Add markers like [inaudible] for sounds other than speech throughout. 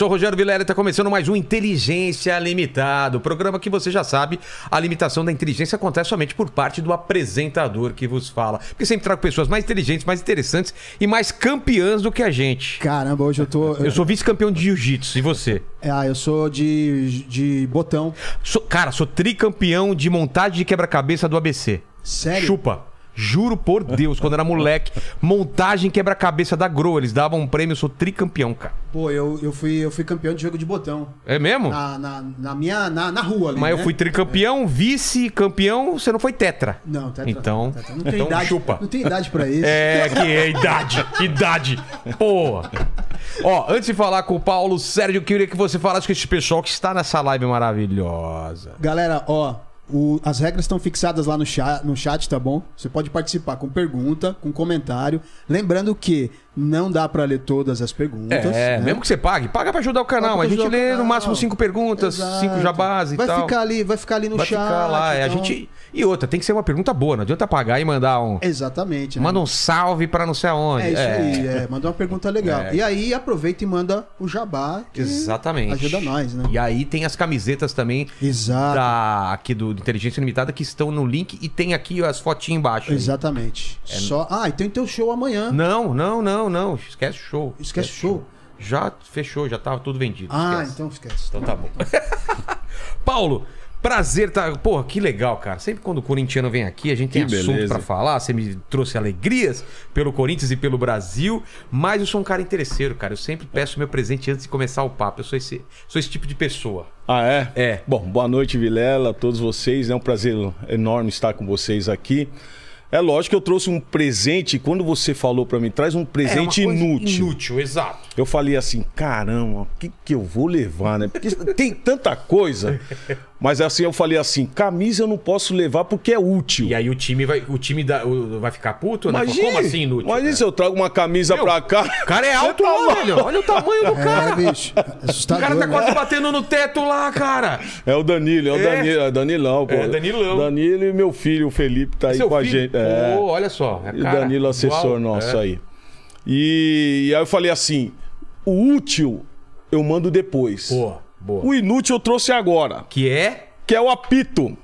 Sou Rogério Vilela e está começando mais um Inteligência Limitado, programa que você já sabe, a limitação da inteligência acontece somente por parte do apresentador que vos fala. Porque sempre trago pessoas mais inteligentes, mais interessantes e mais campeãs do que a gente. Caramba, hoje eu tô. Eu sou vice-campeão de jiu-jitsu, e você? É, Ah, eu sou de, de botão. Sou- cara, sou tricampeão de montagem de quebra-cabeça do ABC. Sério? Chupa. Juro por Deus, quando era moleque, montagem quebra-cabeça da Grow, eles davam um prêmio, eu sou tricampeão, cara. Pô, eu, eu, fui, eu fui campeão de jogo de botão. É mesmo? Na, na, na minha. Na, na rua ali. Mas eu Ah, né? fui tricampeão, vice-campeão, você não foi tetra. Não, tetra, Então, tetra. Não tem então idade. chupa. Não tem [laughs] idade pra isso. É, que é idade, idade. Porra. Ó, antes de falar com o Paulo Sérgio, eu queria que você falasse com esse pessoal que está nessa live maravilhosa. Galera, ó. o- as regras estão fixadas lá no chat, no chat, tá bom? Você pode participar com pergunta, com comentário. Lembrando que não dá pra ler todas as perguntas. É, né? mesmo que você pague, paga pra ajudar o canal. Paga pra a gente ajudar o lê no canal. máximo cinco perguntas, Exato. cinco jabás e vai tal. Ficar ali, vai ficar ali no Vai chat. ficar lá. é, A então- gente... E outra, tem que ser uma pergunta boa, não adianta pagar e mandar um. Exatamente. né? Manda um salve pra não sei aonde. É isso aí, é. Manda uma pergunta legal. É. E aí aproveita e manda o jabá. que Exatamente. Ajuda nós, né? E aí tem as camisetas também Exato. da aqui do do Inteligência Limitada que estão no link e tem aqui as fotinhas embaixo. aí. Exatamente. Só. Ah, e tem teu show amanhã. É. Não, não, não, não. Esquece o show. Esquece o show. Já fechou, já tava tudo vendido. Ah, esquece. então esquece. Então tá bom. [laughs] Paulo, prazer tá. Porra, que legal, cara. Sempre quando o corintiano vem aqui, a gente tem Que assunto beleza. pra falar. Você me trouxe alegrias pelo Corinthians e pelo Brasil, mas eu sou um cara interesseiro, cara. Eu sempre peço meu presente antes de começar o papo. Eu sou esse, sou esse tipo de pessoa. Ah, é? É. Bom, boa noite, Vilela, a todos vocês. É um prazer enorme estar com vocês aqui. É lógico que eu trouxe um presente. Quando você falou pra mim, traz um presente É uma coisa inútil. Inútil, exato. Eu falei assim, caramba, o que, que eu vou levar, né? Porque [laughs] tem tanta coisa. Mas assim, eu falei assim, camisa eu não posso levar porque é útil. E aí o time vai, o time da, o- vai ficar puto, né? Imagina, Como assim inútil? Imagina tá se eu trago uma camisa Meu, pra cá. O cara é alto, velho. Olha o tamanho do É, [laughs] cara. bicho. [laughs] O Assustador. cara tá né? quase batendo no teto lá, cara. É o Danilo, é o É. Danilo, é Danilão, pô. É, Danilão. Danilo e meu filho, o Felipe, tá aí Seu com a filho- gente. É. Pô, olha só. é E o cara Danilo, igual, assessor nosso é. aí. E, e aí eu falei assim: o útil eu mando depois. Boa, boa. O inútil eu trouxe agora, Que é? que é [laughs] o apito.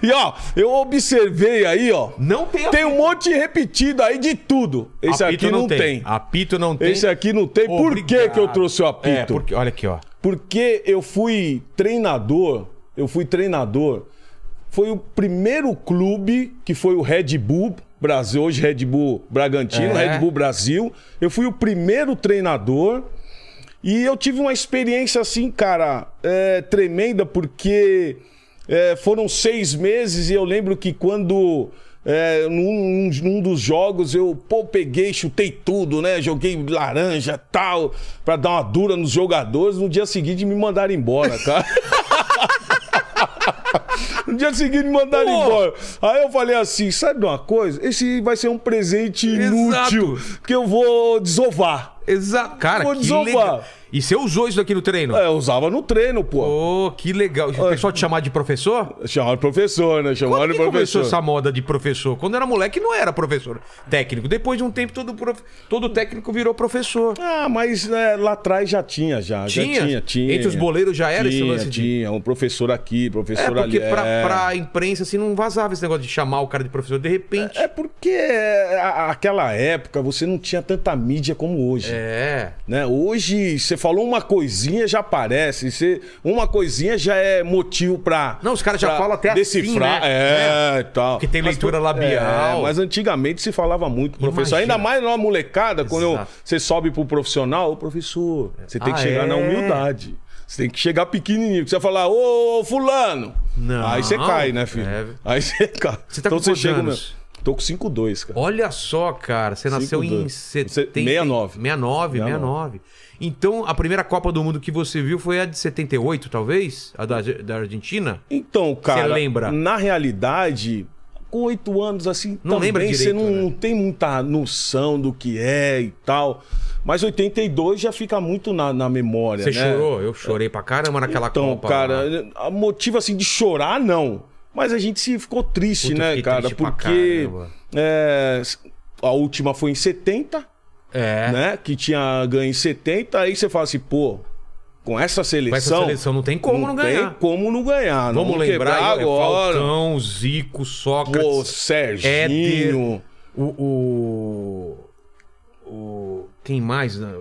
e ó, eu observei aí, ó. Não tem Tem apito. um monte repetido aí de tudo. Esse Apito aqui não tem. Apito não tem. Esse aqui não tem. Por que, Obrigado. que eu trouxe o apito? É, porque, olha aqui, ó. Porque eu fui treinador, eu fui treinador. Foi o primeiro clube que foi o Red Bull Brasil, hoje Red Bull Bragantino, É. Red Bull Brasil. Eu fui o primeiro treinador e eu tive uma experiência assim, cara, é, tremenda, porque é, foram seis meses e eu lembro que quando. é, num, num dos jogos eu pô, peguei, chutei tudo, né? Joguei laranja tal, pra dar uma dura nos jogadores. No dia seguinte me mandaram embora, cara. [laughs] No dia seguinte me mandaram Pô. embora. Aí eu falei assim: sabe de uma coisa? Esse vai ser um presente Exato. inútil, porque eu vou desovar. Exato. Cara, Vou que desovar. legal. E você usou isso daqui no treino? É, Eu usava no treino, pô. Ô, que legal. O pessoal te chamar de professor? Chamaram o professor, né? Quando Chamaram que o começou professor. essa moda de professor? Quando era moleque não era professor técnico. Depois de um tempo todo, prof- todo técnico virou professor. Ah, mas né, lá atrás já tinha, já. Tinha? Já tinha, tinha. Entre os boleiros já era esse tinha, lance de- Tinha, um professor aqui, É, professor porque ali. pra, é. pra imprensa assim não vazava esse negócio de chamar o cara de professor. De repente. É porque é, a- aquela época você não tinha tanta mídia como hoje. É. Né? Hoje, você falou uma coisinha, já aparece. Você, uma coisinha já é motivo pra. Não, os caras já pra falam até assim, Decifrar. né? É, e tal. Porque tem Mas leitura tu- labial. é, mas antigamente se falava muito, professor. Imagina. Ainda mais na molecada, quando eu- Exato. você sobe pro profissional, ô, professor, você tem Ah, que chegar na é? humildade. Você tem que chegar pequenininho. Você vai falar, ô, fulano. Não. Aí você cai, né, filho? É. Aí você cai. Você tá com quantos anos? mesmo. Tô com 5'2", cara. Olha só, cara, você nasceu em 52. 70... 69. 69, 69. 69. Então, a primeira Copa do Mundo que você viu foi a de 78, talvez? A da, da Argentina? Então, cara, lembra? na realidade, com oito anos, assim, Não também lembra você direito, não, né? não tem muita noção do que é e tal. Mas 82 já fica muito na, na memória, Você né? chorou? Eu chorei pra caramba naquela Então, Copa. lá. cara, a motivo assim de chorar, não. Mas a gente se ficou triste, Puta, eu né, fiquei cara? triste pra porque caramba. é, a última foi em 70, É. né? Que tinha ganho em 70. Aí você fala assim, pô, com essa Com essa seleção. seleção não tem como não, ganhar. Tem como não ganhar. não Vamos lembrar quebrar aí, agora. agora. Falcão, Zico, Sócrates, Pô, Serginho. o, o, o- Quem mais? né?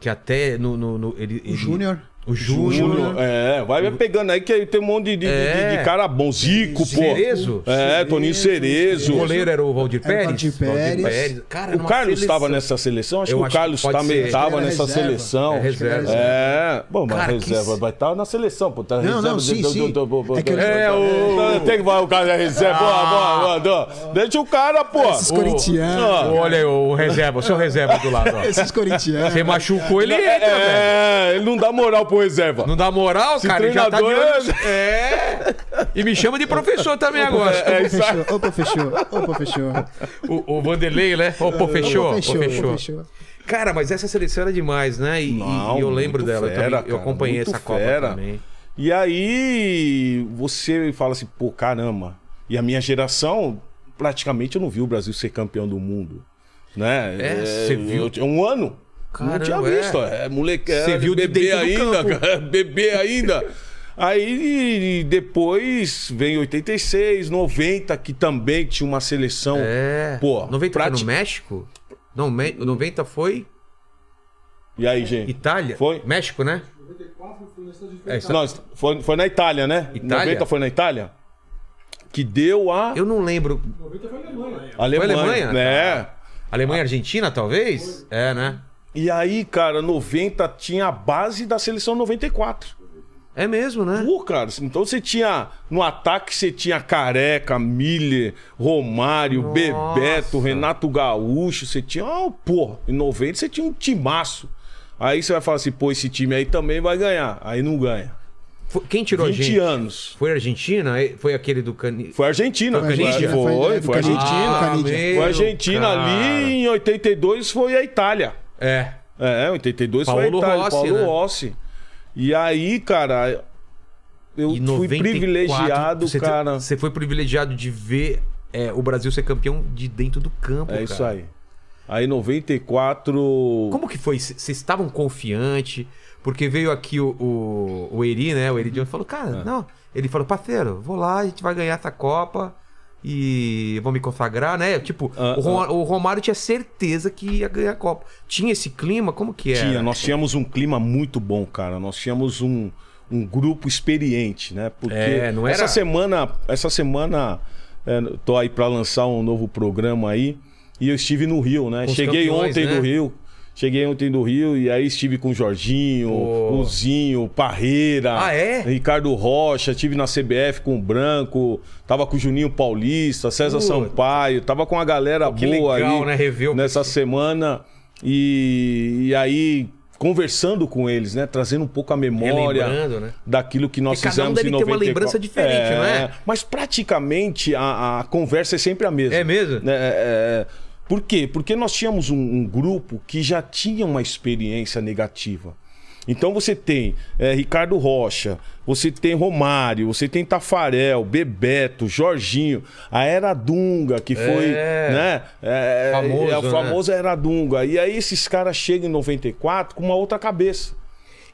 Que até no... no- no- ele, ele- Júnior. O Júnior. Júnior, É, vai pegando aí que tem um monte de, de, É. de- de cara bom. Zico, pô. Cerezo. É, Toninho O Cerezo. goleiro era o Valdir Era o Pérez. Valdir Pérez. Cara, O numa Carlos seleção. estava nessa seleção? Acho Eu que o acho que Carlos pode também ser. estava Era nessa reserva. seleção. É reserva. É. Bom, mas Cara, reserva que- vai estar na seleção, pô. Tá Não, reserva não, sim, sim. É que eu- É, o... Tem que falar o cara da reserva. Boa, boa, boa. Deixa o cara, pô. Esses corintianos. Olha aí, Ah. o reserva, o seu reserva do lado. [laughs] ó. Esses corintianos. Você machucou, ele entra, velho. É, ele não dá moral pro reserva. Não dá moral, Se cara? Ele já tá de treinador- olho. [laughs] É. E me chama de professor também agora. É, isso aí. Fechou. Opa, fechou. Opa, fechou. O, o Vanderlei, né? Ô, pô, fechou. Opa, Pô, fechou. fechou. Opa, fechou. Cara, mas essa seleção era demais, né? E, e- Não, e eu lembro muito dela. eu fera, também- eu, cara, acompanhei muito essa Copa fera. também. E aí você fala assim, pô, caramba. E a minha geração, praticamente eu não vi o Brasil ser campeão do mundo. Né? É, você viu? eu tinha um ano. Caramba, não tinha é. visto. É, moleque, Você é, viu de bebê dentro do ainda, [laughs] campo. cara, bebê ainda. Aí e depois vem 86, 90, que também tinha uma seleção. É. Pô, 90 foi prati- no México? Não, me- 90 foi E aí, gente? Itália? Foi. México, né? 94 foi Não, foi, foi na Itália, né? É Itália? 90 foi na Itália? Que deu a Eu não lembro. Foi Alemanha. Alemanha? Tá. né? Alemanha e Argentina, talvez? É, né? E aí, cara, 90 tinha a base da seleção 94. É mesmo, né? Pô, cara, então você tinha. No ataque você tinha Careca, Miller, Romário, Nossa. Bebeto, Renato Gaúcho. Você tinha. Oh, pô, em 90 você tinha um timaço. Aí você vai falar assim, pô, esse time aí também vai ganhar. Aí não ganha. Foi- Quem tirou a 20 gente? anos. Foi a Argentina? Foi aquele do Cani. Foi a Argentina. Foi a que vai- Argentina, Foi, foi, foi, né, a do Canidia. Argentina. Ah, Argentina. meu Foi a Argentina cara. ali. Em 82 foi a Itália. É. É, 82 foi Paulo a Itália, Rossi, Paulo né? Rossi. E aí, cara, eu E fui 94, privilegiado, você te- cara. Você foi privilegiado de ver é, o Brasil ser campeão de dentro do campo. É isso cara. aí. Aí 94. Como que foi? C- Vocês estavam confiantes? Porque veio aqui o, o, o Eri, né? O Eri Jones falou, É. cara, não. Ele falou, parceiro, vou lá, a gente vai ganhar essa Copa e vou me consagrar, né? Tipo, Ah, o, Rom- o Romário tinha certeza que ia ganhar a Copa. Tinha esse clima? Como que era? Tinha, nós tínhamos um clima muito bom, cara. Nós tínhamos um, um grupo experiente, né? Porque É, não era- essa semana, essa semana é, tô aí para lançar um novo programa aí e eu estive no Rio, né? Com os Cheguei campeões, ontem né? do Rio. Cheguei ontem do Rio e aí estive com o Jorginho, Pô. o Zinho, o Parreira, Ah, é? Ricardo Rocha, estive na CBF com o Branco, tava com o Juninho Paulista, César Puta. Sampaio, tava com a galera que boa legal, ali né? Rever o nessa semana e, e aí conversando com eles, né, trazendo um pouco a memória Relembrando, né? daquilo que nós Porque cada um fizemos deve em ter uma 94. lembrança diferente, não é? Mas praticamente a, a conversa é sempre a mesma. É mesmo? Né, é, é. por quê? Porque nós tínhamos um, um grupo que já tinha uma experiência negativa. Então você tem é, Ricardo Rocha, você tem Romário, você tem Tafarel, Bebeto, Jorginho, a Era Dunga, que foi, É. né? é, Famoso, é, o né? famoso Era Dunga. E aí esses caras chegam em 94 com uma outra cabeça.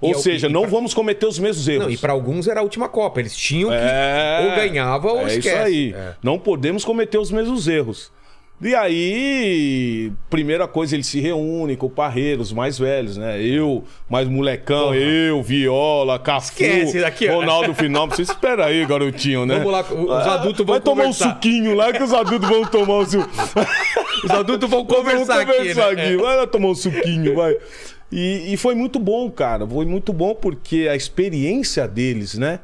Ou é o- seja, e não pra- vamos cometer os mesmos erros. Não, e pra alguns era a última Copa. Eles tinham que É. ou ganhava ou é esquece. isso aí. É. Não podemos cometer os mesmos erros. E aí, primeira coisa, eles se reúnem com o Parreira, os mais velhos, né? Eu, mais molecão, eu, Viola, Cafu, Esquece daqui, ó. [laughs] Ronaldo Final. Vocês espera aí, garotinho, né? Vamos lá, os adultos vão Vai tomar conversar. um suquinho lá que os adultos vão tomar [laughs] um o seu... Os adultos vão Vamos conversar, conversar aqui. aqui. né? Vai lá tomar um suquinho, vai. E, e foi muito bom, cara. Foi muito bom porque a experiência deles, né?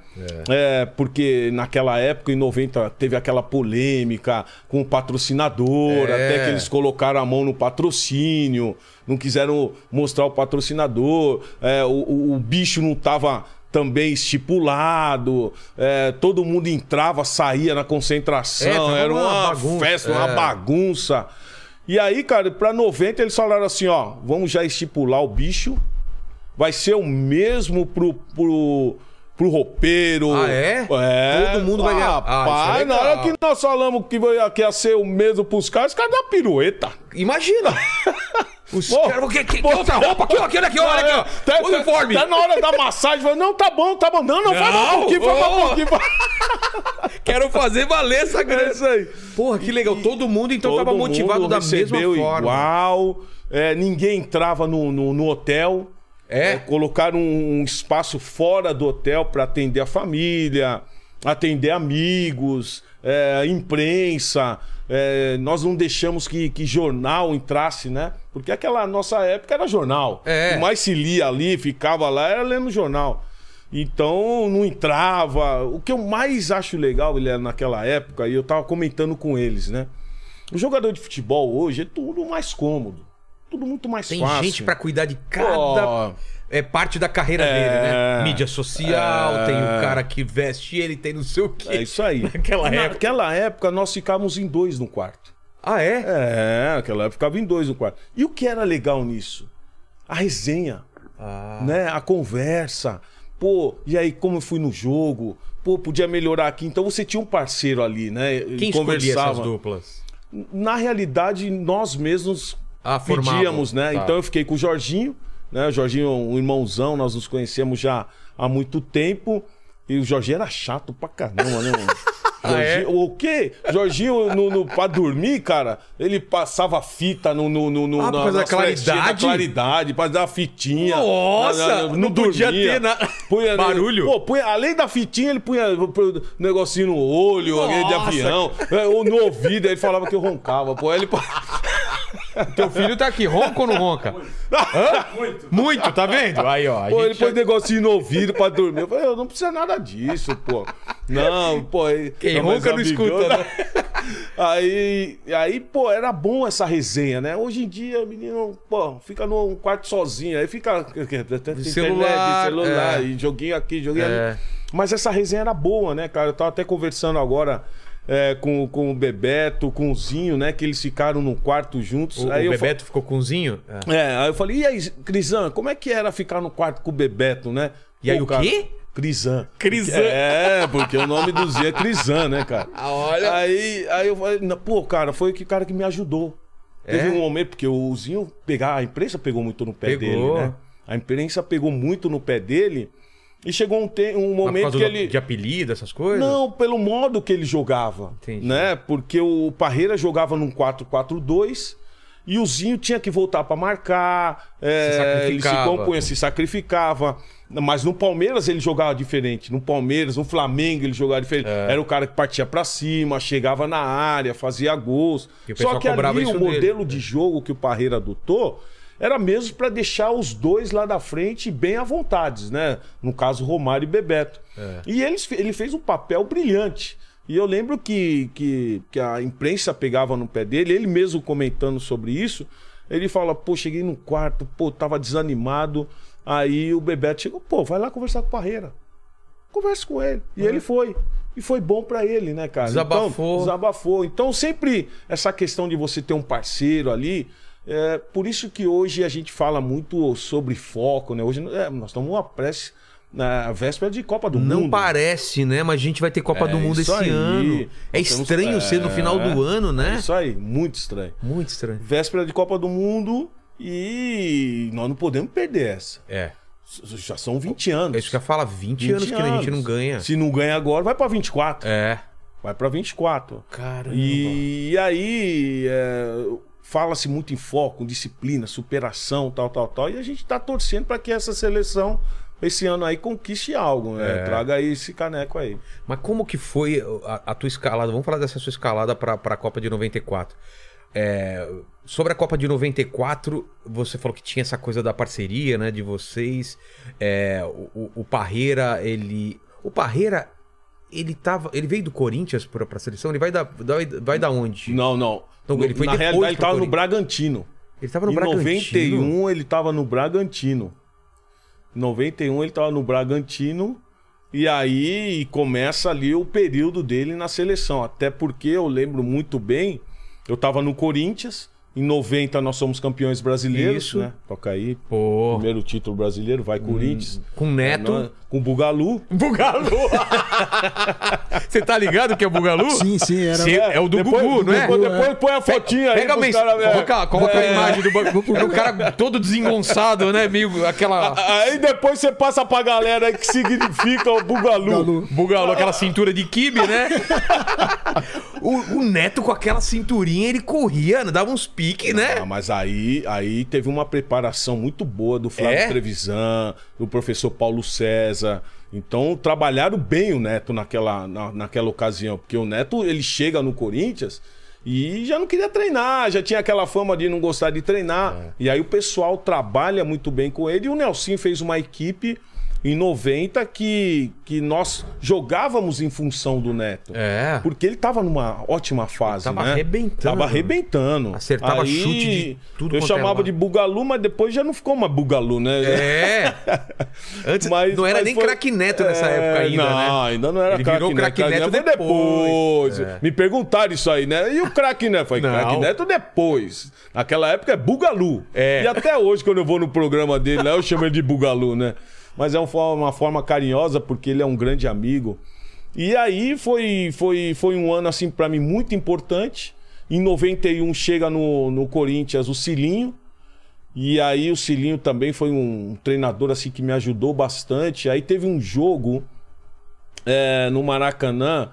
É, porque naquela época, em 90, teve aquela polêmica com o patrocinador, É. até que eles colocaram a mão no patrocínio, não quiseram mostrar o patrocinador, é, o, o- o bicho não tava também estipulado, é, todo mundo entrava, saía na É, concentração, tava era uma uma, bagunça, festa, é. uma bagunça. E aí, cara, pra 90 eles falaram assim, ó, vamos já estipular o bicho, vai ser o mesmo pro... pro Pro roupeiro. Ah, é? É. Todo mundo vai ganhar. Ah, isso é Rapaz, na legal. hora que nós falamos que ia- que ia ser o mesmo pros caras, os caras dão pirueta. [laughs] Imagina! Os Pô, caras. Que, que, que pô, outra roupa? Aqui, ó, aqui, olha aqui, olha aqui, ó. Tá, tá- Uniforme! Tá na hora da massagem, fala, não, tá bom, tá bom. Não, não, vai mais um Não, pouquinho, vai mais ô. um pouquinho. vai. Quero fazer valer essa É grana. isso aí. Porra, que legal. Todo mundo então Todo tava mundo motivado da mesma recebeu forma. igual, é, ninguém entrava no, no, no hotel. É? Colocaram um, um espaço fora do hotel para atender a família, atender amigos, é, imprensa. É, nós não deixamos que, que jornal entrasse, né? Porque aquela nossa época era jornal. É. O mais se lia ali, ficava lá, era lendo jornal. Então não entrava. O que eu mais acho legal, Guilherme, naquela época, e eu tava comentando com eles, né? O jogador de futebol hoje é tudo mais cômodo. Tudo muito mais Tem fácil. gente pra cuidar de Ó. cada é, parte da carreira dele, É. né? Mídia social, tem o cara que veste ele, tem não sei o quê. É isso É. [laughs] aí. Naquela época. Naquela época, nós ficávamos em dois no quarto. Ah, é? É, naquela época ficava em dois no quarto. E o que era legal nisso? A resenha, Ah. né? A conversa. Pô, e aí como eu fui no jogo? Pô, podia melhorar aqui. Então você tinha um parceiro ali, né? E Quem escolhia essas duplas? Na realidade, nós mesmos Ah, formavam. pedíamos, Tá. né? Então eu fiquei com o Jorginho, né? O Jorginho é um irmãozão, nós nos conhecemos já há muito tempo. E o Jorginho era chato pra caramba, né, mano? [laughs] Ah, é? Jorginho- O quê? Jorginho, no, no, pra dormir, cara, ele passava fita no, no, no, no- Ah, por causa da nas flechinhas, claridade? Da claridade, pra dar fitinha. Nossa, não podia ter na- Punha- [laughs] Barulho? Pô, punha- além da fitinha, ele punha punha um negocinho no olho, alguém de Nossa, avião, é, ou no ouvido, aí ele falava que eu roncava, pô. Aí ele. Teu filho tá aqui, ronca ou não ronca? [laughs] Muito. Muito, tá vendo? Aí, ó. a Pô, ele gente já- põe negocinho no ouvido pra dormir. Eu falei, eu não precisa nada disso, pô. Não, pô. aí- Quem mas ronca não escuta, né? [laughs] Aí, aí, pô, era bom essa resenha, né? Hoje em dia, menino, pô, fica num quarto sozinho, aí fica. [laughs] Internet, Celular, celular, é. e joguinho aqui, joguinho É. ali. Mas essa resenha era boa, né, cara? Eu tava até conversando agora. é, com, com o Bebeto, com o Zinho, né? Que eles ficaram no quarto juntos. O, aí o eu fa- Bebeto ficou cunzinho? É. é, aí eu falei, e aí, Crisan, como é que era ficar no quarto com o Bebeto, né? E aí, o quê? Crisan. Crisan. É, porque o nome do Zé é Crisan, né, cara? [laughs] Ah, olha. Aí, aí eu falei, "Não, pô, cara, foi o que- cara que me ajudou. Teve É? um momento, porque o Zinho, pegar, a imprensa pegou muito no pé Pegou. dele, né? A imprensa pegou muito no pé dele e chegou um, te- um Ah, por momento causa que do- ele... de apelido, essas coisas? Não, pelo modo que ele jogava. Entendi. Né? Porque o Parreira jogava num 4-4-2 e o Zinho tinha que voltar pra marcar. é, Se sacrificava. Ele se compunha, se sacrificava. Mas no Palmeiras ele jogava diferente. No Palmeiras, no Flamengo ele jogava diferente. É. Era o cara que partia pra cima, chegava na área, fazia gols. E o pessoal Só que cobrava ali isso o dele. né? modelo de jogo que o Parreira adotou era mesmo pra deixar os dois lá da frente bem à vontade, né? No caso, Romário e Bebeto. É. E eles, fe- ele fez um papel brilhante. E eu lembro que, que, que a imprensa pegava no pé dele, ele mesmo comentando sobre isso. Ele fala: pô, cheguei no quarto, pô, tava desanimado. Aí o Bebeto chegou: pô, vai lá conversar com o Parreira. Conversa com ele. E ele foi. E foi bom pra ele, né, cara? Uhum. Desabafou. Então, desabafou. Então, sempre essa questão de você ter um parceiro ali. é, por isso que hoje a gente fala muito sobre foco, né? Hoje é, nós estamos uma prece na véspera de Copa do Não Mundo. É parece, né? Mas a gente vai ter Copa do Mundo isso esse aí. ano. É Nós temos- estranho ser no é, final do ano, é né? Isso aí, muito estranho. Muito estranho. Véspera de Copa do Mundo e nós não podemos perder essa. É. Já são 20 anos. É isso que eu falo, 20, 20 anos que a gente não ganha. Se não ganha agora, vai pra 24. É. Vai pra 24. Caramba. E aí é, fala-se muito em foco, disciplina, superação, tal, tal, tal. E a gente tá torcendo para que essa seleção esse ano aí conquiste algo, né? Traga aí esse caneco aí. Mas como que foi a, a tua escalada? Vamos falar dessa sua escalada para a Copa de 94. É, sobre a Copa de 94, você falou que tinha essa coisa da parceria, né, de vocês. É, o, o- o Parreira, ele, o Parreira, ele tava, ele veio do Corinthians para a seleção. Ele vai da, da- vai da onde? Não, não. Então, ele foi Na depois realidade, ele pro tava no Corinthians. Bragantino. Ele tava no em Bragantino. 91, ele tava no Bragantino. 91 ele tava no Bragantino. E aí começa ali o período dele na seleção. Até porque eu lembro muito bem, eu tava no Corinthians. Em 90 nós somos campeões brasileiros, Isso. né? Toca aí. Pô. Hum. Primeiro título brasileiro, vai Corinthians. Com Neto. é, Nós- com o Bugalu. Bugalu! [laughs] Você tá ligado que é o Bugalu? Sim, sim, era. Sim. É o do Gugu, não é? Depois, depois põe a fotinha aí Pega a pros mens... caras, é. Coloca, coloca É. a imagem do banco. É o cara todo desengonçado, né? Meio aquela. Aí depois você passa pra galera aí que significa o Bugalu. Bugalu. Bugalou aquela cintura de kibe, né? o, o Neto com aquela cinturinha, ele corria, né? dava uns piques, Ah, né? mas aí, aí teve uma preparação muito boa do Flávio É? Trevisan, do professor Paulo César. Então trabalharam bem o Neto naquela, na, naquela ocasião, porque o Neto ele chega no Corinthians e já não queria treinar, já tinha aquela fama de não gostar de treinar. É. E aí o pessoal trabalha muito bem com ele e o Nelson fez uma equipe em 90 que, que nós jogávamos em função do Neto. É. Porque ele tava numa ótima fase, Tava né? arrebentando. Tava arrebentando. Acertava chute de tudo Eu quanto é chamava lado. de bugalu, mas depois já não ficou mais bugalu, né? É. Antes Mas- não era mas nem foi- craque Neto nessa É, época ainda, não, né? ainda não era Ele virou craque Neto foi depois. É. depois. Me perguntaram isso aí, né? E o craque Neto? Foi Não. craque Neto depois. Naquela época é bugalu. É. E até hoje, quando eu vou no programa dele, lá eu chamo ele de bugalu, né? Mas é um fo- uma forma carinhosa, porque ele é um grande amigo. E aí foi, foi, foi um ano, assim, pra mim, muito importante. Em 91 chega no, no Corinthians o Cilinho, e aí o Cilinho também foi um treinador assim que me ajudou bastante. Aí teve um jogo é, no Maracanã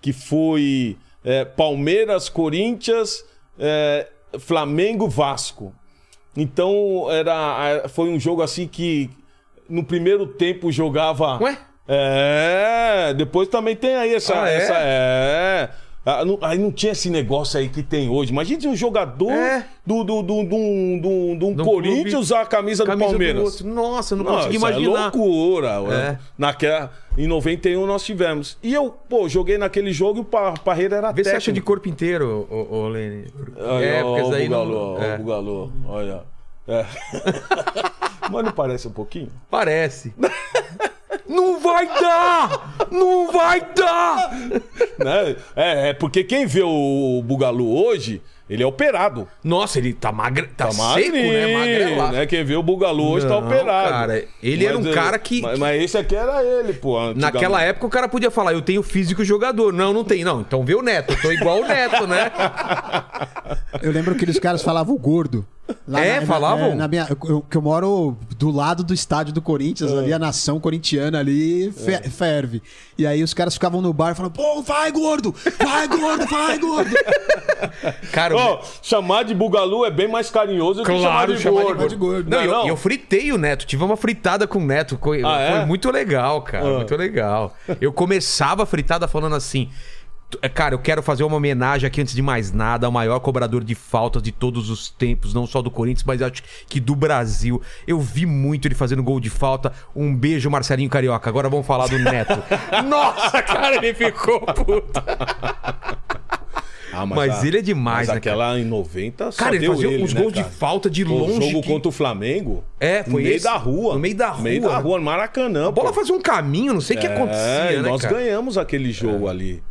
que foi é, Palmeiras, Corinthians, é, Flamengo, Vasco. Então era a- foi um jogo assim que no primeiro tempo jogava. Ué? É, depois também tem aí essa. Ah, é? essa- é. Ah, não- Aí não tinha esse negócio aí que tem hoje. Imagina um jogador É. do, do, do, do, do, do um Do Corinthians clube, usar a camisa, é do Camisa Palmeiras. outro. Nossa, eu não, Não, consegui isso É imaginar. loucura. É. ué. Naquela, em 91 nós tivemos. E eu, pô, joguei naquele jogo e o Pa- Parreira era Vê se técnico. acha de corpo inteiro, ô, ô, Lene. é, ó, isso ó, aí o Bugalô, ó, é. o Bugalô, olha. É. [laughs] Mas não parece um pouquinho? Parece. não vai dar! Não vai dar! Né? É, é, porque quem vê o Bugalu hoje, ele é operado. Nossa, ele tá magre... Tá, Tá seco, né? Magrela. né? Quem vê o Bugalu hoje tá Não, operado. cara, ele era um eh, cara que- Mas, mas esse aqui era ele, pô. antigamente. Naquela época o cara podia falar, eu tenho físico jogador. Não, não tem, não. Então vê o Neto, eu tô igual o Neto, [laughs] né? Eu lembro que os caras falavam gordo. Lá É, falavam? Na, minha, eu, que eu moro do lado do estádio do Corinthians, Ah. ali a nação corintiana ali fe- É. ferve. E aí os caras ficavam no bar e falavam, pô, vai gordo, vai gordo, vai gordo. Cara, o Ó, chamar de Bugalu é bem mais carinhoso do que chamar de chamar gordo. de gordo. Não, Não, eu, não. eu fritei o Neto, tive uma fritada com o Neto. co- Foi, Ah, é? Ah. muito legal, cara. Muito legal. Eu começava a fritada falando assim. "Tu- é, Cara, eu quero fazer uma homenagem aqui antes de mais nada ao maior cobrador de faltas de todos os tempos, não só do Corinthians, mas acho que do Brasil. Eu vi muito ele fazendo gol de falta. Um beijo, Marcelinho Carioca. Agora vamos falar do [laughs] Neto. Nossa, cara, ele ficou puto. Ah, Mas ele é demais, mas né, aquela em 90 só Cara, ele deu fazia uns né, gols cara? de falta de O longe. jogo que- contra o Flamengo. É, foi No meio esse. da rua. No meio da No meio rua, da né? rua, no Maracanã. A bola fazia um caminho, não sei o que acontecia, É, e né, nós cara? ganhamos aquele jogo ali.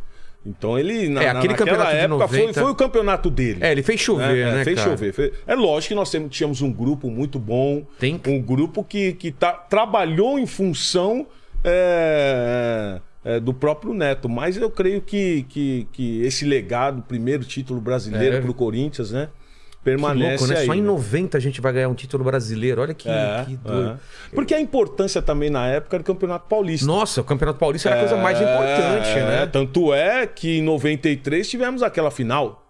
Então ele, na, É, na- aquele naquela campeonato de época, foi- 90. foi, o campeonato dele. É, ele fez chover, É, né, fez cara? chover. fez- É lógico que nós temos- tínhamos um grupo muito bom. Tem que- Um grupo que, que tá, trabalhou em função é, é, do próprio Neto. Mas eu creio que, que, que esse legado, primeiro título brasileiro É. pro Corinthians, né? Que Permanece louco, né? aí. Só em né? 90 a gente vai ganhar um título brasileiro. Olha que, É, que doido. é. Porque a importância também na época era o Campeonato Paulista. Nossa, o Campeonato Paulista era a coisa mais importante, É, né? Tanto é que em 93 tivemos aquela final.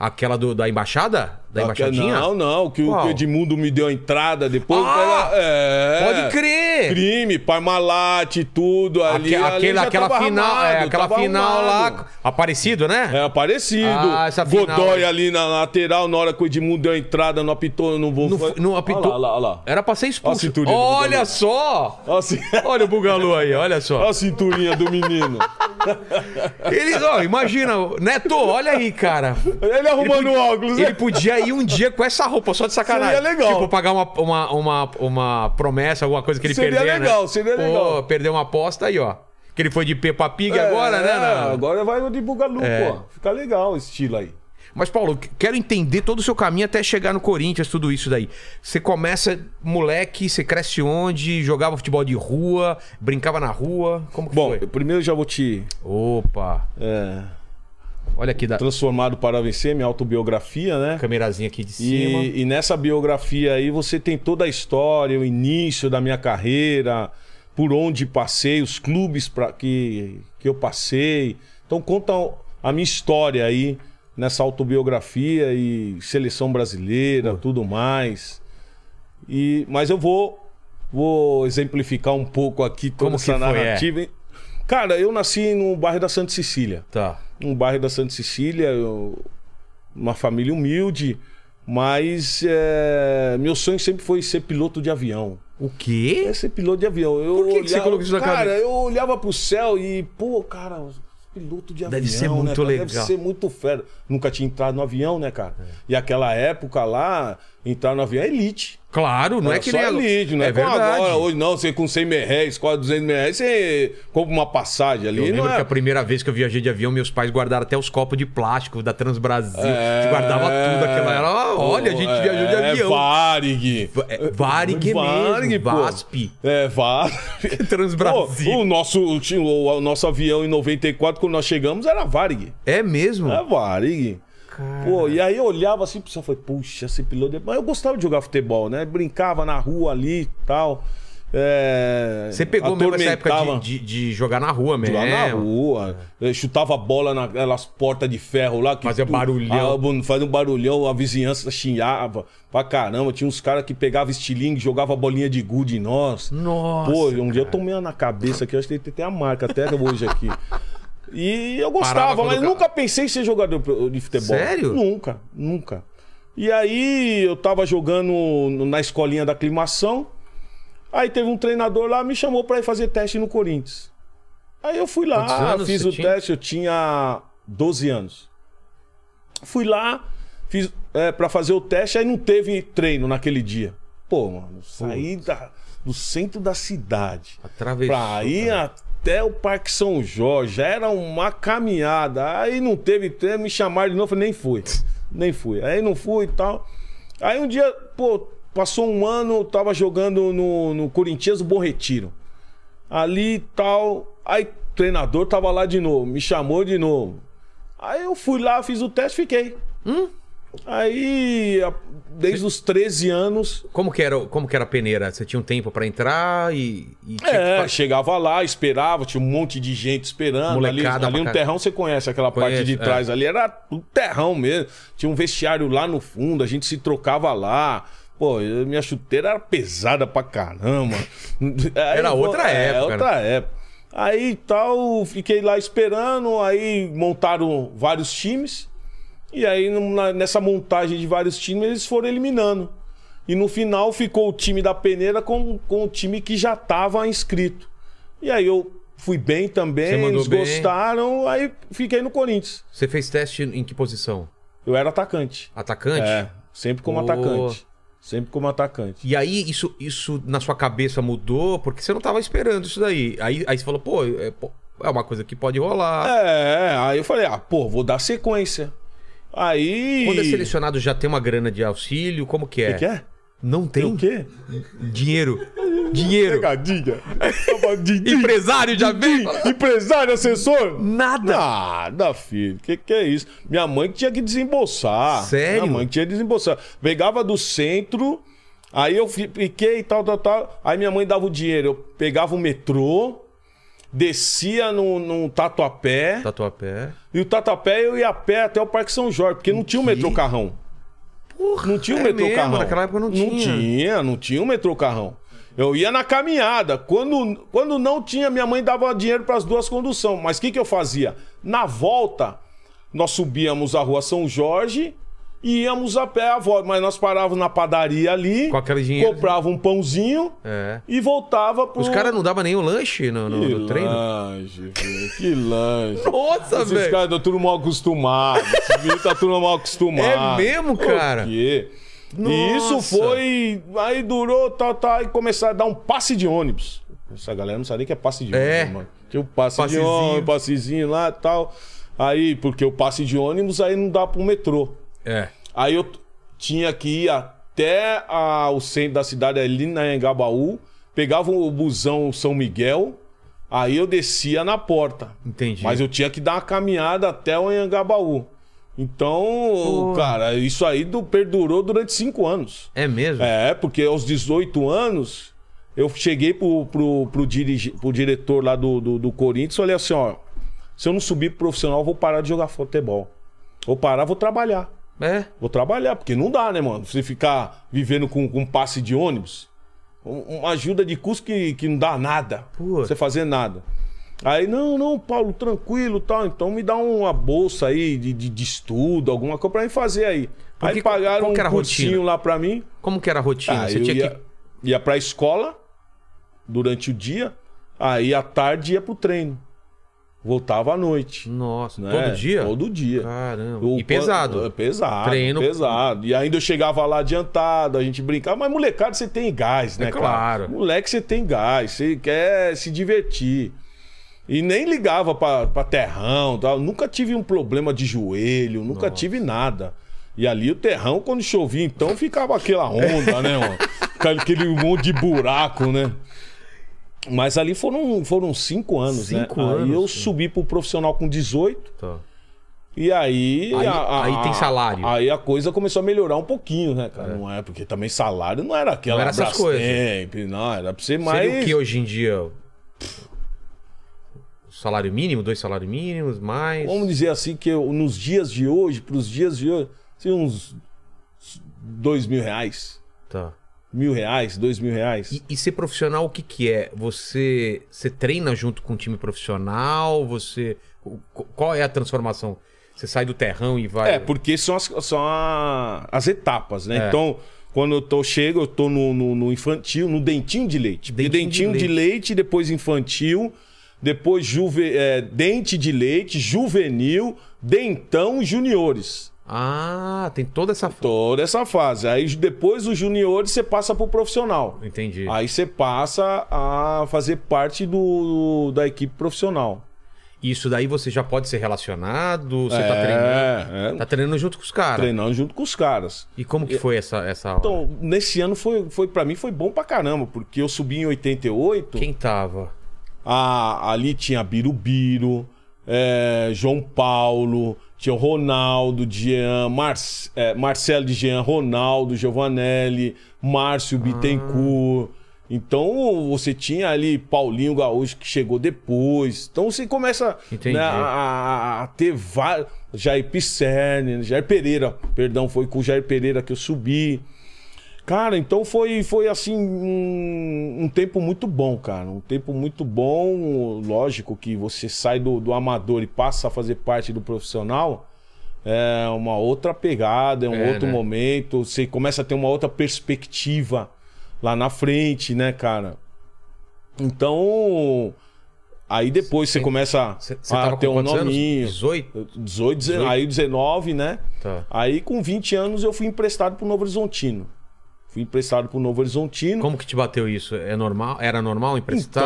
Aquela do- da embaixada? Da embaixadinha? Não, não, que o Qual? que o Edmundo me deu a entrada depois. Ah! era- é, Pode crer! Crime, Parmalat, tudo Aque- ali. ali aquele- já aquela tava final, é, armado, aquela tava final armado. lá. Aparecido, né? É parecido. Ah, essa final, Godoy né? ali na lateral, na hora que o Edmundo deu a entrada, não apitou, não vou. Não, f- não apitou. É, Olha lá, olha lá. Era pra ser Olha a expulso. cinturinha do Olha Bugalu. só! Olha a cin- [laughs] Olha o Bugalu aí, olha olha só. a cinturinha do menino. Ele, ó, imagina, Neto, olha aí, cara. Ele arrumando podia- óculos, né? Ele podia ir um dia com essa roupa, só de sacanagem. Seria legal. Tipo, pagar uma, uma, uma, uma promessa, alguma coisa que ele Seria perdeu. né? legal, seria Pô, legal. perdeu uma aposta aí, ó. Que ele foi de Peppa Pig agora, É, né? na- Agora vai de Bugalu, É. pô. Fica legal o estilo aí. Mas, Paulo, quero entender todo o seu caminho até chegar no Corinthians, tudo isso daí. Você começa moleque, você cresce onde? Jogava futebol de rua, brincava na rua? Como que Bom, foi? eu primeiro já vou te Opa! é, Olha aqui da transformado para vencer, minha autobiografia, né? câmerazinha aqui de cima. E, e nessa biografia aí você tem toda a história, o início da minha carreira, por onde passei, os clubes pra que, que eu passei. Então conta a minha história aí nessa autobiografia e seleção brasileira, tudo mais. E, mas eu vou, vou exemplificar um pouco aqui toda Como que essa foi, é? narrativa. hein? Cara, eu nasci no bairro da Santa Cecília Tá. um bairro da Santa Cecília, eu- uma família humilde, mas é, meu sonho sempre foi ser piloto de avião. O quê? É ser piloto de avião. Eu Por que que você colocou isso na cara, cabeça? eu olhava pro céu e, pô, cara, piloto de avião. Deve ser né, muito cara? legal. É. Deve ser muito fera. Nunca tinha entrado no avião, né, cara? E aquela época lá, entrar no avião é elite. Claro, não é, Era que só nem elite, não é, é como verdade. agora. Hoje não, você com 100 mil reais, quase 200 mil reais, você compra uma passagem ali. Eu lembro não é que a primeira vez que eu viajei de avião, meus pais guardaram até os copos de plástico da Transbrasil. É. Guardava tudo aquela era. "Ah, Olha, a gente É, viajou de avião. Varig. É, Varig mesmo, pô. VASP. É, Varig. [laughs] Transbrasil. Pô, o, nosso, tinha o, o nosso avião em 94, quando nós chegamos, era Varig. É mesmo? É Varig. Pô, e aí eu olhava assim, pessoal, foi, puxa, esse piloto... é bom." Mas eu gostava de jogar futebol, né? Brincava na rua ali e tal. É, Você pegou mesmo essa época de- atormentava. de, de jogar na rua mesmo. Lá na rua, eh, chutava bola naquelas portas de ferro lá. Que Fazia tu- barulhão. Ah, mano, fazia um barulhão, a vizinhança xinhava pra caramba. Tinha uns caras que pegavam estilingue, jogava bolinha de gude em nós. Nossa, Pô, um dia eu tomei uma na cabeça aqui, eu acho que tem, tem a marca até hoje aqui. E eu gostava, quando mas o ca- nunca pensei em ser jogador de futebol. Sério? Nunca, nunca. E aí eu tava jogando no- na escolinha da aclimação. Aí teve um treinador lá, me chamou pra ir fazer teste no Corinthians. Aí eu fui Quantos lá, anos fiz você o tinha? teste, eu tinha 12 anos. Fui lá, fiz é, para fazer o teste, aí não teve treino naquele dia. Pô, mano, saí da- do centro da cidade. Atravessou, Pra ir cara. até o Parque São Jorge. Já era uma caminhada. Aí não teve treino, me chamaram de novo. Falei, nem fui. Nem fui. Aí não fui e tal. Aí um dia, pô, passou um ano, eu tava jogando no, no Corinthians, o Bom Retiro. Ali e tal. Aí o treinador tava lá de novo, me chamou de novo. Aí eu fui lá, fiz o teste, fiquei. Aí, a- desde os 13 anos, Como que, era, como que era a peneira? Você tinha um tempo pra entrar e, e tinha É, que fa- chegava lá, esperava, tinha um monte de gente esperando. Molecada ali pra ali no caralho. terrão você conhece aquela Conheço, parte de é. trás ali, era um terrão mesmo. Tinha um vestiário lá no fundo, a gente se trocava lá. Pô, eu- minha chuteira era pesada pra caramba. Aí, [laughs] Era pô, outra é, época, né? outra época. Aí tal, fiquei lá esperando, aí montaram vários times. E aí, numa- nessa montagem de vários times, eles foram eliminando. E no final ficou o time da peneira com, com o time que já estava inscrito. E aí eu fui bem Você também, mandou eles bem. gostaram, aí fiquei no Corinthians. Você fez teste em que posição? Eu era atacante. Atacante? É, sempre como Boa. atacante. Sempre como atacante. E aí, isso, isso na sua cabeça mudou? Porque você não tava esperando isso daí. Aí, aí você falou, pô, é, pô, é uma coisa que pode rolar. É, aí eu falei, ah, pô, vou dar sequência. Aí. Quando é selecionado, já tem uma grana de auxílio? Como que é? O que é? Não tem O quê? [laughs] dinheiro. Dinheiro. Pegadinha. Pegadinha. Empresário já veio. [laughs] Empresário, assessor? Nada. Nada, filho. Que que é isso? Minha mãe que tinha que desembolsar. Sério? Minha mãe que tinha que desembolsar. Pegava do centro, aí eu fi- fiquei e tal, tal, tal. Aí minha mãe dava o dinheiro. Eu pegava o metrô, descia num, num tatuapé. Tatuapé. E o tatuapé eu ia a pé até o Parque São Jorge, porque não tinha o quê? metrô carrão. Porra, Não tinha o é metrô mesmo, carrão. Naquela época não tinha. Não tinha, não tinha o metrô carrão. Eu ia na caminhada. Quando, quando não tinha, minha mãe dava dinheiro para as duas conduções. Mas o que, que eu fazia? Na volta, nós subíamos a rua São Jorge e íamos a pé a volta. Mas nós parávamos na padaria ali, Com aquele dinheiro. comprava um pãozinho É. e voltava pro. Os caras não davam nenhum lanche no, no- Que no treino? lanche, velho. Que [laughs] lanche. Nossa, Esses velho. caras da turma mal acostumada. Esse vídeo tá turma mal acostumada. É mesmo, cara? Por quê? E Nossa. isso foi. Aí durou, tal, tal, e começaram a dar um passe de ônibus. Essa galera não sabe nem que é passe de É. ônibus, mano. Tinha o passe Passezinho. de ônibus, passezinho lá e tal. Aí, porque o passe de ônibus aí não dá pro metrô. É. Aí eu t- tinha que ir até a- o centro da cidade, ali na Engabaú, pegava o busão São Miguel, aí eu descia na porta. Entendi. Mas eu tinha que dar uma caminhada até o Anhangabaú. Então, cara, isso aí do- perdurou durante cinco anos. É mesmo? É, porque aos 18 anos, eu cheguei pro, pro, pro, dirige- pro diretor lá do, do, do Corinthians e falei assim, ó, se eu não subir pro profissional, eu vou parar de jogar futebol. Vou parar, vou trabalhar. É. Vou trabalhar, porque não dá, né, mano? Você ficar vivendo com, com passe de ônibus. Um- Uma ajuda de custo que, que não dá nada. Putz. Você fazer nada. Aí, não, não, Paulo, tranquilo tal. Então me dá uma bolsa aí de, de, de estudo, alguma coisa pra mim fazer aí. Porque aí pagaram qual que era um a cursinho rotina? lá pra mim. Como que era a rotina? Ah, Você eu tinha ia, que. ia pra escola durante o dia, aí à tarde ia pro treino. Voltava à noite. Nossa, né? Hum, todo dia? Todo dia. Caramba. O e pan- pesado. é pesado. Treino- Pesado. E ainda eu chegava lá adiantado, a gente brincava. Mas molecada você tem gás, né, É cara? claro. Moleque você tem gás, você quer se divertir. E nem ligava pra, pra terrão, tal. nunca tive um problema de joelho, nunca tive nada. E ali o terrão, quando chovia, então ficava aquela onda, [laughs] né, mano? Aquele- Aquele monte de buraco, né? Mas ali foram, foram cinco anos, né? Cinco Aí anos, eu cara. subi pro profissional com 18. Tá. E aí. Aí- aí tem salário. Aí a coisa começou a melhorar um pouquinho, né, cara? Não é, porque também salário não era aquela Não era essas coisas. Brastemp, não, era pra você mais. Seria o que hoje em dia? Salário mínimo, dois salários mínimos, mais. Vamos dizer assim, que eu- nos dias de hoje, pros dias de hoje, assim, uns dois mil reais. Tá. Mil reais, dois mil reais. E, e ser profissional, o que que é? Você, você treina junto com um time profissional? Você. o- co- Qual é a transformação? Você sai do terrão e vai. É, porque são as, são a- as etapas, né? É. Então, quando eu tô, chego, eu tô no, no- no infantil, no dentinho de leite. Porque Dentinho de dentinho de, leite. depois infantil, depois juve, é, dente de leite, juvenil, dentão, juniores. Ah, tem toda essa. fo- Toda essa fase. Aí depois dos juniores você passa pro profissional. Entendi. Aí você passa a fazer parte do, da equipe profissional. Isso daí você já pode ser relacionado? Você tá É, treinando? é, Tá treinando junto com os caras. treinando junto com os caras. E como que foi essa, essa hora? Então, nesse ano foi, foi para mim foi bom pra caramba, porque eu subi em 88, Quem tava? a, ali tinha Birubiru, é, João Paulo, tinha o Ronaldo, Jean, Mar, é, Marcelo de Jean, Ronaldo, Giovanelli, Márcio Bittencourt. Então você tinha ali Paulinho Gaúcho que chegou depois. Então você começa Entendi. né, a, a- a ter vários. Jair Pisserni, Jair Pereira, perdão, foi com o Jair Pereira que eu subi. Cara, então foi, foi assim, um, um tempo muito bom, cara. Um tempo muito bom. Lógico que você sai do, do amador e passa a fazer parte do profissional. É uma outra pegada, é um É, outro né? momento. Você começa a ter uma outra perspectiva lá na frente, né, cara? Então. Aí depois você começa Você você a tava ter com um quantos anos? nominho. 18? 18, 19, aí 19, né? Tá. Aí com 20 anos eu fui emprestado pro Novo Horizontino. Fui emprestado pro Novo Horizontino. Como que te bateu isso? É normal? Era normal Então, emprestar?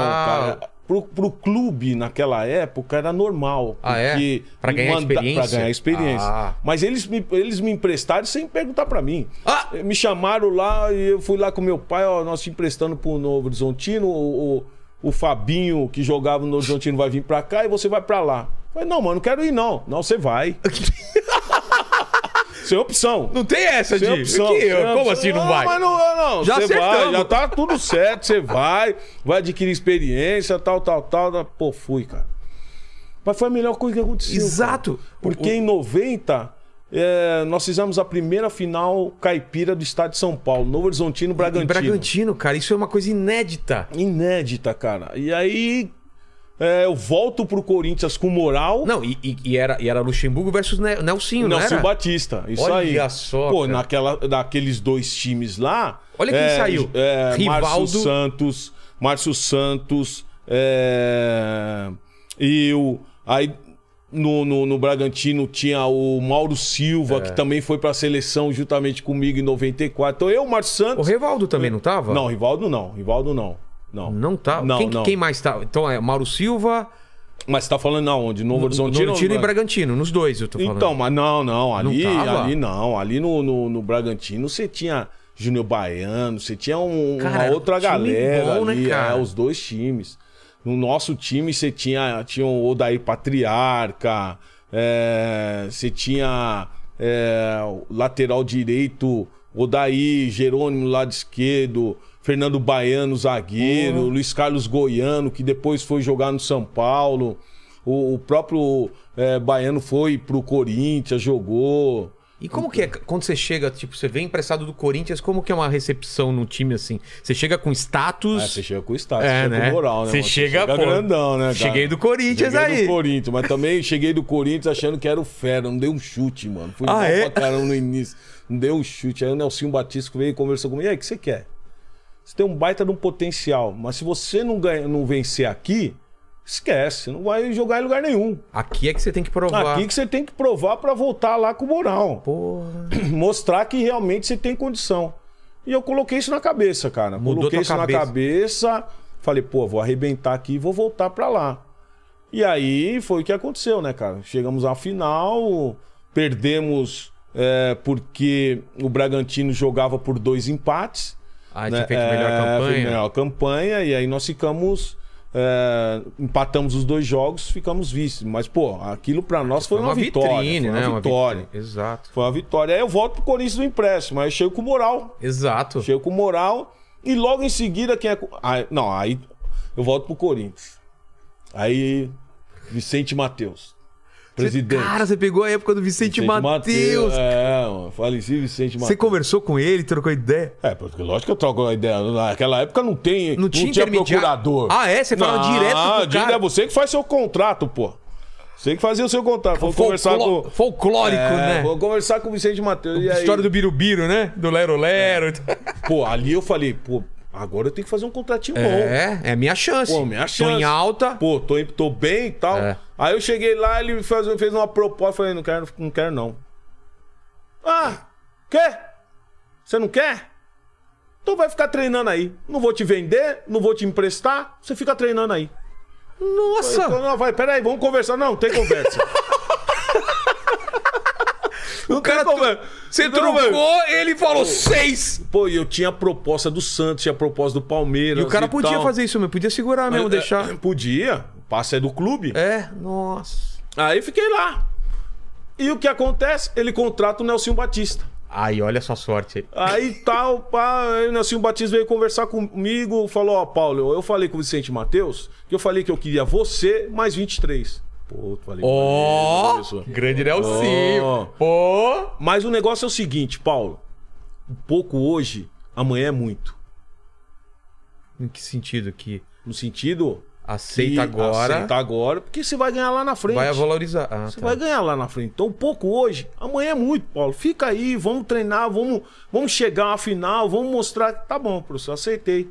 cara, pro, pro clube naquela época era normal. Ah, é? porque Pra ganhar manda- experiência? Pra ganhar experiência. Ah. Mas eles me, eles me emprestaram sem perguntar pra mim. Eh, Ah! Me chamaram lá e eu fui lá com meu pai, ó, nós te emprestando pro Novo Horizontino, o, o, o Fabinho que jogava no Novo Horizontino vai vir pra cá e você vai pra lá. Eu falei, não, mano, não quero ir não. Não, [laughs] você vai. sem opção. Não tem essa Sem de. opção. que eu? sem Como opção. assim não vai? mas não, é não. Já você vai, acertamos. já tá tudo certo, você vai, vai adquirir experiência, tal, tal, tal. Pô, fui, cara. Mas foi a melhor coisa que aconteceu. Exato. cara. Porque em 90, eh, nós fizemos a primeira final caipira do estado de São Paulo, Novo Horizontino Bragantino. Bragantino, cara, isso é uma coisa inédita. Inédita, cara. E aí é, eu volto pro Corinthians com moral. Não, e, e- e era, e era Luxemburgo versus Ne- Nelsinho, não Nelson era? Batista, isso Olha aí. só, Pô, cara. naquela, naqueles dois times lá. Olha quem é, saiu. É, Rivaldo. Márcio Santos, Márcio Santos, é, eu. Aí no, no, no Bragantino tinha o Mauro Silva, É. que também foi pra seleção juntamente comigo em 94. Então eu, Márcio O Santos. Rivaldo também não tava? Não, Rivaldo não. Rivaldo não. Não. Não tá. Não, quem, não. quem mais tá? Então é Mauro Silva, Mas você tá falando aonde? Novo Horizonte? Novo Tiro e Bragantino, nos dois eu tô falando. é. Então, mas não, não. Ali Não não, tava? ali, não, ali no, no, no Bragantino você tinha Júnior Baiano, você tinha um- Cara, uma era um outra time galera bom, né, ali, cara? é, os dois times. No nosso time você tinha, tinha o Odair Patriarca, é, você tinha é, o lateral direito, Odair, Jerônimo, lado esquerdo, Fernando Baiano, zagueiro, Luiz Carlos Goiano, que depois foi jogar no São Paulo. O, o próprio é, Baiano foi pro Corinthians, jogou. E como que é então. quando você chega, tipo, você vem emprestado do Corinthians, como que é uma recepção num time assim? Você chega com status. É, você chega com status, É, você chega né? com moral, né? Você mano? chega, pô, grandão, né? cara? cheguei do Corinthians cheguei aí. do Corinthians, mas também cheguei do Corinthians achando que era o fera, não dei um chute, mano. Fui Ah, mal é? pra caramba no início, não dei um chute. Aí o Nelson Batista veio e conversou comigo, e aí, o que você quer? Você tem um baita de um potencial, mas se você não, ganha, não vencer aqui, esquece, não vai jogar em lugar nenhum. Aqui é que você tem que provar. Aqui que você tem que provar pra voltar lá com moral Porra. mostrar que realmente você tem condição. E eu coloquei isso na cabeça, cara. Mudou coloquei tua isso na cabeça. Falei, pô, vou arrebentar aqui e vou voltar pra lá. E aí foi o que aconteceu, né, cara? Chegamos à final, perdemos é, porque o Bragantino jogava por dois empates. Ah, né? tinha feito melhor É, foi campanha. melhor campanha. E aí nós ficamos. é, empatamos os dois jogos, ficamos vice. Mas, pô, aquilo pra nós foi, uma, vitória. vitrine, foi uma né? vitória. vitrine. Exato. Foi uma vitória. Aí eu volto pro Corinthians do empréstimo. Aí eu chego com moral. Exato. Chego com moral. E logo em seguida, quem é. co- Ah, não, aí eu volto pro Corinthians. Aí, Vicente Matheus. Presidente. Você, cara, você pegou a época do Vicente, Matheus. É, mano, falecido Vicente Você Matheus. conversou com ele, trocou ideia. É, porque lógico que eu troco a ideia. Naquela época não tem. Não tinha intermediário. procurador. Ah, é? Você falava Não, direto com o cara? direto, É você que faz seu contrato, pô. Você que fazia o seu contrato. Foi conversar Folclo- com. Folclórico, É, né? Vou conversar com o Vicente Matheus. e aí- É. História do Birubiru, né? Do Lero Lero. então, tá Pô, ali eu falei, pô, agora eu tenho que fazer um contratinho bom. É, é minha chance. Pô, minha chance. Tô em alta. Pô, tô, em- tô bem e tal. É. Aí eu cheguei lá, ele fez, fez uma proposta, eu falei, não quero, não quero não. Ah, quê? Você não quer? Então vai ficar treinando aí. Não vou te vender, não vou te emprestar, você fica treinando aí. Então, Nossa! não, vai, peraí, vamos conversar. Não, não tem [laughs] conversa. [laughs] não cara tem tro- conversa. Você Não, velho. trocou, ele falou seis! Pô, e eu tinha a proposta do Santos, tinha a proposta do Palmeiras. E o cara podia tal. fazer isso mesmo, podia segurar mesmo, É, deixar. é, Podia. O passe é do clube. É, nossa. Aí fiquei lá. E o que acontece? Ele contrata o Nelson Batista. Aí, olha a sua sorte aí. Aí tal, pá, aí o Nelson Batista veio conversar comigo, falou, ó, Paulo, eu falei com o Vicente Matheus, que eu falei que eu queria você mais 23. Pô, eu falei, Ó, "Valeu, professor." grande Nelsinho. Ó. Pô. Mas o negócio é o seguinte, Paulo. Um pouco hoje, amanhã é muito. Em que sentido que No sentido. aceita que agora, Aceita agora, porque você vai ganhar lá na frente. vai valorizar. Ah, Você tá. vai ganhar né, lá na frente. Então, pouco hoje, amanhã é muito, Paulo. Fica aí, vamos treinar, vamos, vamos chegar à final, vamos mostrar. Tá bom, professor, aceitei.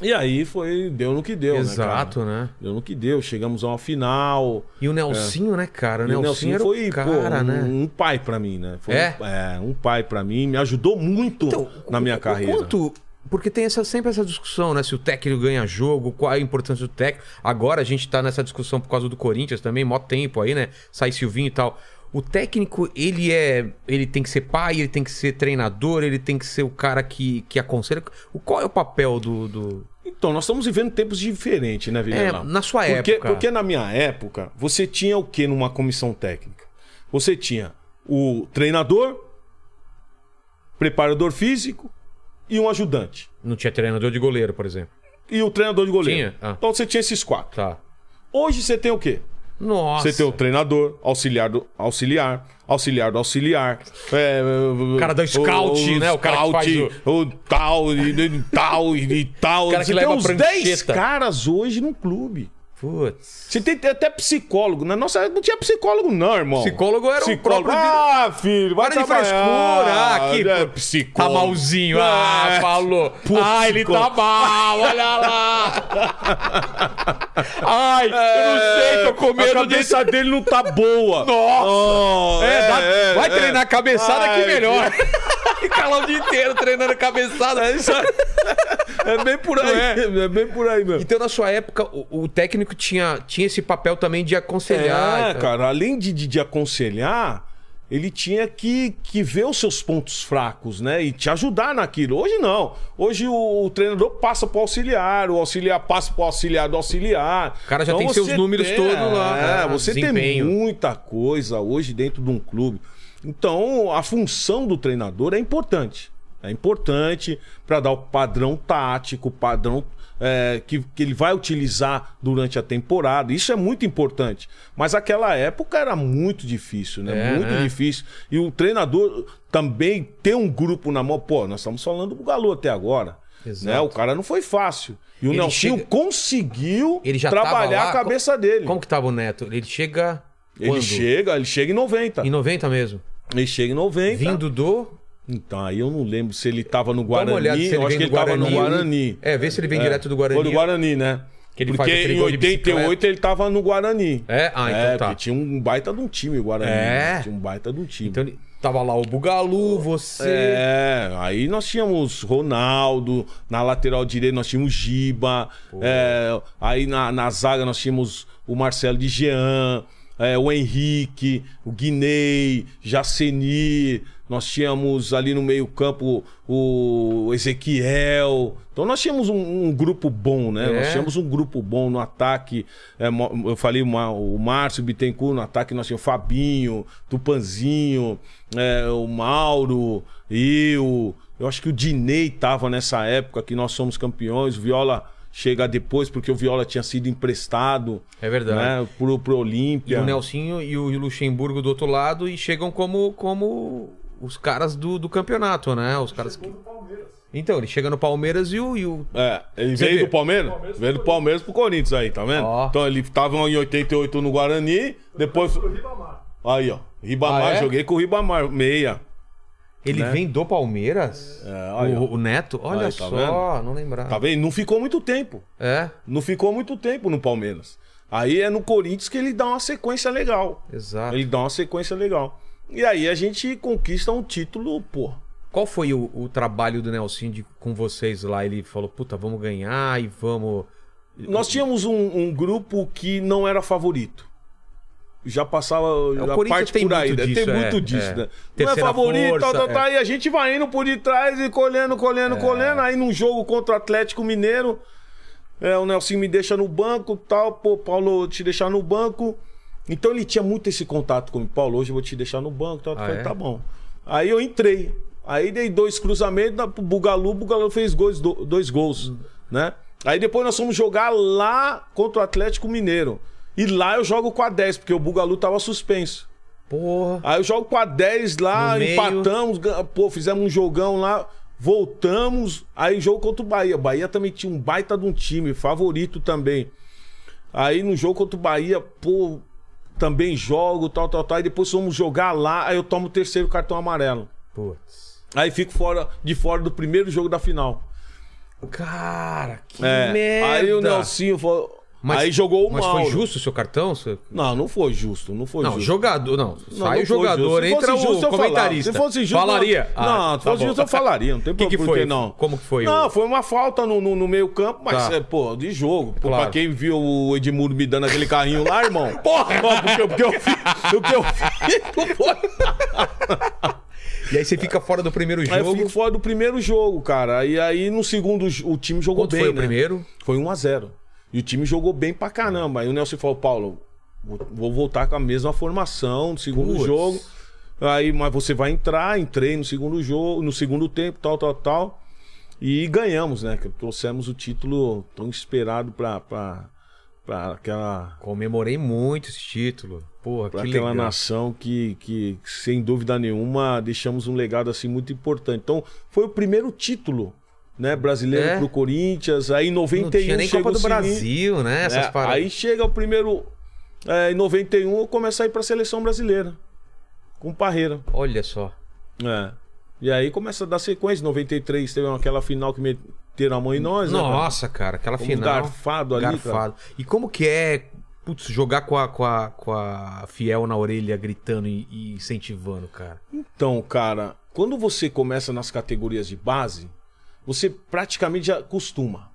E aí foi, deu no que deu, né? cara? Exato, né? Deu no que deu, chegamos a uma final. E o Nelsinho, né, cara? O E o Nelsinho, Nelson era foi o cara, pô, um, né? um pai pra mim, né? Foi É? Então, Um, um pai pra mim, me ajudou muito Então, na minha o- o carreira. Quanto... Porque tem essa, sempre essa discussão, né? Se o técnico ganha jogo, qual é a importância do técnico. Agora a gente tá nessa discussão por causa do Corinthians também, mó tempo aí, né? Sai Silvinho e tal. O técnico, ele é. Ele tem que ser pai, ele tem que ser treinador, ele tem que ser o cara que, que aconselha. O, qual é o papel do. do... Então, nós estamos vivendo tempos diferentes, né, Vilela? É, na sua porque, época. Porque na minha época, você tinha o que numa comissão técnica? Você tinha o treinador, preparador físico e um ajudante. Não tinha treinador de goleiro, por exemplo. E o treinador de goleiro. Tinha? Ah. Então você tinha esses quatro. Tá. Hoje você tem o quê? Nossa. Você tem o treinador, auxiliar do auxiliar, auxiliar do auxiliar. é, o cara da scout, né? O cara que faz o... tal, e, e tal, e, e tal. cara que você [laughs] leva tem a uns prancheta. 10 caras hoje num clube. Putz. Você tem que ter até psicólogo. Na nossa época não tinha psicólogo, não, irmão. Psicólogo era o próprio- Ah, filho, vai Para de trabalhar. frescura! Ah, que É, pô, psicólogo. Tá malzinho. Ah, É. falou. Pô, ah, ele tá psicólogo. mal, olha lá. Ai, eu não sei, tô com A medo de. cabeça dele não tá boa. Nossa! Oh, É, dá- vai treinar a é. cabeçada Ai, que melhor. [laughs] Ficar lá o dia inteiro treinando cabeçada. É bem por aí. É, bem por aí, meu. Então, na sua época, o, o técnico tinha, tinha esse papel também de aconselhar. É, então. cara, além de, de, de aconselhar, ele tinha que, que ver os seus pontos fracos, né? E te ajudar naquilo. Hoje não. Hoje o, o treinador passa pro auxiliar, o auxiliar passa pro auxiliar do auxiliar. Então O cara já tem seus você números todos lá, É, né? você Desempenho. tem muita coisa hoje dentro de um clube. Então, a função do treinador é importante. É importante para dar o padrão tático, o padrão é, que, que ele vai utilizar durante a temporada. Isso é muito importante. Mas aquela época era muito difícil, É, né? muito né? difícil. E o treinador também ter um grupo na mão. Pô, nós estamos falando do Galo até agora. Exato. Né? O cara não foi fácil. E o Ele Nelsinho chega- conseguiu Ele já trabalhar tava lá? a cabeça dele. Como que tava o Neto? Ele chega. Ele quando? chega, ele chega em 90. Em 90 mesmo. Ele chega em 90. Vindo do. Então, aí eu não lembro se ele tava no Dá Guarani. uma olhada se ele eu acho vem que do ele tava no Guarani. Guarani. É, vê se ele vem direto do Guarani. Foi no Guarani, né? Que ele Porque faz aquele em gol de 88 ele tava no Guarani. É? Ah, então tá. porque tinha um baita de um time o Guarani. É. né? Tinha um baita de um time. Então ele- tava lá o Bugalu, você. É, aí nós tínhamos Ronaldo, na lateral direita nós tínhamos Giba, é, aí na, na zaga nós tínhamos o Marcelo de Jean, é, o Henrique, o Guinei, Jaceni, nós tínhamos ali no meio-campo o Ezequiel. Então nós tínhamos um, um grupo bom, né? É. Nós tínhamos um grupo bom no ataque. é, mo- eu falei uma- o Márcio Bittencourt no ataque, nós tínhamos o Fabinho, Tupanzinho, é, o Mauro, eu. Eu acho que o Dinei tava nessa época que nós somos campeões, o Viola chega depois, porque o Viola tinha sido emprestado. É verdade. Né, pro, pro E Olímpia. o Nelsinho e o Luxemburgo do outro lado e chegam como, como os caras do, do campeonato, né? Os caras que. Então, ele chega no Palmeiras e o. E o... É, ele Você veio vê. do Palmeiras? Veio do Palmeiras pro Corinthians aí, tá vendo? Ó. Então ele tava em 88 no Guarani, depois. Aí, ó. Ribamar, Ah, é? joguei com o Ribamar, meia. Ele Né? vem do Palmeiras? É, aí, o, o Neto? Olha Aí, tá só, não lembrava. Tá vendo? Não ficou muito tempo. É, Não ficou muito tempo no Palmeiras. Aí é no Corinthians que ele dá uma sequência legal. exato. Ele dá uma sequência legal. E aí a gente conquista um título, pô. Qual foi o, o trabalho do Nelsinho de- com vocês lá? Ele falou, puta, vamos ganhar e vamos. Nós tínhamos um, um grupo que não era favorito. Já passava a É, Corinthians parte tem por aí. muito né? disso, tem é, muito disso, é. né? Não é Terceira favorito, força, é. tal, tal, tal. E a gente vai indo por de trás e colhendo, colhendo, colhendo. Aí num jogo contra o Atlético Mineiro, é, o Nelson me deixa no banco, tal, pô, Paulo, eu te deixar no banco. Então ele tinha muito esse contato comigo. Paulo, hoje eu vou te deixar no banco, tal, tal. Ah, Eu falei, é? tá bom. Aí eu entrei. Aí dei dois cruzamentos na- pro Bugalu, o Bugalu fez gols, do- dois gols, né? Aí depois nós fomos jogar lá contra o Atlético Mineiro. E lá eu jogo com a 10, porque o Bugalu tava suspenso. Porra. Aí eu jogo com a 10 lá, No meio. empatamos, gan- pô, fizemos um jogão lá, voltamos. Aí jogo contra o Bahia. O Bahia também tinha um baita de um time, favorito também. Aí no jogo contra o Bahia, pô, também jogo, tal, tal, tal. Aí depois fomos jogar lá, aí eu tomo o terceiro cartão amarelo. Putz. Aí fico fora, de fora do primeiro jogo da final. Cara, que É, merda. Aí o Nelsinho falou. aí jogou o Mas Mauro. foi justo o seu cartão? Seu- Não, não foi justo, não foi Não, justo. jogador, não. Não, Sai não o foi jogador, justo. Se entra fosse justo, o eu falava. comentarista. Se fosse justo, Falaria? Ah, tá Não, não se fosse justo, eu falaria. Não [laughs] tem Que que problema, por foi? não. Como que foi Não, o- foi uma falta no, no, no meio campo, mas, Tá. é, pô, de jogo. Pô, Claro. Pra quem viu o Edmundo me dando aquele carrinho [laughs] lá, irmão. Porra! porque, porque eu fiz. O que eu fiz. [laughs] E aí você fica fora do primeiro Aí eu jogo. fico fora do primeiro jogo, cara. E aí no segundo jo- o time jogou Quanto bem. foi o né? primeiro? Foi 1 a 0 E o time jogou bem pra caramba. Aí o Nelson falou, Paulo, vou- vou voltar com a mesma formação no segundo Putz. jogo. Aí, mas você vai entrar, entrei no segundo jogo, no segundo tempo, tal, tal, tal. E ganhamos, né? Que Trouxemos o título tão esperado pra, pra, pra aquela, Comemorei muito esse título. Porra, pra que aquela legal. nação que, que, sem dúvida nenhuma, deixamos um legado assim muito importante. Então, foi o primeiro título né, brasileiro É. pro Corinthians. Aí em 91 Não tinha nem chega Copa o do Siri, Brasil, né? Essas um assim, né? paradas. Aí chega o primeiro. é, em 91 eu começo a ir pra seleção brasileira. Com parreira. Olha só. É. E aí começa a dar sequência. Em 93 teve aquela final que meteram a mão em nós, né? cara? Nossa, cara, aquela Como final. garfado ali, Garfado. E como que é, putz, jogar com a, com a, com a Fiel na orelha gritando e, e incentivando, cara? Então, cara, quando você começa nas categorias de base, você praticamente já acostuma.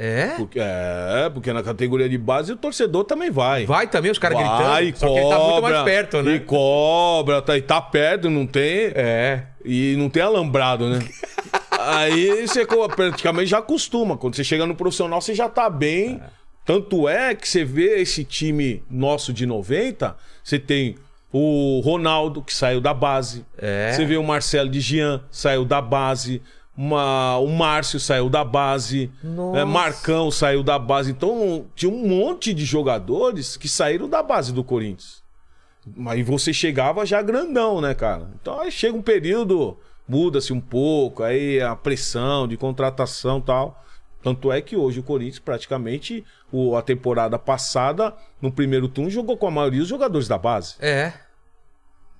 É? Porque, é, porque na categoria de base o torcedor também vai. Vai também os caras gritando. Vai, só que ele tá muito mais cobra, perto, né? E cobra, tá, e tá perto, não tem. É. E não tem [laughs] alambrado, né? Aí você co- praticamente já acostuma. Quando você chega no profissional, você já tá bem. Tanto é que você vê esse time nosso de 90, você tem o Ronaldo, que saiu da base. É. Você vê o Marcelo de Jean, saiu da base. Uma- o Márcio saiu da base. Nossa. É, Marcão saiu da base. Então, tinha um monte de jogadores que saíram da base do Corinthians. Mas você chegava já grandão, né, cara? Então aí chega um período, muda-se um pouco, aí a pressão de contratação e tal. Tanto é que hoje o Corinthians praticamente o- a temporada passada, no primeiro turno, jogou com a maioria dos jogadores da base. É.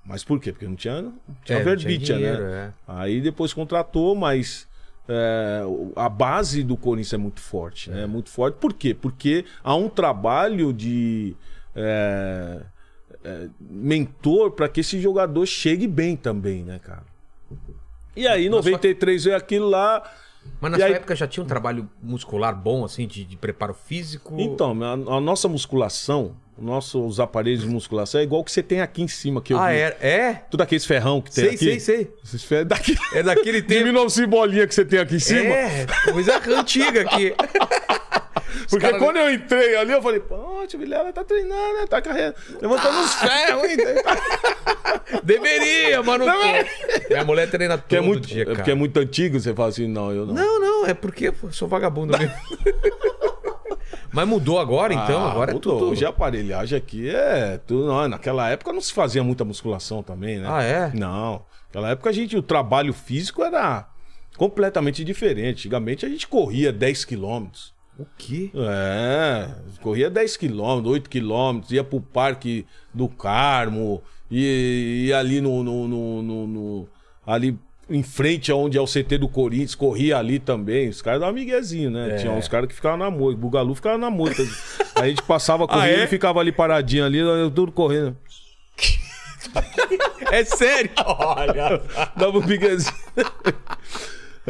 Mas por quê? Porque não tinha, não tinha É, não tinha verbicha, dinheiro, é. né? Aí depois contratou, mas é, o- a base do Corinthians é muito forte, né? É muito forte. Por quê? Porque há um trabalho de é, é, mentor para que esse jogador chegue bem também, né, cara? E aí, em 93 veio aquilo lá. Mas na E sua aí- época já tinha um trabalho muscular bom, assim, de, de preparo físico? Então, a, a nossa musculação, nossos aparelhos de musculação é igual o que você tem aqui em cima, que eu Ah, vi. é? É? Tudo aqueles ferrão que tem Sei, sei, aqui. sei. Esses ferros daqui. [laughs] É daquele De tempo. 1900 bolinha que você tem aqui em cima. É, coisa antiga [laughs] aqui. Os Porque caras- quando eu entrei ali, eu falei, pô, o tio Vilela tá treinando, né? Tá carregando. Levantando Ah, os ferros, hein? É, né? Deveria, mas não Deveria. tô. Minha mulher treina todo Porque é, muito, dia, é cara. porque é muito antigo, você fala assim, não, eu não. Não, não, é porque eu sou vagabundo [laughs] mesmo. mas mudou agora, então? Ah, agora mudou. é tudo. Hoje a aparelhagem aqui é tudo. não, naquela época não se fazia muita musculação também, né? Ah, é? Não. Naquela época a gente, o trabalho físico era completamente diferente. Antigamente a gente corria 10 quilômetros. O quê? É, corria 10 quilômetros, 8 quilômetros, ia pro Parque do Carmo, e ia ali no, no- no- no- no- ali em frente aonde é o CT do Corinthians, corria ali também. Os caras davam amiguezinho, É. né? Tinha uns caras que ficavam na moita, o Bugalu ficava na moita. Aí a gente passava correndo é? e ficava ali paradinho ali, tudo correndo. É [laughs] sério? Olha. Dava um [laughs] miguezinho.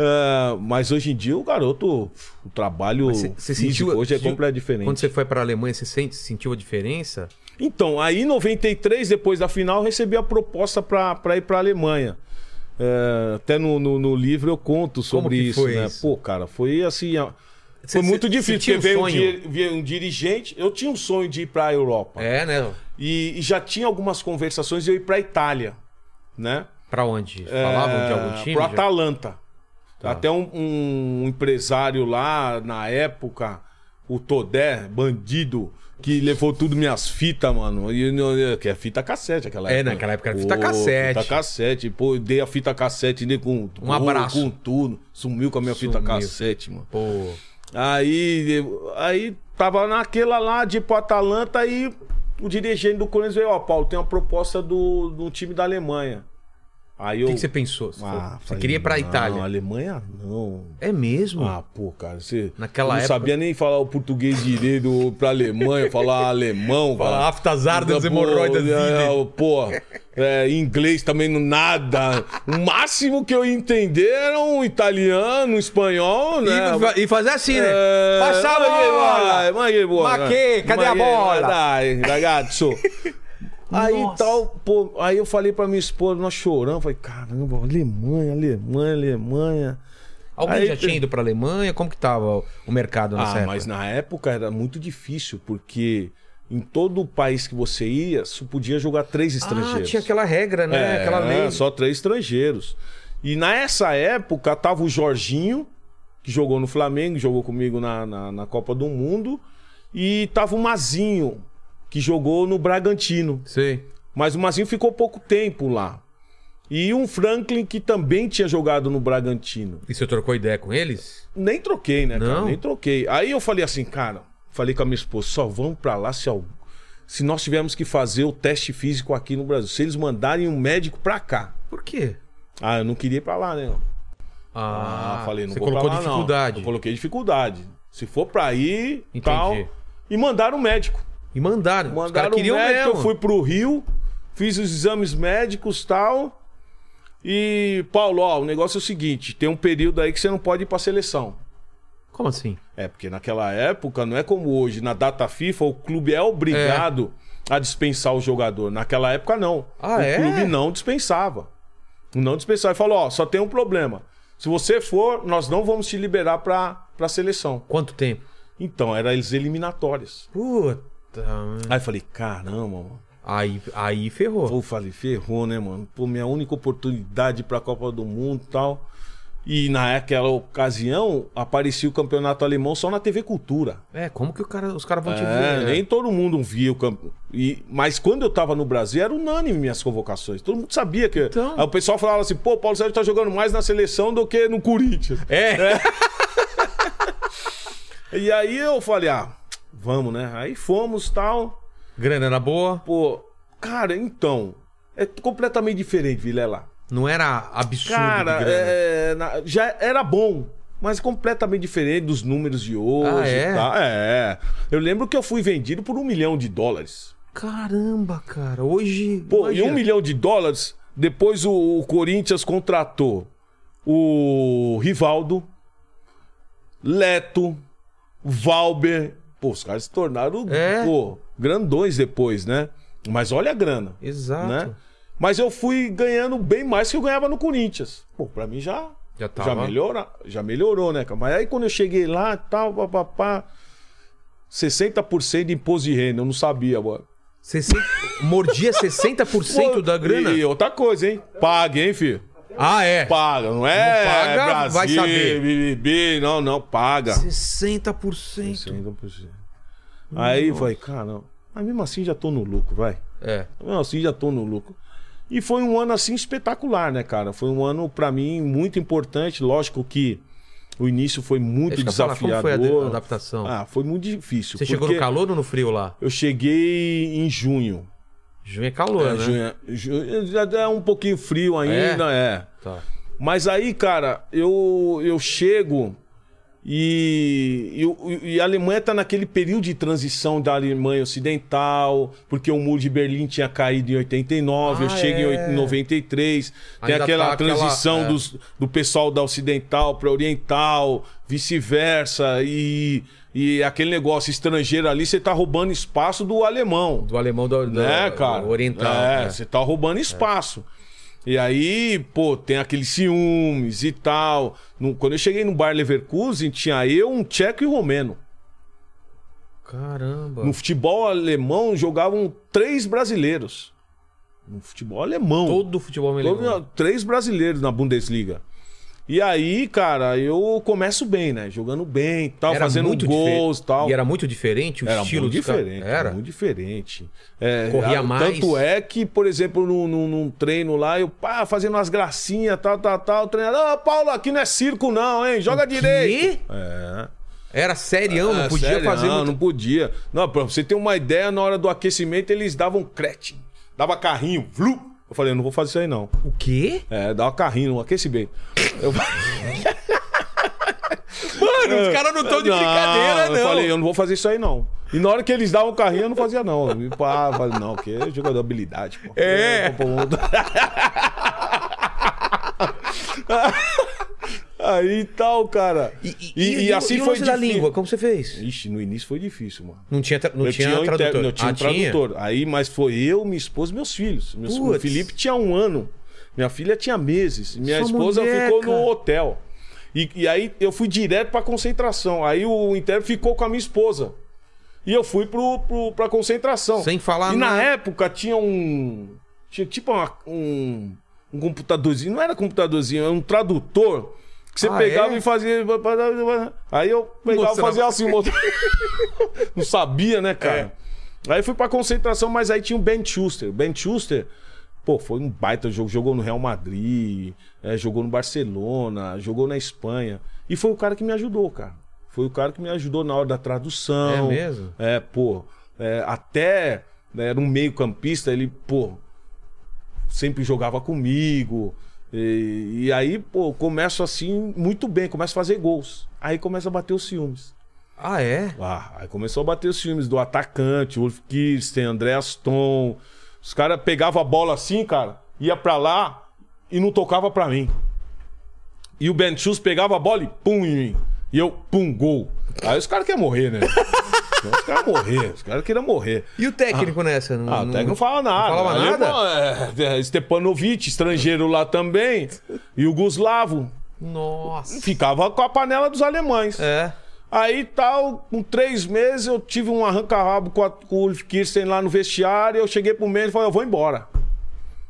É, mas hoje em dia o garoto, o trabalho Você físico sentiu. hoje é sentiu- completamente diferente. Quando você foi pra Alemanha, você sente, sentiu a diferença? Então, aí em 93, depois da final, eu recebi a proposta para ir para Alemanha. É, até no, no, no livro eu conto sobre que isso, foi né? isso? Pô, cara, foi assim. a- Cê- foi muito cê- difícil, cê tinha porque veio um um, sonho? di- veio um dirigente. Eu tinha um sonho de ir para a Europa. É, né? E, e já tinha algumas conversações de eu ir para Itália, né? Pra onde? Falavam de algum É, time? Pro já? Tá. Atalanta. Até um, um empresário lá na época, o Todé, bandido, que levou tudo minhas fitas, mano. E, eu- eu- que é fita cassete aquela É, época. naquela época era Pô, fita cassete. Fita cassete. Pô, eu dei a fita cassete dei com Um abraço. Com tudo. Sumiu com a minha fita Sumiu. cassete, mano. Pô. Aí, eu- aí tava naquela lá de ir pro Atalanta e o dirigente do Corinthians veio, ó, Paulo, tem uma proposta do, do time da Alemanha. Aí eu O que que você pensou? Você falou, ah, você falei, queria ir pra não, Itália? Alemanha não. É mesmo? Ah, pô, cara, você Naquela eu não época- sabia nem falar o português direito pra Alemanha, falar [laughs] alemão, Falar cara. aftazardas, Pô, hemorroidas, é, Pô, é, inglês também não nada. O máximo que eu ia entender era um italiano, um espanhol, E, né? fa- e fazer assim, né? É, Passar a ma che bola! vai, ma che vuoi, Ma che? Cadê ma a che- bola? Dai, [laughs] ragazzo. Aí Nossa. tal, pô, aí eu falei pra minha esposa, nós choramos, falei, caramba, Alemanha, Alemanha, Alemanha. Alguém Aí já tem- tinha ido pra Alemanha? Como que tava o- o mercado Ah, nessa época? mas na época era muito difícil, porque em todo o país que você ia, você podia jogar três Ah, estrangeiros. tinha aquela regra, né? É, aquela lei. Só três estrangeiros. E nessa época tava o Jorginho, que jogou no Flamengo, jogou comigo na, na, na Copa do Mundo, e tava o Mazinho, que jogou no Bragantino. Sei. Mas o Mazinho ficou pouco tempo lá. E um Franklin que também tinha jogado no Bragantino. E você trocou ideia com eles? Nem troquei, né, cara? Não? Nem troquei. Aí eu falei assim, cara, falei com a minha esposa, só vamos pra lá se, al- se nós tivermos que fazer o teste físico aqui no Brasil. Se eles mandarem um médico pra cá. Por quê? Ah, eu não queria ir pra lá, né? Ah, falei, não Você vou pra colocou lá, não. dificuldade. Eu coloquei dificuldade. Se for pra ir, Entendi. tal. E mandaram um médico. E mandaram. Os caras Mandaram um queriam médico, mesmo. eu fui pro Rio, fiz os exames médicos tal. E, Paulo, ó, o negócio é o seguinte: tem um período aí que você não pode ir pra seleção. Como assim? É, porque naquela época, não é como hoje, na data FIFA, o clube é obrigado a dispensar o jogador. Naquela época, não. Ah, o é? clube não dispensava. Não dispensava. E falou: ó, só tem um problema. Se você for, nós não vamos te liberar pra, pra seleção. Quanto tempo? Então, eram as eliminatórias. Puta. merda. Aí eu falei: caramba, mano. Aí, aí ferrou. Pô, falei, ferrou, né, mano? Pô, minha única oportunidade pra Copa do Mundo e tal. E naquela ocasião, aparecia o campeonato alemão só na TV Cultura. É, como que o cara, os caras vão te É, ver? nem né? todo mundo via o campo. E, mas quando eu tava no Brasil, era unânime minhas convocações. Todo mundo sabia que. Então. Aí o pessoal falava assim, pô, o Paulo Sérgio tá jogando mais na seleção do que no Corinthians. É. E aí eu falei, ah, vamos, né? Aí fomos tal. Grana era boa. Pô, cara, então. É completamente diferente, Vilela. Não era absurdo. de Cara, grana. é, na- já era bom, mas completamente diferente dos números de hoje Ah, é? e tal. É. Eu lembro que eu fui vendido por um milhão de dólares. Caramba, cara. Hoje. Pô, e imagina. um milhão de dólares, depois o, o Corinthians contratou o Rivaldo, Leto, Valber. Pô, os caras se tornaram É. pô, grandões depois, né? Mas olha a grana. Exato. Né? Mas eu fui ganhando bem mais que eu ganhava no Corinthians. Pô, pra mim já. Já tava. melhora, já melhorou, né, cara? Mas aí quando eu cheguei lá, tal, papapá. 60% de imposto de renda, eu não sabia agora. 60... Mordia 60% Pô, da grana? E outra coisa, hein? Paga, hein, filho? Ah, é. Paga, não é? Não paga, Brasil, vai saber. BBB, não, não, paga. 60%. Aí eu falei, cara, mas mesmo assim já tô no lucro, vai. É. Mesmo assim já tô no lucro. E foi um ano assim espetacular, né, cara? Foi um ano pra mim muito importante, lógico que o início foi muito Deixa eu falar, como desafiador. foi a de- a adaptação? Ah, foi muito difícil. Você chegou no porque calor ou no frio lá? Eu cheguei em junho. Junho é calor, É, né? junho- junho- já é um pouquinho frio ainda, é. Tá. Mas aí, cara, eu, eu chego e, e o- e a Alemanha tá naquele período de transição da Alemanha Ocidental, porque o muro de Berlim tinha caído em 89, eu Ah, chego em é. oit- 93. Tem Ainda aquela tá aquela- transição é. dos- do pessoal da Ocidental para Oriental, vice-versa, e, e aquele negócio estrangeiro ali, você tá roubando espaço do alemão Do alemão do, do- né, cara? do oriental. É, né? você tá roubando espaço. E aí, pô, tem aqueles ciúmes e tal. No- quando eu cheguei no Bar Leverkusen, tinha eu, um tcheco e um romeno. Caramba. No futebol alemão jogavam três brasileiros. No futebol alemão. Todo o futebol Todo- melhor. três brasileiros na Bundesliga. E aí, cara, eu começo bem, né? Jogando bem e tal, fazendo gols e tal. E era muito diferente o Era estilo muito dos caras? diferente, Era? muito diferente. É, Corria a- mais. Tanto é que, por exemplo, num, num- num treino lá, eu pá, fazendo umas gracinhas, tal, tal, tal, o treinador, ô Paulo, aqui não é circo não, hein? Joga direito. Quê? É. Era serião, não É, podia sério, fazer não, muito. não podia. Não, pra você ter uma ideia, na hora do aquecimento eles davam crete, dava carrinho, vlu. Eu falei, eu não vou fazer isso aí não. O [laughs] quê? É, dava carrinho, não aquece bem. Eu Mano, os caras não estão de brincadeira, não. Eu falei, eu não vou fazer isso aí, não. E na hora que eles davam o carrinho, eu não fazia, não. Eu pá, falei, não, porque é jogador de habilidade, pô. É. Pô, pô. [laughs] aí e tal, cara. E, e, E- e assim o foi lance da difícil. língua, como você fez? Ixi, no início foi difícil, mano. Não tinha, tra- não eu tinha, tinha, um inter- tradutor. Ah, eu tinha um tradutor. Aí, mas foi eu, minha esposa e meus filhos. Meus- Putz. o Felipe tinha um ano. Minha filha tinha meses. Minha Sua esposa mulher, ficou cara. no hotel. E, e aí eu fui direto pra concentração. Aí o intérprete ficou com a minha esposa. E eu fui pro, pro, pra concentração. Sem falar E na nada. época tinha um. Tinha tipo uma- um, um computadorzinho. Não era computadorzinho, era um tradutor. Que você Ah, pegava é? e fazia. Aí eu pegava e Mostrava. fazia assim, mostrava. Não sabia, né, cara? Aí fui pra concentração, mas aí tinha o Ben Schuster. Ben Schuster, Pô, foi um baita jogo. Jogou no Real Madrid, é, jogou no Barcelona, jogou na Espanha. E foi o cara que me ajudou, cara. Foi o cara que me ajudou na hora da tradução. É mesmo? É, pô. é, até né, era um meio-campista, ele, pô, sempre jogava comigo. E, e aí, pô, começo assim muito bem, começo a fazer gols. Aí começa a bater os ciúmes. Ah, é? Ah, aí começou a bater os filmes do atacante, Wolf Kirsten, André Aston. Os caras pegavam a bola assim, cara, ia pra lá e não tocava pra mim. E o Ben Chus pegava a bola e pum em mim. E eu, pum, gol. Aí os caras querem morrer, né? os caras morrer, os caras queriam morrer. E o técnico nessa? Não, Ah, o técnico não fala nada. falava Aí, nada? pô, é, é, Stepanovic, estrangeiro lá também. E o Guslavo. Nossa. Ficava com a panela dos alemães. É. Aí tal, com três meses eu tive um arranca-rabo com, a- com o Ulf Kirsten lá no vestiário. Eu cheguei pro meio e falei: Eu vou embora.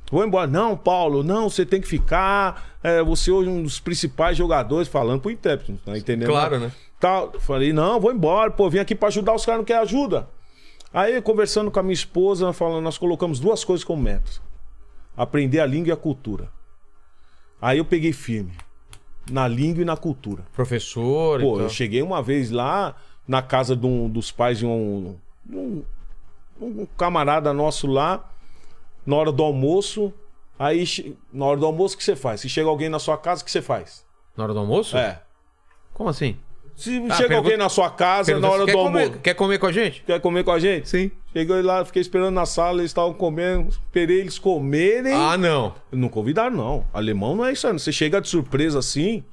Vou embora. Não, Paulo, não, você tem que ficar. É, você hoje é um dos principais jogadores, falando pro intérprete, tá entendendo? Claro, né? Tal. Falei: Não, vou embora. Pô, vim aqui pra ajudar os caras, não quer ajuda. Aí, conversando com a minha esposa, falando, nós colocamos duas coisas como metas: aprender a língua e a cultura. Aí eu peguei firme na língua e na cultura. Professor Pô, e eu tal. cheguei uma vez lá na casa de um- dos pais de um, de um- um camarada nosso lá, na hora do almoço. Aí, che- na hora do almoço, o que você faz? Se chega alguém na sua casa, o que você faz? Na hora do almoço? É. Como assim? Se chega pergunta- alguém na sua casa, na Pergunta, hora "Você do quer comer- almoço, Quer comer com a gente? quer comer com a gente? Sim. Cheguei lá, fiquei esperando na sala, eles estavam comendo, esperei eles comerem. Ah, não. Não convidaram, não. Alemão não é isso, não. Você chega de surpresa assim.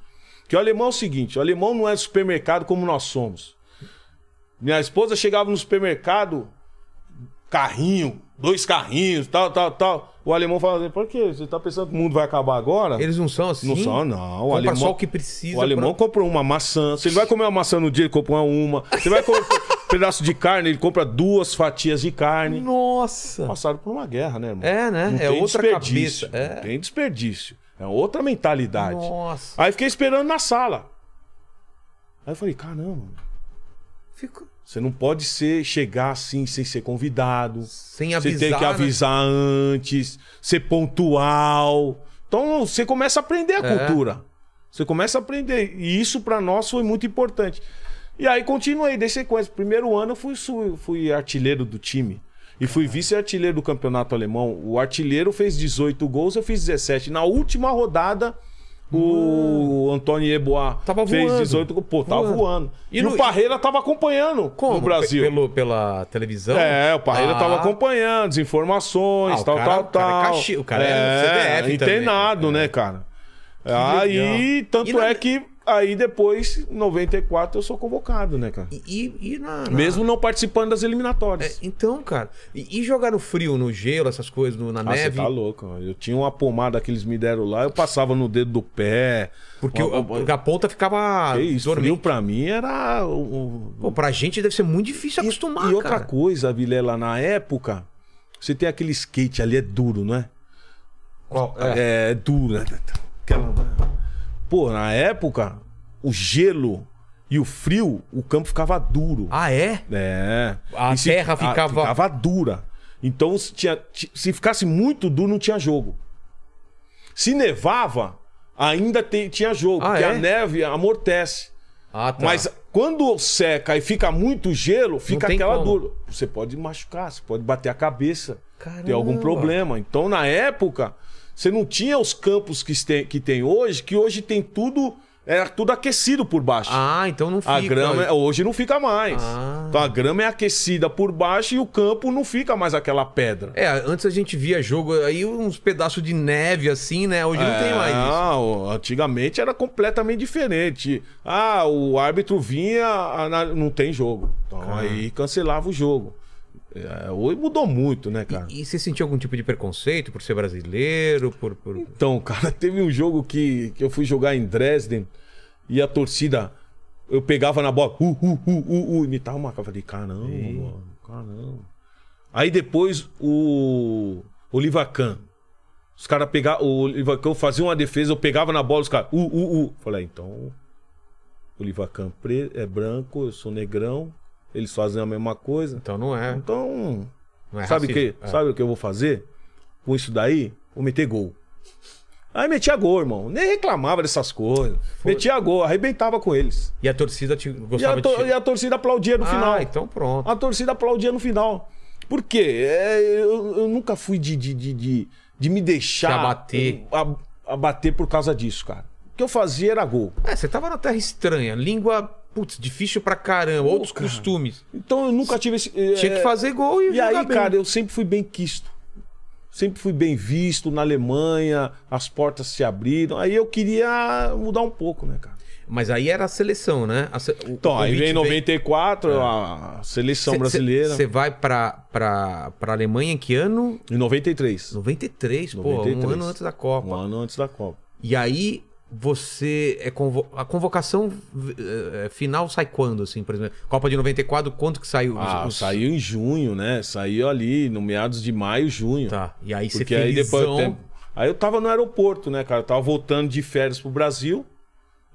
Que o alemão é o seguinte: o alemão não é supermercado como nós somos. Minha esposa chegava no supermercado, carrinho, dois carrinhos, tal, tal, tal. O alemão falava assim: por quê? Você tá pensando que o mundo vai acabar agora? Eles não são assim? Não são, não. O Compra alemão, só o que precisa O alemão pra- comprou uma maçã. Se ele vai comer uma maçã no dia, ele compra uma. Se ele vai comer um [laughs] pedaço de carne, ele compra duas fatias de carne Nossa. passaram por uma guerra, né, irmão? É, né? Não É tem outra desperdício, cabeça, é. Não tem desperdício. É outra mentalidade. Nossa. Aí fiquei esperando na sala. Aí eu falei, caramba, Ah. Fico você não pode ser chegar assim sem ser convidado. sem avisar. Você tem que né? avisar antes, ser pontual. Então você começa a aprender a É. cultura. Você começa a aprender. E isso pra nós foi muito importante. E aí continuei, dei sequência. Primeiro ano eu fui, su- fui artilheiro do time. E fui vice-artilheiro do campeonato alemão. O artilheiro fez 18 gols, eu fiz 17. Na última rodada, o Antônio Yeboah Tava fez voando. 18 gols. Pô, tava Voando. voando. E E, no- o Parreira tava acompanhando Como? no Brasil. Pe- né? Pelo, pela televisão? É, o Parreira Ah, tava acompanhando as informações, Ah, o tal, cara- tal, o cara é tal. caxi- o cara é CDF também. internado, né, cara? aí, legal. E tanto na- é que aí depois, em 94, eu sou convocado, né, cara? E, e, e na, na- Mesmo não participando das É, eliminatórias. então, cara. E, e jogar no frio, no gelo, essas coisas, no- na Ah, você neve? tá louco. mano. Eu tinha uma pomada que eles me deram lá, eu passava no dedo do pé. Porque, Uma- o- porque a ponta ficava Que isso, frio dormindo. pra mim era o- o- Ah, Pô, pra gente deve ser muito difícil E- acostumar, E outra cara. coisa, Vilela, na época, você tem aquele skate ali, é duro, não é? É, é duro, né? Aquela- né? Pô, na época, o gelo e o frio, o campo ficava duro. Ah, é? É. A E se- terra a- ficava- ficava dura. Então, se, tinha- ti- se ficasse muito duro, não tinha jogo. Se nevava, ainda te- tinha jogo, Ah, porque é? a neve amortece. Ah, tá. Mas quando seca e fica muito gelo, fica tem aquela como. dura. Você pode machucar, você pode bater a cabeça, Caramba. ter algum problema. Então, na época, você não tinha os campos que tem, que tem hoje, que hoje tem tudo, era tudo aquecido por baixo. Ah, então não fica. a grama é- hoje não fica mais. Ah. Então a grama é aquecida por baixo e o campo não fica mais aquela pedra. É, antes a gente via jogo aí uns pedaços de neve assim, né? Hoje não tem mais isso. É, Não, antigamente era completamente diferente. Ah, o árbitro vinha, ah, na- não tem jogo. Então aí cancelava o jogo. É, hoje mudou muito, né, cara? E você sentiu algum tipo de preconceito por ser brasileiro, por... por... Então, [laughs] cara, teve um jogo que, que eu fui jogar em Dresden e a torcida. Eu pegava na bola, uh, uh, uh, uh, uh, imitava uma cara. Falei, caramba, mano, caramba. Aí depois o Olivacan. Os caras pegavam. O Olivacan fazia uma defesa, eu pegava na bola, os caras, uh, uh, uh. Falei, "Ah, então. O Olivacan pre- é branco, eu sou negrão, eles fazem a mesma coisa. Então não é, Então. não é sabe, o racismo. que, sabe o que eu vou fazer? com isso daí, vou meter gol. Aí metia gol, irmão. Nem reclamava dessas coisas. Metia gol, arrebentava com eles. É. E a torcida te E a, gostava to- de e a torcida aplaudia no Ah, final. então pronto. A torcida aplaudia no final. Por quê? É, eu, eu nunca fui de, de, de, de- de me deixar Se abater. a- abater por causa disso, cara. O que eu fazia era gol. É, você tava na terra estranha. Língua, putz, difícil pra caramba. outros costumes. Então eu nunca tive esse. é, Tinha que fazer gol e E aí, jogar bem. cara, eu sempre fui bem quisto. Sempre fui bem visto na Alemanha, as portas se abriram. Aí eu queria mudar um pouco, né, cara? Mas aí era a seleção, né? A se- o- Então, o aí convite vem É. 94, a seleção brasileira. Você vai pra, pra, pra Alemanha em que ano? Em 93. 93, pô, um 93. ano antes da Copa. Um ano antes da Copa. E aí você é convo- a convocação eh, final sai quando assim, por exemplo, Copa de 94, quanto que saiu? Ah, Os- os- saiu em junho, né? Saiu ali no meados de maio, junho. Tá. E aí você Porque aí depois. felizão, Aí eu tava no aeroporto, né, cara? Eu tava voltando de férias pro Brasil.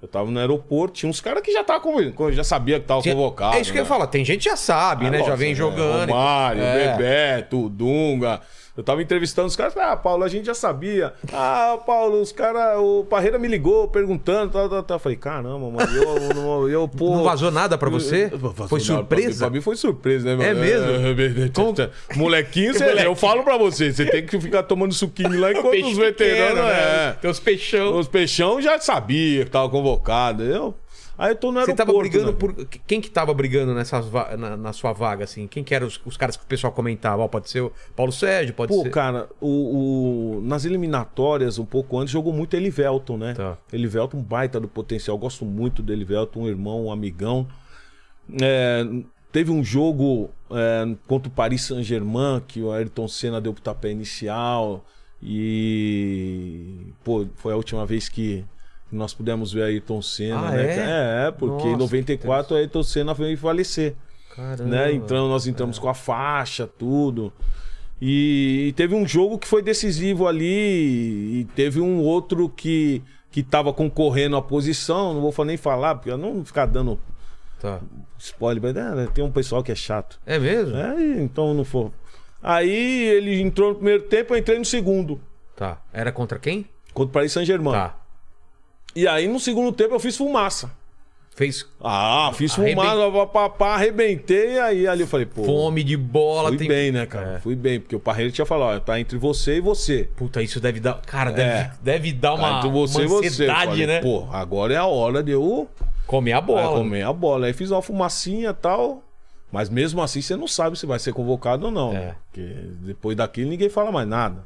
Eu tava no aeroporto, tinha uns caras que já tava convocado, já sabia que tava tinha- convocado. É isso que eu ia né? falar, tem gente que já sabe, Ah, né? já lógico, vem né? jogando. e- Romário, É. Bebeto, Dunga. Eu tava entrevistando os caras, ah, Paulo, a gente já sabia. Ah, Paulo, os caras, o Parreira me ligou perguntando, tal, tal, tal. Eu falei, caramba, mano, eu, eu, eu pô, Não vazou nada pra você? eu- eu- eh, vazou Foi nada. surpresa? Pra mim, pra mim foi surpresa, né? mano? É [laughs] mesmo? É, Como- Molequinho, cê- Moleque. eu falo pra você, você tem que ficar tomando suquinho lá enquanto os veteranos. é. né? Tem os peixão. Os peixão já sabia que tava convocado. Eu... Aí eu tô no Você aeroporto. tava brigando né? por. Quem que tava brigando nessas va- na, na sua vaga, assim? Quem que eram os, os caras que o pessoal comentava? Ó, pode ser o Paulo Sérgio, pode Pô, ser. cara, o, o- nas eliminatórias, um pouco antes, jogou muito Elivelton, né? Tá. Elivelton, um baita do potencial. Gosto muito do Elivelton, um irmão, um amigão. É, teve um jogo é, contra o Paris Saint-Germain, que o Ayrton Senna deu pro tapé inicial. E, pô, foi a última vez que nós pudemos ver Ayrton Senna, Ah, né? é? cara? É, porque Nossa, em 94 o Ayrton Senna veio falecer Caramba. é. né? Então nós entramos com a faixa, tudo. E, e teve um jogo que foi decisivo ali, e teve um outro que que tava concorrendo à posição, não vou fa- nem falar, porque eu não vou ficar dando Tá. spoiler, mas é, tem um pessoal que é chato. É mesmo? né? E então não for. Aí ele entrou no primeiro tempo, eu entrei no segundo, Tá. Era contra quem? contra o Paris Saint-Germain. Tá. E aí no segundo tempo eu fiz fumaça. Fez Ah, fiz Arreben- fumaça, papapá, arrebentei, aí ali eu falei, pô. fome de bola. Fui tem- bem, né, cara? É. Fui bem, porque o Parreira tinha falado, ó, tá entre você e você. Puta, isso deve dar. Cara, deve, É. deve dar Tá uma, entre você e uma você. Eu ansiedade, falei, né? Pô, agora é a hora de eu Comer a é, bola. comer a bola. Aí fiz uma fumacinha e tal. Mas mesmo assim você não sabe se vai ser convocado ou não. É. né? Porque depois daquilo ninguém fala mais nada.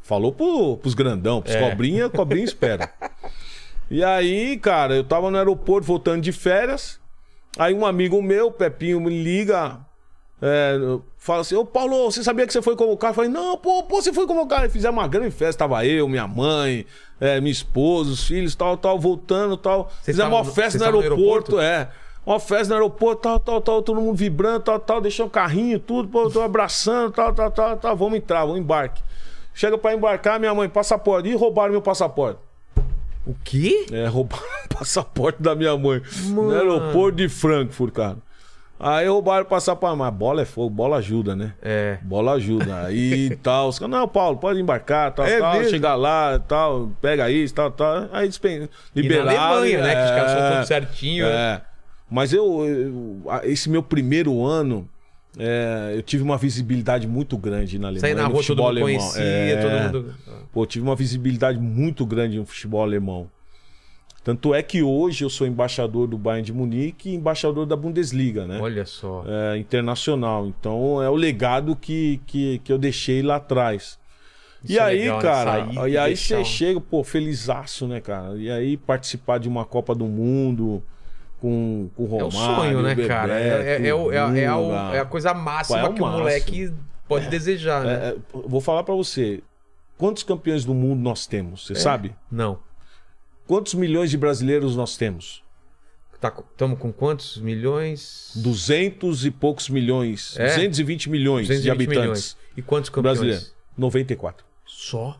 Falou pro, pros grandão, pros É. cobrinha, cobrinha espera. [laughs] E aí, cara, eu tava no aeroporto voltando de férias. Aí um amigo meu, Pepinho, me liga. é, fala assim, ô Paulo, você sabia que você foi convocado? Eu falei, não, pô, pô, você foi convocado. E fizemos uma grande festa, tava eu, minha mãe, é, minha esposa, os filhos, tal, tal, voltando, tal. Vocês fizemos uma estavam no- festa vocês estavam no no aeroporto, aeroporto? é. Uma festa no aeroporto, tal, tal, tal, todo mundo vibrando, tal, tal, deixou o carrinho, tudo, pô, tô abraçando, tal, tal, tal, tal, vamos entrar, vamos embarque. Chega pra embarcar, minha mãe, passaporte, e roubaram meu passaporte. O quê? É, roubaram [laughs] o passaporte da minha mãe. Mano. No aeroporto de Frankfurt, cara. Aí roubaram o passaporte. Mas bola é fogo, bola ajuda, né? É. Bola ajuda. Aí [laughs] tal. Os caras, não, Paulo, pode embarcar, tal, É tal. mesmo? Chegar lá, tal, pega isso, tal, tal. Aí dispen... liberaram. Alemanha, né, que os caras são é, tudo certinho, É. né? Mas eu, eu- a- Esse meu primeiro ano. é, eu tive uma visibilidade muito grande na Alemanha. Sair na no rua, todo futebol mundo alemão. conhecia, É. todo mundo. Pô, tive uma visibilidade muito grande no futebol alemão. Tanto é que hoje eu sou embaixador do Bayern de Munique e embaixador da Bundesliga, né? Olha só. É, internacional. Então é o legado que, que, que eu deixei lá atrás. Isso e é aí, legal, né? cara, Sair e e aí deixar você um- chega, pô, felizaço, né, cara? E aí participar de uma Copa do Mundo com, com o É Romário, o sonho, né, Bebeto, cara? É, é, é, o- é, a- é a- Dunga. é a coisa máxima Qual é o que o máximo? moleque pode desejar, né? É, é, vou falar pra você. Quantos campeões do mundo nós temos? É. Você sabe? Não. Quantos milhões de brasileiros nós temos? Estamos Tá, com quantos milhões? 200 e poucos milhões. É? 220 milhões de 220 habitantes milhões. E quantos campeões? brasileiros. 94. Só?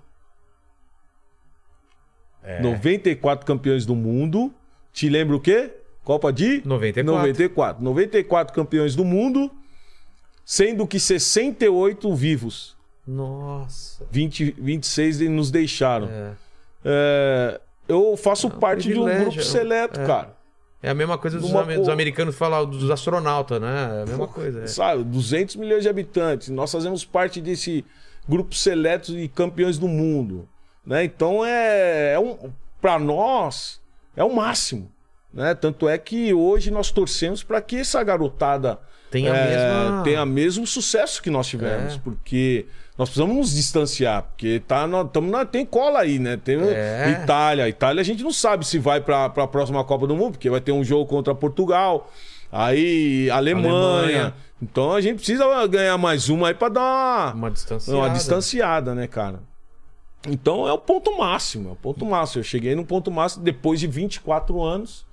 É. 94 campeões do mundo. Te lembra o quê? Copa de? 94. 94. 94 campeões do mundo, sendo que 68 vivos. Nossa. 20, 26 eles nos deixaram. É. É, eu faço parte de um privilégio, grupo seleto, é. cara. É a mesma coisa dos, Uma am- dos porra. americanos falar dos astronautas, né? É a mesma coisa. é. Sabe, 200 milhões de habitantes. Nós fazemos parte desse grupo seleto de campeões do mundo. Né? Então, é, é um, para nós, é o máximo. Né? Tanto é que hoje nós torcemos para que essa garotada Tenha a é, mesma- tenha mesmo sucesso que nós tivemos. É. Porque nós precisamos nos distanciar. Porque tá, nós, tamo na, tem cola aí, né? Tem É. Itália. Itália a gente não sabe se vai para a próxima Copa do Mundo, porque vai ter um jogo contra Portugal. Aí, Alemanha. Alemanha. Então a gente precisa ganhar mais uma aí pra dar uma, Uma distância. uma distanciada, né, cara? Então é o ponto máximo, é o ponto máximo. Eu cheguei no ponto máximo depois de 24 anos,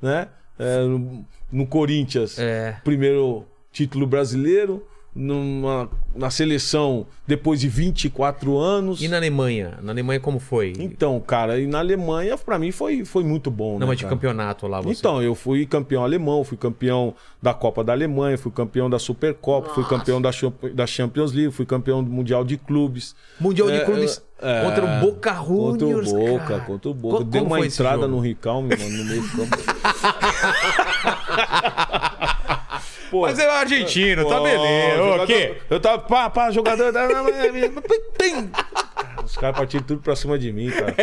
né? É, no, no Corinthians, É. primeiro título brasileiro, numa, na seleção depois de 24 anos. E na Alemanha? Na Alemanha como foi? Então, cara, e na Alemanha, pra mim, foi, foi muito bom. Não, né, mas de cara? campeonato lá você. Então, eu fui campeão alemão, fui campeão da Copa da Alemanha, fui campeão da Supercopa, fui campeão da, Champ- da Champions League, fui campeão do Mundial de Clubes. Mundial de É, Clubes é, contra o Boca Contra o Juniors, Boca, cara. contra o Co- Boca. como Deu uma foi esse entrada jogo? no Ricalme, mano, no meio do [laughs] campo. Pô, Mas é o argentino, tá pô, beleza. jogador- O quê? Eu tava, pá, pá, jogador. tá, é Cara, Os caras partiram tudo pra cima de [laughs] mim, cara.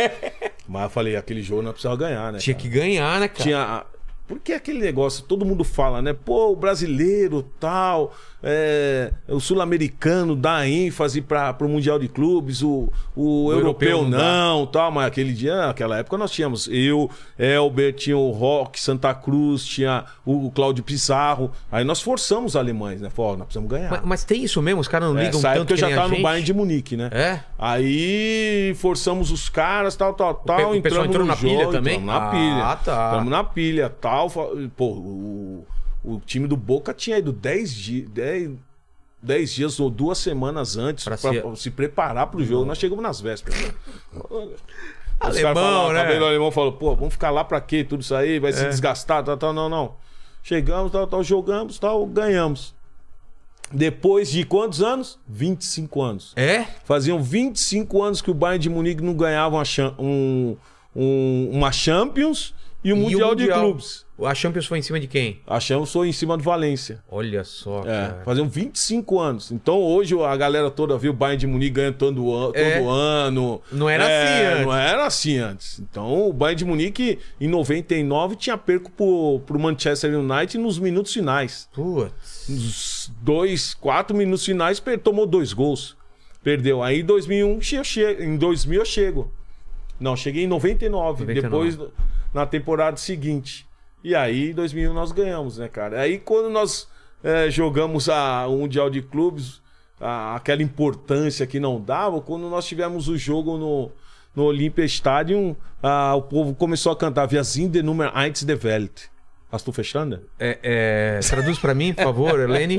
Mas eu falei, aquele jogo não precisava ganhar, né? Tinha cara? que ganhar, né, cara? Tinha. Porque aquele negócio, todo mundo fala, né? Pô, o brasileiro tal, é, o sul-americano dá ênfase para o Mundial de Clubes, o, o, europeu, europeu não dá. não, tal, mas aquele dia, naquela época nós tínhamos eu, Elber, tinha o Rock, Santa Cruz, tinha o, o Cláudio Pizarro. Aí nós forçamos os alemães, né? Falou, ó, nós precisamos ganhar. Mas, mas tem isso mesmo? Os caras não ligam Nessa tanto É, época eu que já nem a tava no gente? Bayern de Munique, né? É? Aí forçamos os caras, tal, tal, tal. o pessoal entramos entrou no na jogo, pilha também? entramos na Ah, pilha. tá. Entramos na pilha, tal. fa- Pô, o, o time do Boca tinha ido 10 dias, 10, 10 dias ou duas semanas antes Pra pra, se- pra se preparar pro jogo. Nós chegamos nas vésperas. Os caras "Tá Alemão, falaram, "Ah, né? É. o cabelo alemão falou, pô, vamos ficar lá pra quê? Tudo isso aí, vai se desgastar, tal, tal, não, não. Chegamos, tal, tal, jogamos, tal, ganhamos. Depois de quantos anos? 25 anos. É? Faziam 25 anos que o Bayern de Munique não ganhava uma, cha- um- um- uma Champions e o E o Mundial de Mundial? Clubes. A Champions foi em cima de quem? A Champions foi em cima do Valência. Olha só, É, cara. faziam 25 anos. Então hoje a galera toda vê o Bayern de Munique ganhando todo, an- todo É. ano. É, Não era assim antes. Não era assim antes. Então o Bayern de Munique em 99 tinha perco pro, pro Manchester United nos minutos finais. Putz. Nos dois, quatro minutos finais per- tomou dois gols. Perdeu. Aí em 2001 che- che- em 2000 eu chego. Não, cheguei em 99, 99. depois na temporada seguinte. E aí, em 2001, nós ganhamos, né, cara? Aí, quando nós eh, jogamos a, o Mundial de Clubes, a- aquela importância que não dava, quando nós tivemos o jogo no, no Olympia Stadium, ah, o povo começou a cantar Wir sind der Nummer 1 der Welt. Hast du verstanden? É, é, Traduz pra mim, por favor, Helene.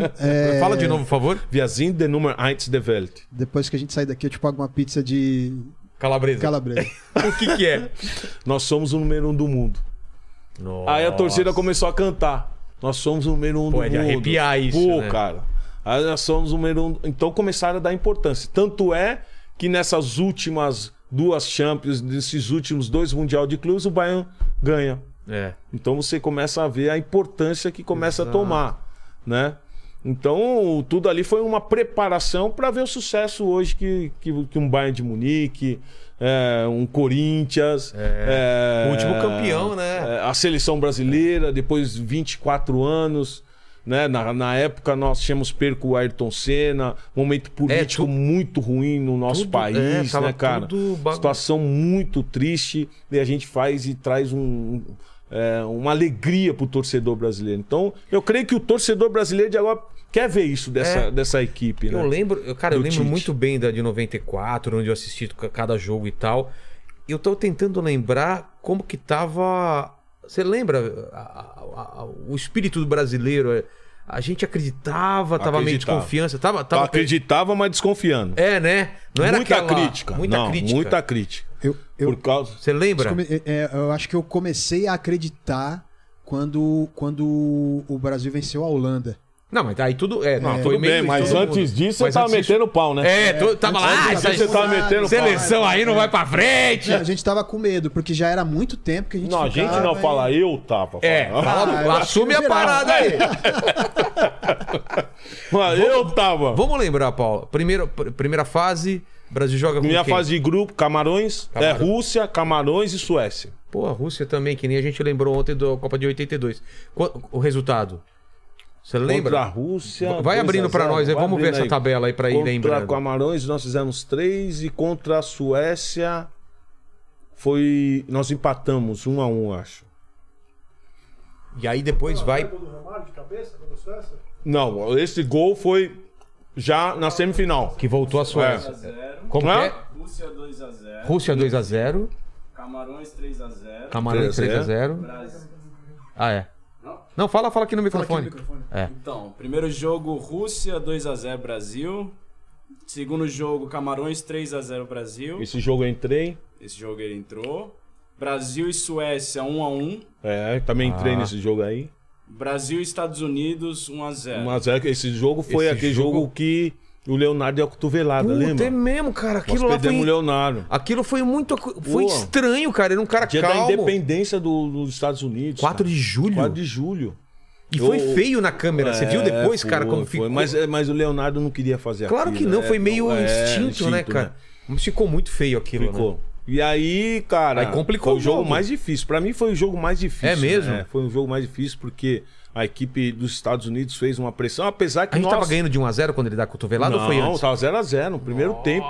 Fala de novo, por favor. Wir sind der Nummer 1 der Welt. Depois que a gente sair daqui, eu te pago uma pizza de Calabresa. calabresa. O que que é? Nós somos o número um do mundo. Nossa. Aí a torcida começou a cantar. Nós somos o número um Pô, do é de mundo. arrepiar isso, Pô, né? cara. Aí nós somos o número um. Então começaram a dar importância. Tanto é que nessas últimas duas Champions, nesses últimos dois Mundial de Clubes, o Bayern ganha. É. Então você começa a ver a importância que começa a tomar, né? Então, tudo ali foi uma preparação para ver o sucesso hoje que, que, que um Bayern de Munique, é, um Corinthians. É. é, O último campeão, né? é, a seleção brasileira, depois 24 anos. Né? Na, na época nós tínhamos perco o Ayrton Senna, momento político É, tu- muito ruim no nosso tudo- país, é, tava né, cara? tudo bagun- Situação muito triste e a gente faz e traz um- é, uma alegria pro torcedor brasileiro. Então, eu creio que o torcedor brasileiro de agora quer ver isso dessa, É. dessa equipe, né? Eu lembro, eu- cara, eu Do lembro Tite. muito bem da de 94, onde eu assisti ca- cada jogo e tal. Eu tô tentando lembrar como que tava. Você lembra a- a- a- o espírito do brasileiro? é, A gente acreditava, tava meio Acreditava. desconfiança, tava, Eu tava acreditava, mas desconfiando. É, né? Não era muita aquela- crítica. muita não, crítica. Muita crítica. Eu, eu, Por causa. Você lembra? come- é, é, eu acho que eu comecei a acreditar quando, quando o Brasil venceu a Holanda. Não, mas aí tudo. É, não, foi Tudo meio. bem, mas todo antes mundo. disso você Mas tava antes disso- metendo o pau, né? É, tu- tava lá, ah, Antes essa disso, você tá tava metendo o pau. seleção aí não vai pra frente. É, a gente tava com medo, porque já era muito tempo que a gente Não, a gente não ficava, fala, e- eu tava. É, falando. [laughs] fala, Ah, eu acho assume que a geral. parada aí. É. Mano, eu tava. Vamos lembrar, Paulo. Primeiro, pr- primeira fase, Brasil joga com Minha quem? fase de grupo, Camarões, Camarões. é Rússia, Camarões e Suécia. Pô, a Rússia também, que nem a gente lembrou ontem da Copa de 82. Qu- O resultado? Você Contra a lembra? Rússia. Vai 2 a abrindo pra 0, nós aí, vai vamos ver abrindo essa tabela aí pra ir contra lembrando. Contra Camarões nós fizemos três e contra a Suécia foi... Nós empatamos, um a um, acho. E aí depois vai. Gol do Romário de cabeça contra a Suécia? Não, esse gol foi já na semifinal. Que voltou a Suécia. 0 Como que Hã? é? Rússia 2x0, Rússia 2x0, Camarões 3x0, Camarões 3 a 0. 3x0. Brasil. Ah, é. Não? Não, fala, fala aqui no microfone. É. Então, primeiro jogo Rússia 2x0 Brasil. Segundo jogo Camarões 3x0 Brasil. Esse jogo eu entrei. Esse jogo ele entrou. Brasil e Suécia 1x1. É, também entrei Ah. nesse jogo aí. Brasil e Estados Unidos 1x0. Mas é que esse jogo foi Esse aquele jogo- jogo... que o Leonardo é cotovelada, Puta, é lembra? mesmo, cara. Nós Aquilo lá perdemos o foi. Leonardo. Aquilo foi muito. acu- Foi um Pô. estranho, cara. Era um cara Dia da calmo. independência do- dos Estados Unidos. 4 cara. de julho. 4 de julho. E foi Eu- feio na câmera. Você viu É, depois, foi, cara, como foi. ficou. Mas, é, mas o Leonardo não queria fazer Claro que aquilo, não, né? foi meio É, instinto, né, cara? Ficou muito feio aquilo, Ficou. né? E aí, cara, Aí complicou foi o o jogo jogo. mais difícil. Pra mim foi o jogo mais difícil. É mesmo? né? Foi um jogo mais difícil porque a equipe dos Estados Unidos fez uma pressão, apesar que A gente nós... tava ganhando de 1x0 quando ele dá a cotovelada não, tá ou foi antes? tava 0x0 no primeiro tempo.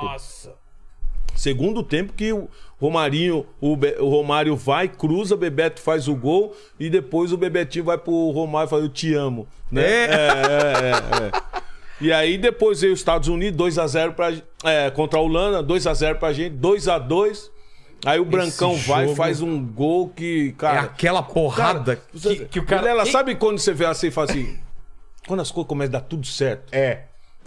Segundo tempo que o Romarinho, o, Be- o Romário vai, cruza, Bebeto faz o gol e depois o Bebetinho vai pro Romário e fala, eu te amo. Né? É. é, é, é. E aí depois veio os Estados Unidos, 2x0 pra, é, contra a Holanda, 2x0 pra gente, 2x2. Aí o Brancão vai jogo- e faz um gol que, É cara... Tá aquela porrada cara, você- que, que o cara. Vilela, Ih, sabe quando você vê assim e fala assim... Quando as coisas começam a dar tudo certo. É.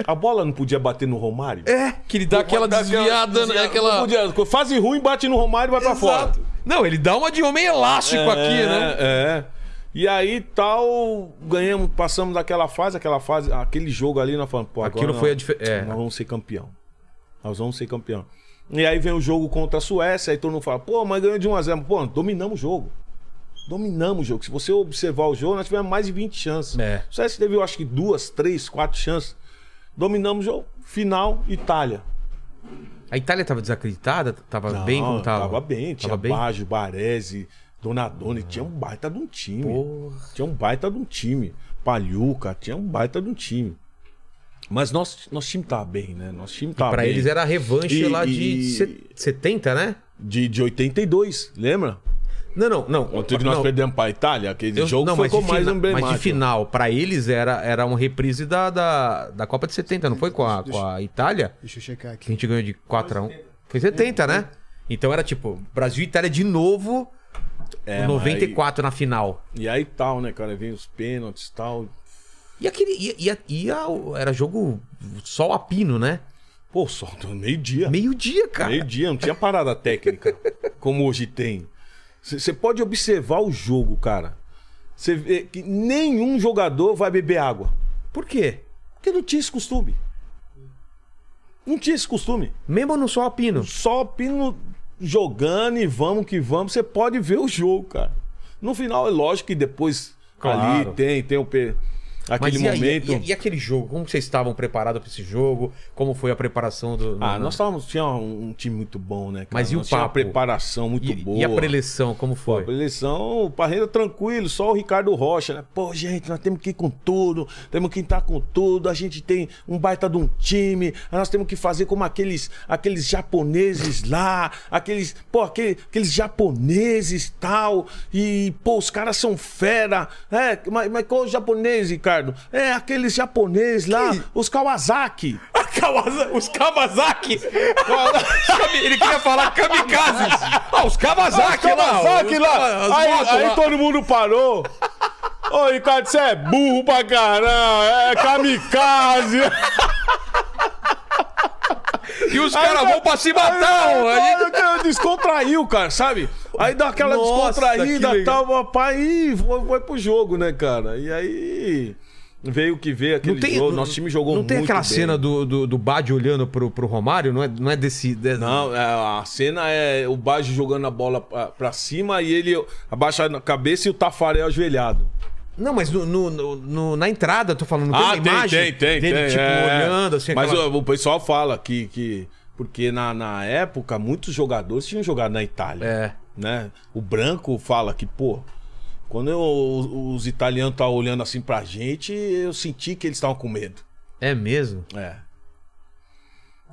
A bola não podia bater no Romário? É, que ele dá aquela desviada, né? Não aquela. podia- Fase ruim, bate no Romário e vai pra fora. Exato. Não, ele dá uma de homem elástico aqui, né? É. E aí tal, ganhamos, passamos daquela fase, aquela fase, aquele jogo ali, nós falamos, pô, agora Aquilo nós- foi a dife- é. Nós vamos ser campeão. Nós vamos ser campeão. E aí vem o jogo contra a Suécia, aí todo mundo fala, pô, mas ganhou de 1x0. Pô, dominamos o jogo. Dominamos o jogo. Se você observar o jogo, nós tivemos mais de 20 chances. É. A Suécia teve, eu acho que duas, três, quatro chances. Dominamos o jogo. Final, Itália. A Itália tava desacreditada, tava bem como tava. bem, tinha tava bem. Baggio, Baresi, Donadoni, tinha um baita de um time. Porra. Tinha um baita de um time. Palhuca, tinha um baita de um time. Mas nosso, nosso time tava bem, né? Nosso time tava Pra bem. eles era a revanche E- lá de e- se- 70, né? De, de 82, lembra? Não, não, não. Ontem que nós não, perdemos pra Itália, aquele eu- jogo não, mas ficou de mais um fina- emblemático. Mas de final, pra eles era, era uma reprise da, da, da Copa de 70, não foi com a, com a Itália? Deixa eu checar que a aqui. gente ganhou de 4x1. Foi 70, né? Então era tipo, Brasil e Itália de novo, É, 94 na final. E aí tal, né, cara? Vem os pênaltis e tal. E aquele. E, e, a- e a- era jogo sol a pino, né? Pô, só meio-dia. Meio-dia, cara. Meio-dia, não tinha parada técnica, como hoje tem. Você pode observar o jogo, cara. Você vê que nenhum jogador vai beber água. Por quê? Porque não tinha esse costume. Não tinha esse costume. Mesmo no sol a pino. Só pino jogando e vamos que vamos. Você pode ver o jogo, cara. No final, é lógico que depois Claro. ali tem, tem o pe- aquele e, aí- momento. e, e aquele jogo? Como vocês estavam preparados pra esse jogo? Como foi a preparação do. Ah, no- nós távamos, tinha um, um time muito bom, né? Cara? Mas e o Nós tinha uma papo? preparação muito e, boa. e a preleção, como foi? Pô, Eleição, o Parreira tranquilo, só o Ricardo Rocha, né? Pô, gente, nós temos que ir com tudo, temos que entrar com tudo, a gente tem um baita de um time, nós temos que fazer como aqueles, aqueles japoneses lá, aqueles, pô, aquele- aqueles japoneses tal, e, pô, os caras são fera, é, mas, mas qual os japoneses, Ricardo? É, aqueles japoneses lá, os Kawasaki. [laughs] A Kawaza- Os Kawasaki! Sabe, Ele queria falar [laughs] kamikazes! Ah, os Kawasaki Ah, os lá! Kawasaki os lá. Kawa- as motos Aí, aí lá. todo mundo parou. Ô, Ricardo, você é burro pra caramba, [laughs] é kamikaze. E os caras vão pra se matar! ó. Aí- Aí, cara, descontraiu, cara, sabe? Aí dá aquela Nossa, que descontraída legal. tal, papai, e foi, foi pro jogo, né, cara? E aí. Veio o que veio aquele Não tem, jogo. não- Nosso time jogou Não muito tem aquela bem. cena do, do, do Bad olhando pro, pro Romário? Não é, não é desse. de- Não, é, a cena é o Baggio jogando a bola pra, pra cima e ele abaixado na cabeça e o Tafarel ajoelhado. Não, mas no, no- no- no- na entrada, eu tô falando. Ah, uma imagem dele, tipo, é. olhando assim. Mas aquela- o, o pessoal fala que. que porque na, na época, muitos jogadores tinham jogado na Itália. É. Né? O Branco fala que, pô, quando eu- os italianos estavam olhando assim pra gente, eu senti que eles estavam com medo. É mesmo. É.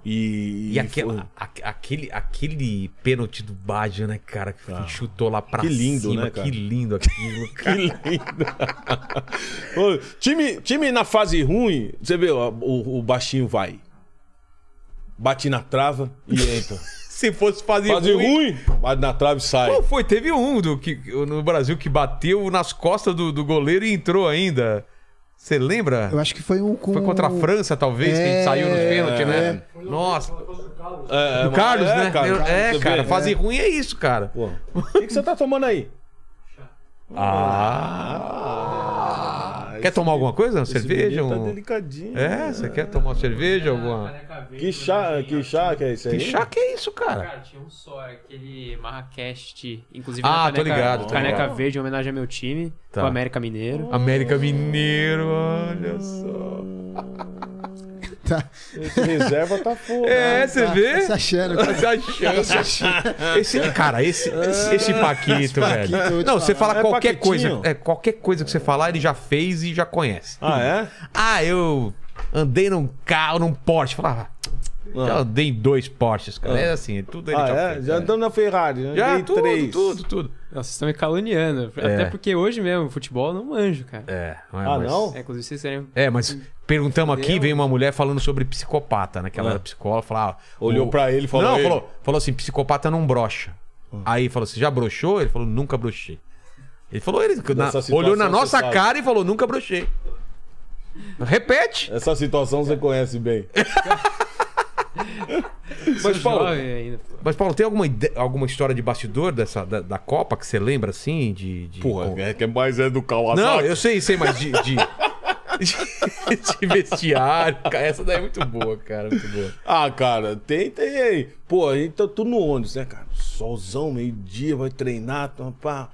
E. E, foi- [laughs] aquela, a- aquele, aquele pênalti do Baggio, né, cara? Que chutou lá pra Ah. Que lindo, cima. né, cara? Que lindo [laughs] aquilo, Que cara. lindo. Ô, time, time na fase ruim, você vê, ó, o, o baixinho vai. Bate na trava e entra. Se fosse fazer Fase ruim, ruim, bate na trava e sai. Qual foi? Teve um do que, no Brasil que bateu nas costas do, do goleiro e entrou ainda. Você lembra? Eu acho que foi um com... Foi contra a França, talvez, que a É, gente saiu nos pênaltis, né? Foi o- Nossa. foi a coisa do Carlos. É, O mas- Carlos, é, né? Carlos, é, você vê, cara, né? fazer ruim é isso, cara. Pô, O que, que você tá tomando aí? Ah! quer esse tomar alguma coisa? Esse Cerveja? menino Tá um- delicadinho. É, você quer tomar uma cerveja? Alguma... Caneca verde, Que chá, né? que chá que é esse aí? Que chá que é isso, cara? Cara, tinha um só, aquele Marrakech, tea. inclusive Ah, na tô ligado, tô caneca ligado. verde em homenagem ao meu time, Tá. o América Mineiro. América Mineiro, olha só. Tá. Esse reserva tá foda. É, você Tá- vê? [laughs] tá se achando. cara. Essa chance. [laughs] Esse, cara, esse, esse Paquito, Paquito, eu vou velho. te Não, você falar. fala É qualquer Paquitinho? coisa. É, qualquer coisa que você falar, ele já fez e já conhece. Ah, é? Ah, eu andei num carro, num Porsche. Falava, já Ah. andei em dois Porsches, cara. É assim, tudo ele Ah, já é? fez. Já é. andando na Ferrari, né? Já, Dei tudo, três. tudo, tudo. Nossa, vocês estão me caluniando. Até porque hoje mesmo, futebol eu não manjo, cara. É, não é, Ah, mas- não? É, inclusive vocês querem... É, mas perguntamos aqui, Entendeu? veio uma mulher falando sobre psicopata, né? Que ela era psicóloga, falava. É. Olhou o- pra ele e falou, Não, "Ei". Ah. falou, falou assim: psicopata não brocha. Aí falou assim: já brochou? Ele falou: nunca brochei. Ele falou, ele na- situação olhou na você nossa sabe. cara e falou: nunca brochei. Repete! Essa situação você conhece bem. Mas, Sou Paulo, jovem ainda. pô. Mas, Paulo, tem alguma, ide- alguma história de bastidor dessa, da, da Copa que você lembra assim? De, de- com- é que mais é do Kawasaki. Não, eu sei, sei, mas de. [laughs] de... de vestiário, cara. Essa daí é muito boa, cara. Muito boa. Ah, cara, tem, tem aí. Pô, a gente tá tudo no ônibus, né, cara? Solzão, meio-dia, vai treinar, tá, pá.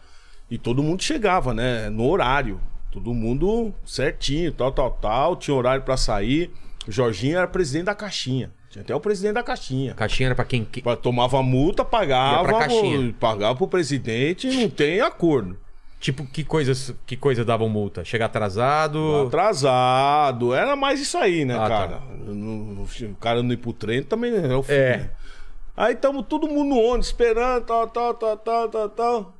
E todo mundo chegava, né? No horário. Todo mundo certinho, tal, tal, tal. Tinha horário pra sair. O Jorginho era presidente da caixinha. Tinha até o presidente da caixinha. Caixinha era pra quem. que- Pra- Tomava multa, pagava. Ia pra caixinha. Pagava pro presidente e não tem acordo. Tipo, que coisas que coisa davam multa? Chegar atrasado. Tá Atrasado. Era mais isso aí, né, Ah, tá. cara? No- O cara não ir pro treino também é o fim. É. né? Aí tamo todo mundo no ônibus esperando, tal, tal, tal, tal, tal, tal.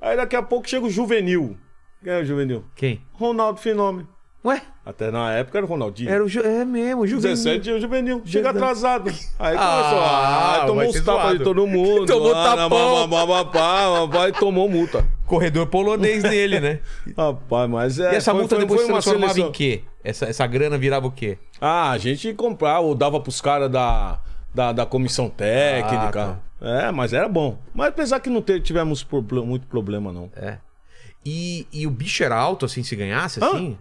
Aí daqui a pouco chega o Juvenil. Quem é o Juvenil? Quem? Ronaldo Fenômeno. Ué, Até na época era o Ronaldinho. era o Ju... É mesmo, o Juvenil. 17 anos juvenil. Chega Verdade. atrasado. Aí Ah, começou. Ah, aí vai tomou uns ser tapas zoado. de todo [laughs] mundo. Tomou ah, [laughs] tapão. babá, babá, babá, E tomou multa. Corredor polonês dele, né? Rapaz, mas [laughs] é. E essa foi- multa foi- depois foi se uma transformava seleção. em quê? Essa, essa grana virava o quê? Ah, a gente comprava ou dava pros caras da, da, da comissão técnica. Ah, tá. É, mas era bom. Mas apesar que não te- tivemos proble- muito problema, não. É. E, e o bicho era alto, assim, se ganhasse, assim?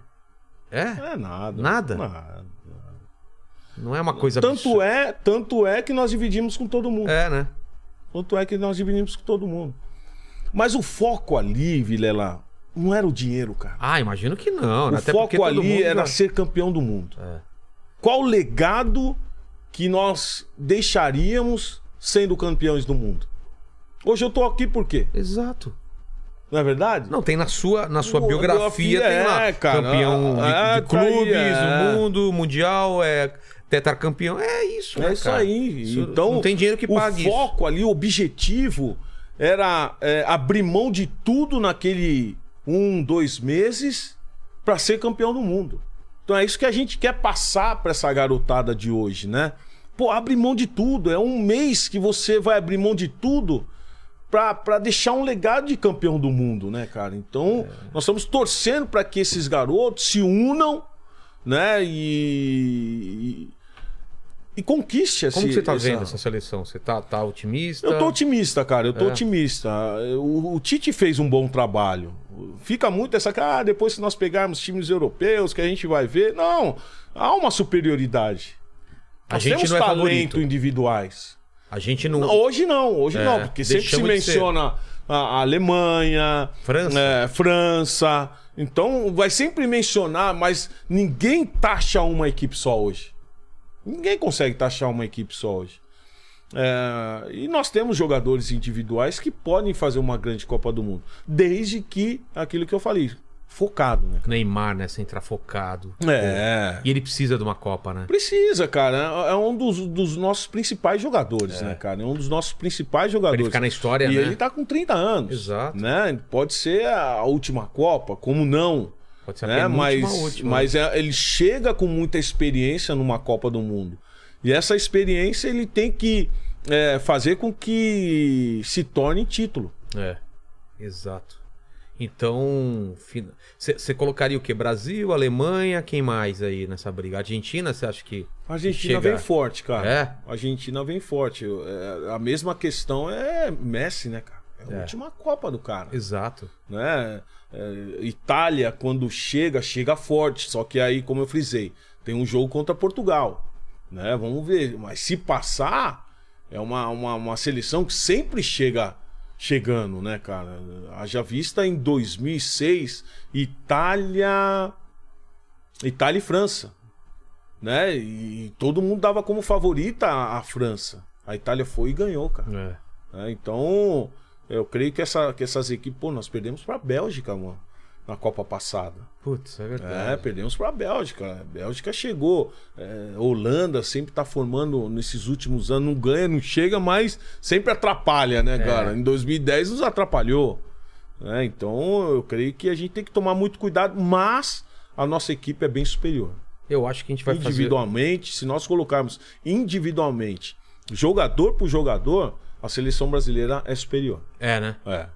É? É nada. Nada? Não é uma coisa Tanto é, tanto é que nós dividimos com todo mundo. É, né? Tanto é que nós dividimos com todo mundo. Mas o foco ali, Vilela, não era o dinheiro, cara. Ah, imagino que não, né? o foco ali é era já- ser campeão do mundo. É. Qual o legado que nós deixaríamos sendo campeões do mundo? Hoje eu tô aqui por quê? Exato. Não é verdade? Não, tem na sua, na sua Pô, biografia, biografia, tem lá. é, cara. campeão de, de É, tá aí, clubes, é. o mundo, mundial, é tetracampeão. É isso, né, É isso cara? aí. Isso- então, não tem dinheiro que pague O foco ali, o objetivo era é, abrir mão de tudo naquele um, dois meses para ser campeão do mundo. Então é isso que a gente quer passar para essa garotada de hoje, né? Pô, abre mão de tudo. É um mês que você vai abrir mão de tudo para deixar um legado de campeão do mundo, né, cara? Então, É. nós estamos torcendo para que esses garotos se unam, né? E, e, e conquiste essa Como que você tá vendo essa seleção? Você tá, tá otimista? é. eu tô otimista, cara. Eu tô otimista. Eu- O Tite fez um bom trabalho. Fica muito essa cara, ah, depois que nós pegarmos times europeus, que a gente vai ver. Não, há uma superioridade. A Nós gente temos não é talento favorito. individuais. A gente não. Hoje não, hoje É, não, porque sempre se deixamos de ser. menciona a a Alemanha, França. é, França. Então vai sempre mencionar, mas ninguém taxa uma equipe só hoje. Ninguém consegue taxar uma equipe só hoje. É, e nós temos jogadores individuais que podem fazer uma grande Copa do Mundo, desde que aquilo que eu falei, focado, né? Neymar, né? Sem entrar focado. É. E ele precisa de uma Copa, né? Precisa, cara. É um dos, dos nossos principais jogadores, né, cara? É um dos nossos principais jogadores. Pra ele ficar na história, e né? ele tá com 30 anos. Exato. Né? Pode ser a última Copa, como não? Pode ser a né? penúltima Mas, ou a última. mas é- ele chega com muita experiência numa Copa do Mundo. E essa experiência ele tem que é, fazer com que se torne título. É. Exato. Então, você colocaria o quê? Brasil, Alemanha, quem mais aí nessa briga? Argentina, você acha que. A Argentina Chega. vem forte, cara. É? A Argentina vem forte. É, a mesma questão é Messi, né, cara? É a É. última Copa do cara. Exato. né? É, Itália, quando chega, chega forte. Só que aí, como eu frisei, tem um jogo contra Portugal. Né? Vamos ver. Mas se passar, é uma, uma, uma seleção que sempre chega chegando, né, cara? Haja vista em 2006, Itália... Itália e França. Né? E todo mundo dava como favorita a, a França. A Itália foi e ganhou, cara. É. né? Então, eu creio que, essa, que essas equipes, pô, nós perdemos pra Bélgica, mano, na Copa passada. Putz, é É, verdade. perdemos pra Bélgica. A Bélgica chegou. É, Holanda sempre tá formando nesses últimos anos, não ganha, não chega, mas sempre atrapalha, É. né, cara? Em 2010 nos atrapalhou. né? Então, eu creio que a gente tem que tomar muito cuidado, mas a nossa equipe é bem superior Eu acho que a gente vai fazer. individualmente, se nós colocarmos individualmente, jogador por jogador, a seleção brasileira é superior. É, né? É.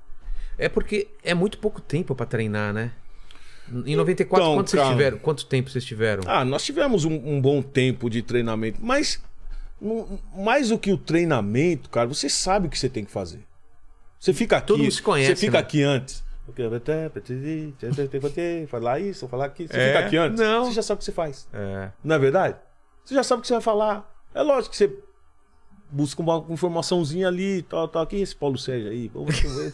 É porque é muito pouco tempo pra treinar, né? Em 94, Então, quanto, vocês cara. tiveram, quanto tempo vocês tiveram? Ah, nós tivemos um, um bom tempo de treinamento, mas não- mais do que o treinamento, cara, você sabe o que você tem que fazer. Você fica aqui, Todo mundo se conhece, você né? fica aqui antes. Falar isso, falar aquilo. Você É? fica aqui antes. Não. Você já sabe o que você faz. É. Não é verdade? Você já sabe o que você vai falar. É lógico que você busca uma informaçãozinha ali, tal, tal. Quem é esse Paulo Sérgio aí? Vamos ver.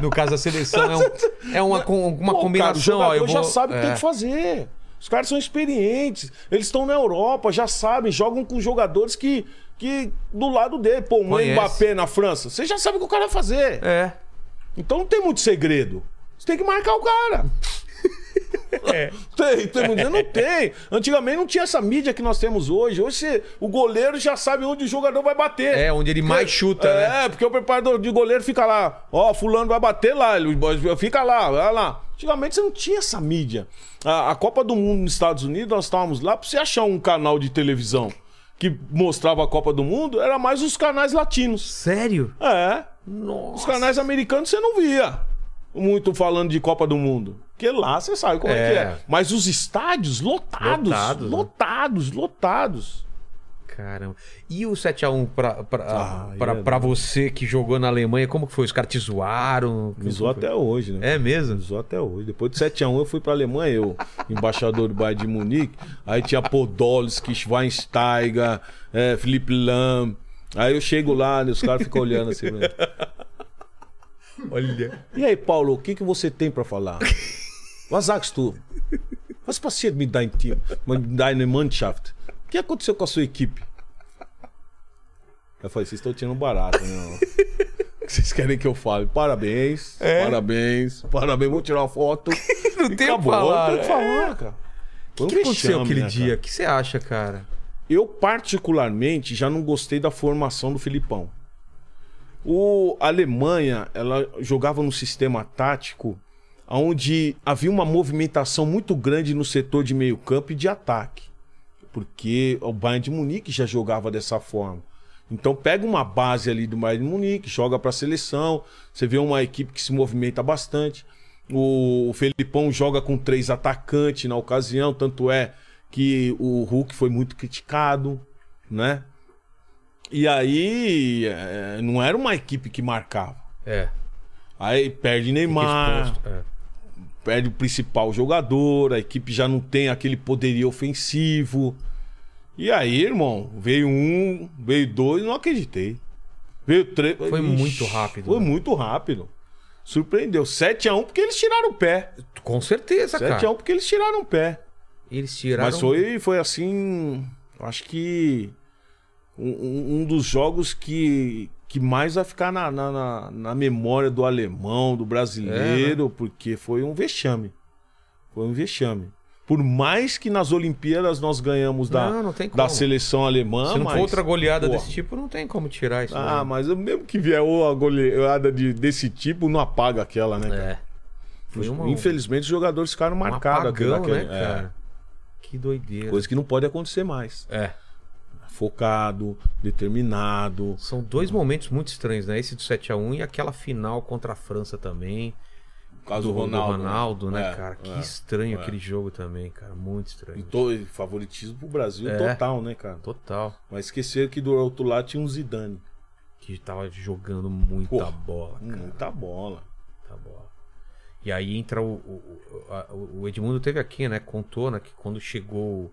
No caso da seleção, é, [laughs] um- é uma, com- uma Pô, combinação. Cara, o ó, eu jogador já vou- sabe o que é. tem que fazer. Os caras são experientes. Eles estão na Europa, já sabem, jogam com jogadores que, que do lado dele. Pô, um Conhece. Mbappé na França. Você já sabe o que o cara vai fazer. É. Então não tem muito segredo. Você tem que marcar o [laughs] cara. É. Tem, tem muito. Não tem. Antigamente não tinha essa mídia que nós temos hoje. Hoje você- o goleiro já sabe onde o jogador vai bater. É, onde ele mais chuta, é, né? porque o preparador de goleiro fica lá. Ó, fulano vai bater lá, ele fica lá, vai lá. Antigamente você não tinha essa mídia. A, a Copa do Mundo nos Estados Unidos, nós estávamos lá, pra você achar um canal de televisão que mostrava a Copa do Mundo, era mais os canais latinos. Sério? É. Os Nossa. canais americanos você não via muito falando de Copa do Mundo. Porque lá você sabe como é, É. que é. Mas os estádios lotados, Lotados, lotados, né? lotados. Caramba. E o 7x1 pra, pra, Ah, pra, é, pra você que jogou na Alemanha, como que foi? Os caras te zoaram? Me zoou até hoje, né? É mesmo? Me zoou até hoje. Depois de 7x1 eu fui pra Alemanha, eu, embaixador do Bayern de Munique. Aí tinha Podolski, Schweinsteiger, é, Felipe Lam. Aí eu chego lá, né, os caras ficam olhando assim. né? Olha. E aí, Paulo, o que, que você tem pra falar? Was sagst du? Was passiert mit deinem Team, mit deiner Mannschaft? O que aconteceu com a sua equipe? Eu falei, vocês estão tirando barato, né? O que Vocês querem que eu fale? Parabéns, parabéns, parabéns. Vou tirar uma foto. Não E tem o que acabou, falar. né? Não tem o que falar, cara. Foi O um que aconteceu vexame, aquele né, cara? dia? O que você acha, cara? Eu, particularmente, já não gostei da formação do Filipão. O a Alemanha, ela jogava num sistema tático onde havia uma movimentação muito grande no setor de meio campo e de ataque. Porque o Bayern de Munique já jogava dessa forma. Então pega uma base ali do Bayern de Munique, joga para a seleção, você vê uma equipe que se movimenta bastante. O, o Felipão joga com três atacantes na ocasião, tanto é que o Hulk foi muito criticado, né? é, E aí, eh, não era uma equipe que marcava. É. Aí perde Neymar, Exposto, é. perde o principal jogador, a equipe já não tem aquele poderio ofensivo. E aí, irmão, veio um, veio dois, não acreditei. Veio três. Foi muito rápido, Foi né? muito rápido. Surpreendeu. 7x1 porque eles tiraram o pé. Com certeza, cara. 7x1 porque eles tiraram o pé. Eles tiraram. Mas foi, foi assim. eu Acho que. Um, um- um dos jogos que, que mais vai ficar na, na, na- na memória do alemão, do É, brasileiro, né? porque foi um vexame. Foi um vexame. Por mais que nas Olimpíadas nós ganhamos da, Não, não tem da como. seleção alemã. Se não mas, for outra goleada pô, desse tipo, não tem como tirar isso. Ah, daí. mas mesmo que vier uma goleada de- desse tipo, não apaga aquela, né, cara? É. Foi uma, Infelizmente os jogadores ficaram um marcados apagão, naquele- né, é, cara? Que doideira. coisa que não pode acontecer mais. É. focado, determinado. São dois momentos muito estranhos, né? Esse do 7x1 e aquela final contra a França também. Por causa do Ronaldo, Ronaldo né, É, cara? Que é. estranho é. aquele jogo também, cara. Muito E estranho. to- favoritismo pro Brasil É. total, né, cara? Total. Mas esqueceram que do outro lado tinha um Zidane. Que tava jogando muita Porra. bola, cara. Muita bola. Muita bola. Tá E aí entra o. O, o- a- o Edmundo teve aqui, né? Contou né, que quando chegou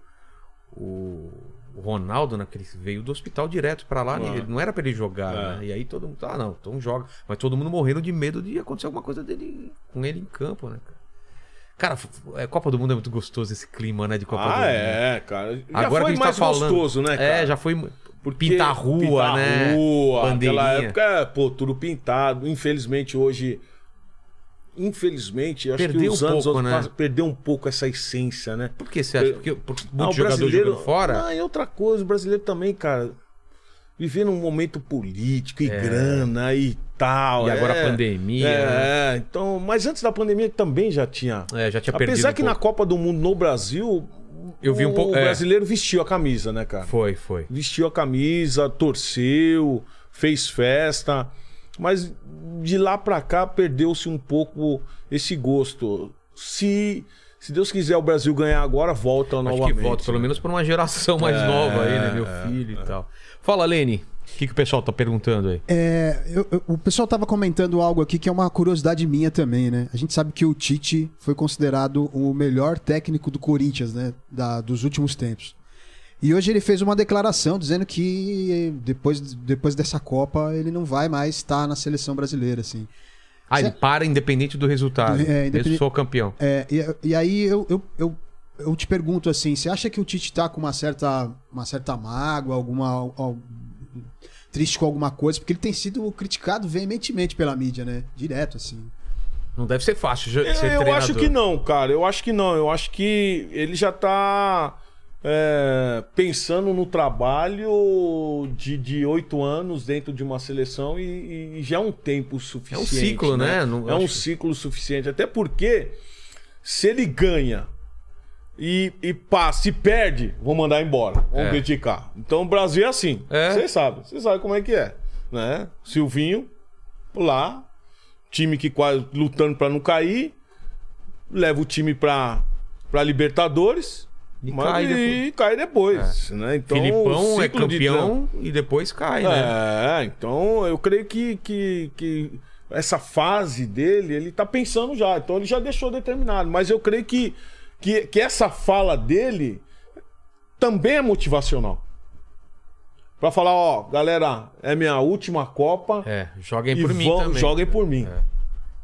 o, o Ronaldo, né, que ele veio do hospital direto pra lá, né, Ah. ele, não era pra ele jogar, É. né? E aí todo mundo. Ah, não, então joga. Mas todo mundo morrendo de medo de acontecer alguma coisa dele com ele em campo, né, cara? Cara, f- f- é, Copa do Mundo é muito gostoso esse clima, né? De Copa do ah, Mundo. é, cara. Já Agora foi que a gente mais tá falando. gostoso, né, cara? É, já foi. Por Porque pintar a rua, pintar né? rua, Bandeirinha. aquela época, é, pô, tudo pintado. Infelizmente hoje... Infelizmente, acho que Perdeu os um anos pouco, né? pas- perdeu um pouco essa essência, né? Por que você acha? Porque por muito o jogador brasileiro- jogando fora. Ah, e outra coisa, o brasileiro também, cara. Vivendo um momento político e grana e tal. É. E agora é. a pandemia. né? É, é, então. Mas antes da pandemia também já tinha. É, já tinha perdido. Apesar um que na pouco. Copa do Mundo no Brasil. Eu vi um o pouco- é. brasileiro vestiu a camisa, né, cara? Foi, foi. Vestiu a camisa, torceu, fez festa. Mas de lá pra cá perdeu-se um pouco esse gosto. Se, se Deus quiser o Brasil ganhar agora, volta Acho novamente. que volta, pelo né? É, menos pra uma geração mais nova aí, né? Meu filho e tal. Fala, Lene. O que, que o pessoal tá perguntando aí? É, eu- eu- o pessoal estava comentando algo aqui que é uma curiosidade minha também, né? A gente sabe que o Tite foi considerado o melhor técnico do Corinthians, né? Da- dos últimos tempos. E hoje ele fez uma declaração dizendo que depois, depois dessa Copa ele não vai mais estar na seleção brasileira, assim. Ah, ele para independente do resultado. É, independente- Eu sou campeão. É, e, e aí eu, eu, eu, eu te pergunto assim, você acha que o Tite tá com uma certa, uma certa mágoa, alguma. al- triste com alguma coisa? Porque ele tem sido criticado veementemente pela mídia, né? Direto, assim. Não deve ser fácil jo- Eu, ser É, eu treinador. acho que não, cara. Eu acho que não. Eu acho que ele já tá é, pensando no trabalho de de oito anos dentro de uma seleção e, e já é um tempo suficiente. ciclo, né? Não- é um acho- ciclo suficiente. Até porque se ele ganha e, e passa e perde, vão mandar embora. Vão É. criticar. Então o Brasil é assim. É. Vocês sabem. Vocês sabem como é que é. Né? Silvinho, lá, time que quase lutando pra não cair, leva o time pra, pra Libertadores. E mas- cai depois. É. e cai depois, né? Então, o Filipão é ciclo de campeão e depois cai, né? é, então eu creio que, que, que essa fase dele, ele tá pensando já. Então ele já deixou determinado. Mas eu creio que, que, que essa fala dele também é motivacional. Pra falar, ó, galera, é minha última Copa É, joguem e por mim vão- também. É. joguem por mim.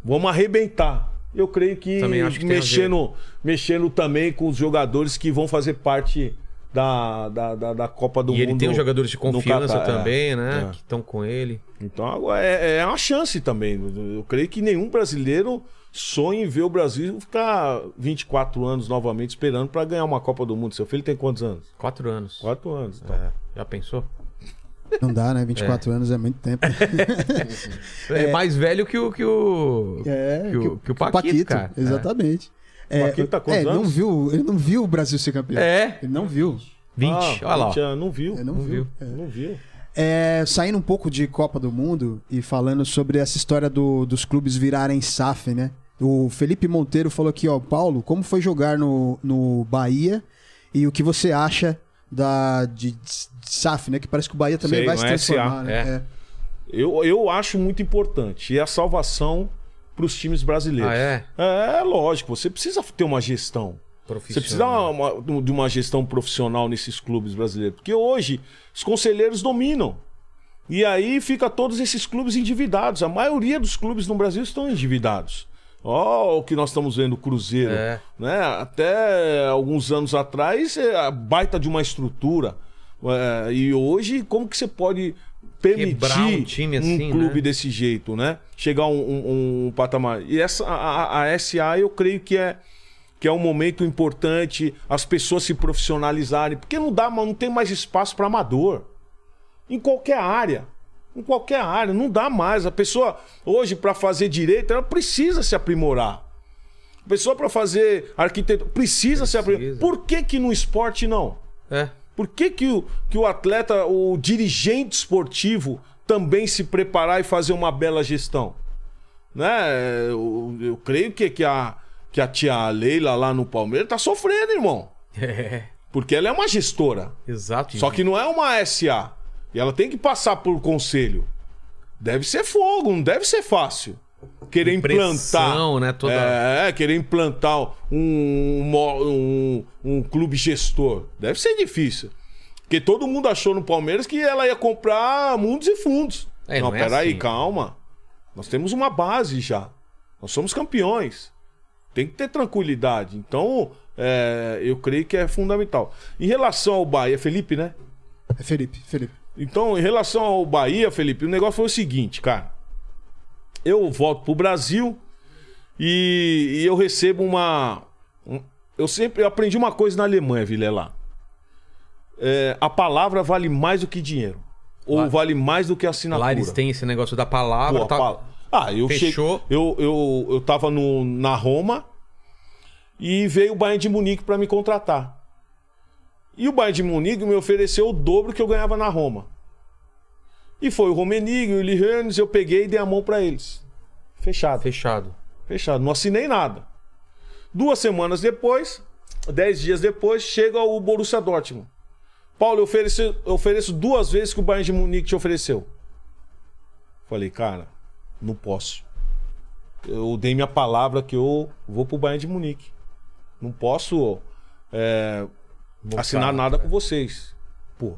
Vamos arrebentar. Eu creio que, Também acho que tem a mexendo, mexendo também com os jogadores que vão fazer parte da, da, da, da Copa do E Mundo. ele tem os jogadores de no confiança Catar, é. também, né? É. Que estão com ele. Então agora é, é uma chance também. Eu creio que nenhum brasileiro sonha em ver o Brasil ficar 24 anos novamente esperando para ganhar uma Copa do Mundo. Seu filho tem quantos anos? Quatro anos. 4 anos. Então. É, já pensou? Não dá, né? 24 anos é muito tempo. É, mais velho que o. Que o, [laughs] É, que o, que o Paquito, cara. Exatamente. É. Paquito tá com é, quantos não anos? viu, ele não viu o Brasil ser campeão. É. Ele não viu. 20, Ah, olha lá. ó. 20 anos, não viu. Ele não, Não viu. viu. Não viu. É, saindo um pouco de Copa do Mundo e falando sobre essa história do- dos clubes virarem SAF, né? O Felipe Monteiro falou aqui, ó, Paulo, como foi jogar no, no Bahia e o que você acha da, de, de SAF, né? Que parece que o Bahia também Sei, vai se É. um SA, transformar, né? é. É. Eu, eu acho muito importante. E a salvação para os times brasileiros. Ah, é? É, lógico, você precisa ter uma gestão. Você precisa Profissional. uma- uma- de uma gestão profissional nesses clubes brasileiros. Porque hoje os conselheiros dominam. E aí fica todos esses clubes endividados. A maioria dos clubes no Brasil estão endividados. Ó, o que nós estamos vendo, o Cruzeiro. É. Né? Até alguns anos atrás, é a baita de uma estrutura. É, e hoje, como que você pode permitir Quebrar um time assim, clube né? desse jeito, né? Chegar a um, um- um patamar. E essa, a, a- a SA eu creio que é, que é um momento importante, as pessoas se profissionalizarem, porque não dá, ma- não tem mais espaço para amador. Em qualquer área. Em qualquer área, não dá mais. A pessoa, hoje, para fazer direito, ela precisa se aprimorar. A pessoa, para fazer arquitetura, precisa, se aprimorar. Precisa. Por que, que no esporte não? É. Por que, que, o, que o atleta, o dirigente esportivo, também se preparar e fazer uma bela gestão? Né? Eu, eu creio que, que, a, que a tia Leila lá no Palmeiras tá sofrendo, irmão. [laughs] É, Porque ela é uma gestora. exato. Só que não é uma SA. E ela tem que passar por conselho. Deve ser fogo, não deve ser fácil. Querer Pressão, implantar. né, toda- É, querer implantar um, mo- um, um clube gestor. Deve ser difícil. Porque todo mundo achou no Palmeiras que ela ia comprar mundos e fundos. É, não, não é peraí, assim. calma. Nós temos uma base já. Nós somos campeões. Tem que ter tranquilidade. Então, é, eu creio que é fundamental. Em relação ao Bahia, Felipe, né? É Felipe, Felipe. Então, em relação ao Bahia, Felipe, o negócio foi o seguinte, cara. Eu volto pro Brasil e, e eu recebo uma. um- eu sempre eu aprendi uma coisa na Alemanha, Vilela. É, a palavra vale mais do que dinheiro. Ou Lá- vale mais do que a assinatura. Lá eles têm esse negócio da palavra. Pô, tá- fala. Ah, eu Fechou. Fechou. Eu, eu, eu tava no, na Roma e veio o Bayern de Munique para me contratar. E o Bayern de Munique me ofereceu o dobro que eu ganhava na Roma. E foi o Romenigo e o Lihanes, eu peguei e dei a mão para eles. Fechado. Fechado. Fechado. Não assinei nada. Duas semanas depois, dez dias depois, chega o Borussia Dortmund. Paulo, eu ofereço, eu ofereço duas vezes que o Bayern de Munique te ofereceu. Falei, cara, não posso. Eu dei minha palavra que eu vou pro Bayern de Munique. Não posso é, assinar é. nada com vocês. Pô,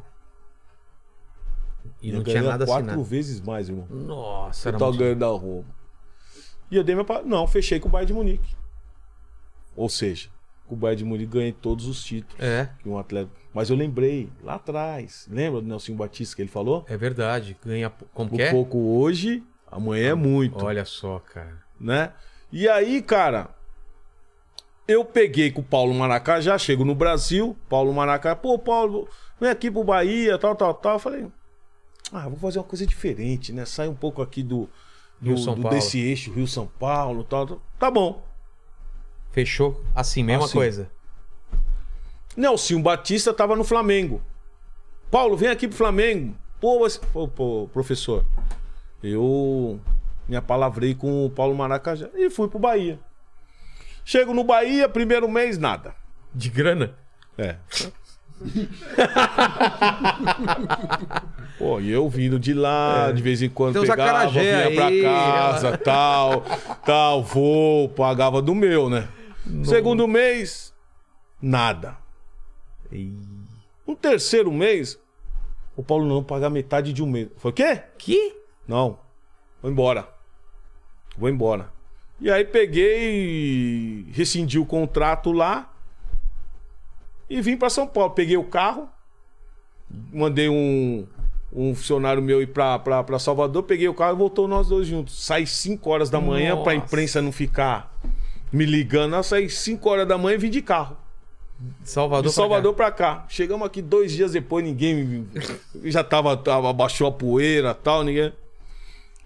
E eu não tinha ganhava nada quatro assinado. vezes mais, irmão. Nossa, Você era tá muito... ganhando da Roma. E eu dei minha palavra. Não, fechei com o Bayern de Munique. Ou seja, com o Bayern de Munique ganhei todos os títulos. É. Que um atleta... Mas eu lembrei, lá atrás, lembra do Nelson Batista que ele falou? É verdade. Ganha. po- Como Um que é? pouco hoje, amanhã é muito Olha só, cara. né? E aí, cara, eu peguei com o Paulo Maracajá, chego no Brasil, Paulo Maracajá, pô, Paulo, vem aqui pro Bahia, tal, tal, tal. Eu falei, ah, vou fazer uma coisa diferente, né? Sai um pouco aqui do, do, Rio, São do- Paulo. desse eixo, Rio São Paulo, tal, tal. Tá bom. Fechou assim, mesma Assim. coisa. Nelson um Batista tava no Flamengo. Paulo, vem aqui pro Flamengo. Pô, você... pô, pô, professor, eu me apalavrei com o Paulo Maracajá e fui pro Bahia. Chego no Bahia, primeiro mês, nada. De grana? É. [laughs] Pô, e eu vindo de lá, de vez em quando É. Tem uns pegava, acarajé vinha pra aí, né? casa, ela- tal, tal, vou, pagava do meu, né? Segundo mês, nada. No terceiro mês, o Paulo não pagar metade de um mês. Foi o quê? Que? Não. Vou embora. Vou embora. E aí peguei, e rescindi o contrato lá e vim para São Paulo. Peguei o carro, mandei um, um funcionário meu ir para Salvador, peguei o carro e voltou nós dois juntos. Saí 5 horas da manhã para a Nossa. imprensa não ficar me ligando. Eu saí 5 horas da manhã e vim de carro. Salvador. De pra cá. Salvador pra cá. Chegamos aqui dois dias depois, ninguém me- [laughs] já tava, tava abaixou a poeira tal, ninguém.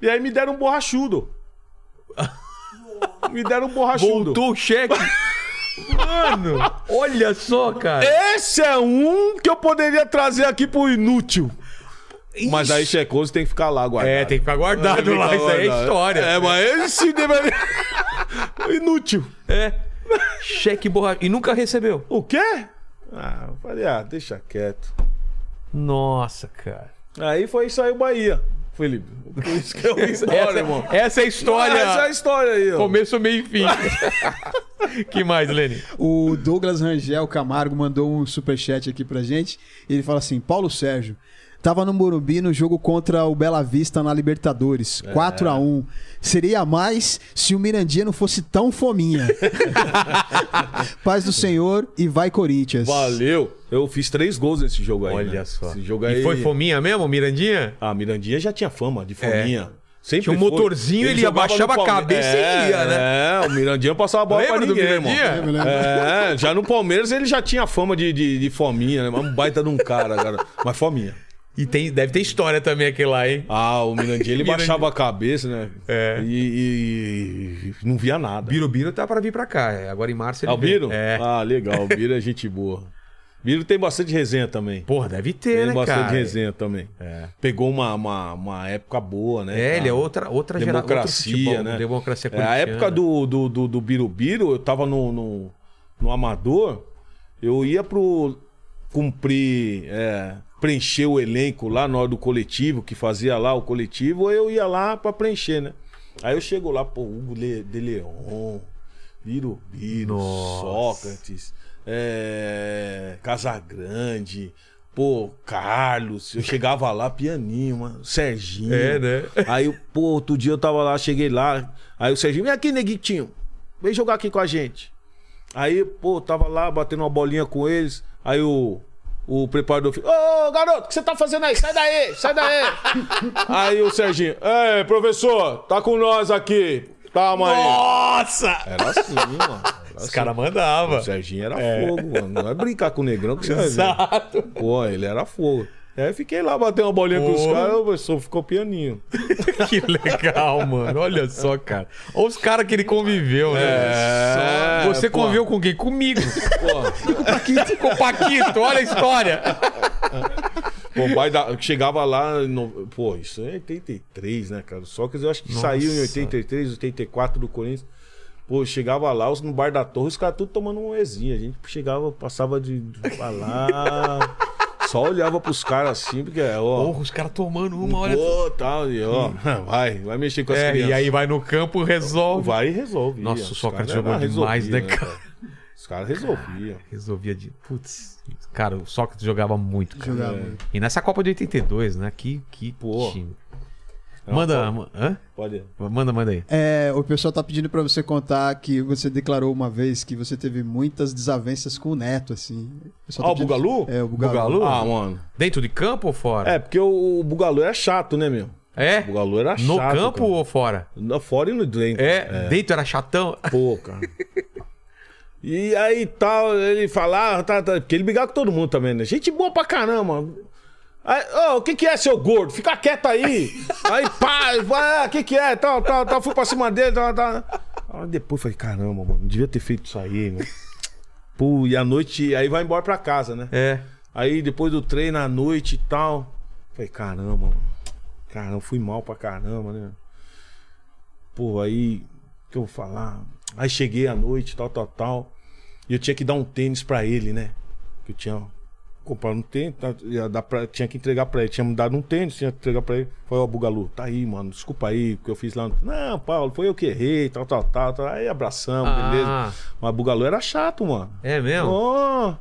E aí me deram um borrachudo. [laughs] me deram um borrachudo. Voltou o [laughs] cheque. Mano, olha só, cara. Esse é um que eu poderia trazer aqui pro inútil. Mas aí checou, você tem que ficar lá guardado. É, tem que ficar guardado lá. Isso aí é história. tá É, mas esse deveria. [laughs] inútil. Cheque borracha. E nunca recebeu. O quê? Ah, eu falei, ah, deixa quieto. Nossa, cara. Aí foi isso aí o Bahia. Felipe. Por isso que eu fiz. Olha, irmão. [laughs] Essa é a história. Essa é a história aí, ó. Começo, meio e fim. [laughs] que mais, Lenny? O Douglas Rangel Camargo mandou um superchat aqui pra gente. Ele fala assim: Paulo Sérgio, tava no Morumbi no jogo contra o Bela Vista na Libertadores, É. 4 a 1 Seria mais se o Mirandinha não fosse tão [laughs] fominha. Paz do Senhor e vai Corinthians. Valeu. Eu fiz três gols nesse jogo aí. Olha né? só. Esse jogo aí. E foi fominha mesmo, Mirandinha? Ah, Mirandinha já tinha fama de fominha. Sempre Tinha um foi. motorzinho, ele jogava abaixava no a Palmeiras. cabeça e É, ia, né? É, o Mirandinha passava a bola Lembra pra do ninguém, Mirandinha? irmão. Lembra, lembra. É, já no Palmeiras ele já tinha fama de, de, de fominha, né? Mas Um baita de um cara, cara. Mas fominha. E tem, deve ter história também aquele lá, hein? Ah, o Mirandinha, ele Mirandinha. baixava a cabeça, né? É. E, e- e não via nada. Biro Biro tá pra vir pra cá. é, Agora em março ele Ah, o vem. Biro? É. Ah, legal. O Biro é gente boa. Biro tem bastante resenha também. Porra, deve ter, Tem né, bastante cara? resenha também. Pegou uma, uma, uma época boa, né? É, cara? ele é outra, outra gera- outro democracia, futebol, né? Democracia é, a corintiana. época do, do, do, do Birubiru, eu tava no, no, no Amador, eu ia pro cumprir, é, preencher o elenco lá na hora do coletivo, que fazia lá o coletivo, eu ia lá pra preencher, né? Aí eu chego lá, pô, Hugo Le- de Leon, Birubiru, Sócrates, é, Casagrande... Pô, Carlos, eu chegava lá, pianinho, mano. Serginho. É, né? [laughs] Aí, eu, pô, outro dia eu tava lá, cheguei lá. Aí o Serginho, vem aqui, neguitinho. Vem jogar aqui com a gente. Aí, pô, eu tava lá batendo uma bolinha com eles. Aí o, o preparador falou: Ô, garoto, o que você tá fazendo aí? Sai daí, sai [laughs] daí. aí o Serginho, é, professor, tá com nós aqui. Tá, mãe. Nossa! Era assim, mano. Era Os assim. caras mandavam. O Serginho era fogo, mano. Não é brincar com o negrão que você vai ver. Exato. Pô, ele era fogo. Aí eu fiquei lá batendo uma bolinha com os Pô. caras, o professor ficou pianinho. Que legal, mano. Olha só, cara. Olha os caras que ele conviveu, né? É, Só- Você pô. conviveu com quem? Comigo. com o Paquito. com o Paquito, olha a história. Pô, o pai da- chegava lá. No... Pô, isso é 83, né, cara? Só que eu acho que Nossa. saiu em 83, 84 do Corinthians. Pô, chegava lá, os- no bar da torre, os caras tudo tomando um Ezinho. A gente chegava, passava de, de [laughs] pra lá. só olhava pros caras assim, porque, ó. Porra, os caras tomando uma, olha. Pô, tal, e ó, [laughs] vai, vai mexer com as É, crianças. e aí vai no campo, resolve. vai e resolve. Nossa, Os o Sócrates caras jogou era- demais, resolvia, né, cara? Os caras resolviam. Resolvia de. Putz. Cara, o Sócrates jogava muito, cara. É. Jogava. E nessa Copa de 82, né? Que, que Pô. É time. Manda, ma- hã? Pode. manda, manda aí. É, o pessoal tá pedindo pra você contar que você declarou uma vez que você teve muitas desavenças com o Neto, assim. O pessoal Ah, o pedindo- Bugalu? É, o Bugalu. Bugalu? Ah, mano. Dentro de campo ou fora? É, porque o, o Bugalu era chato, né, meu? É? O Bugalu era No chato. campo cara. ou fora? Na- Fora e no dentro. É, dentro era chatão. Pô, cara. E aí tal, ele falava, tá, tá, porque ele brigava com todo mundo também, né? Gente boa pra caramba. Aí, ô, o que que é, seu gordo? Fica quieto aí. aí, pá, pá, o que que é? Tal, tal, tal, fui pra cima dele, tal, tal. Aí depois eu falei, caramba, mano, devia ter feito isso aí, meu. Pô, e à noite, aí vai embora pra casa, né? É. Aí depois do treino à noite e tal. Falei, caramba, mano. Caramba, fui mal pra caramba, né? Pô, aí. O que eu vou falar? Aí cheguei à noite, tal, tal, tal. E eu tinha que dar um tênis pra ele, né? Que eu tinha comprado um tênis, tá, ia dar pra- tinha que entregar pra ele. Tinha me dado um tênis, tinha que entregar pra ele. Falei, ó, Bugalu, tá aí, mano. Desculpa aí, o que eu fiz lá. no- Não, Paulo, foi eu que errei, tal, tal, tal. tal. Aí abraçamos, Ah. beleza. Mas Bugalu era chato, mano. É mesmo? Ó,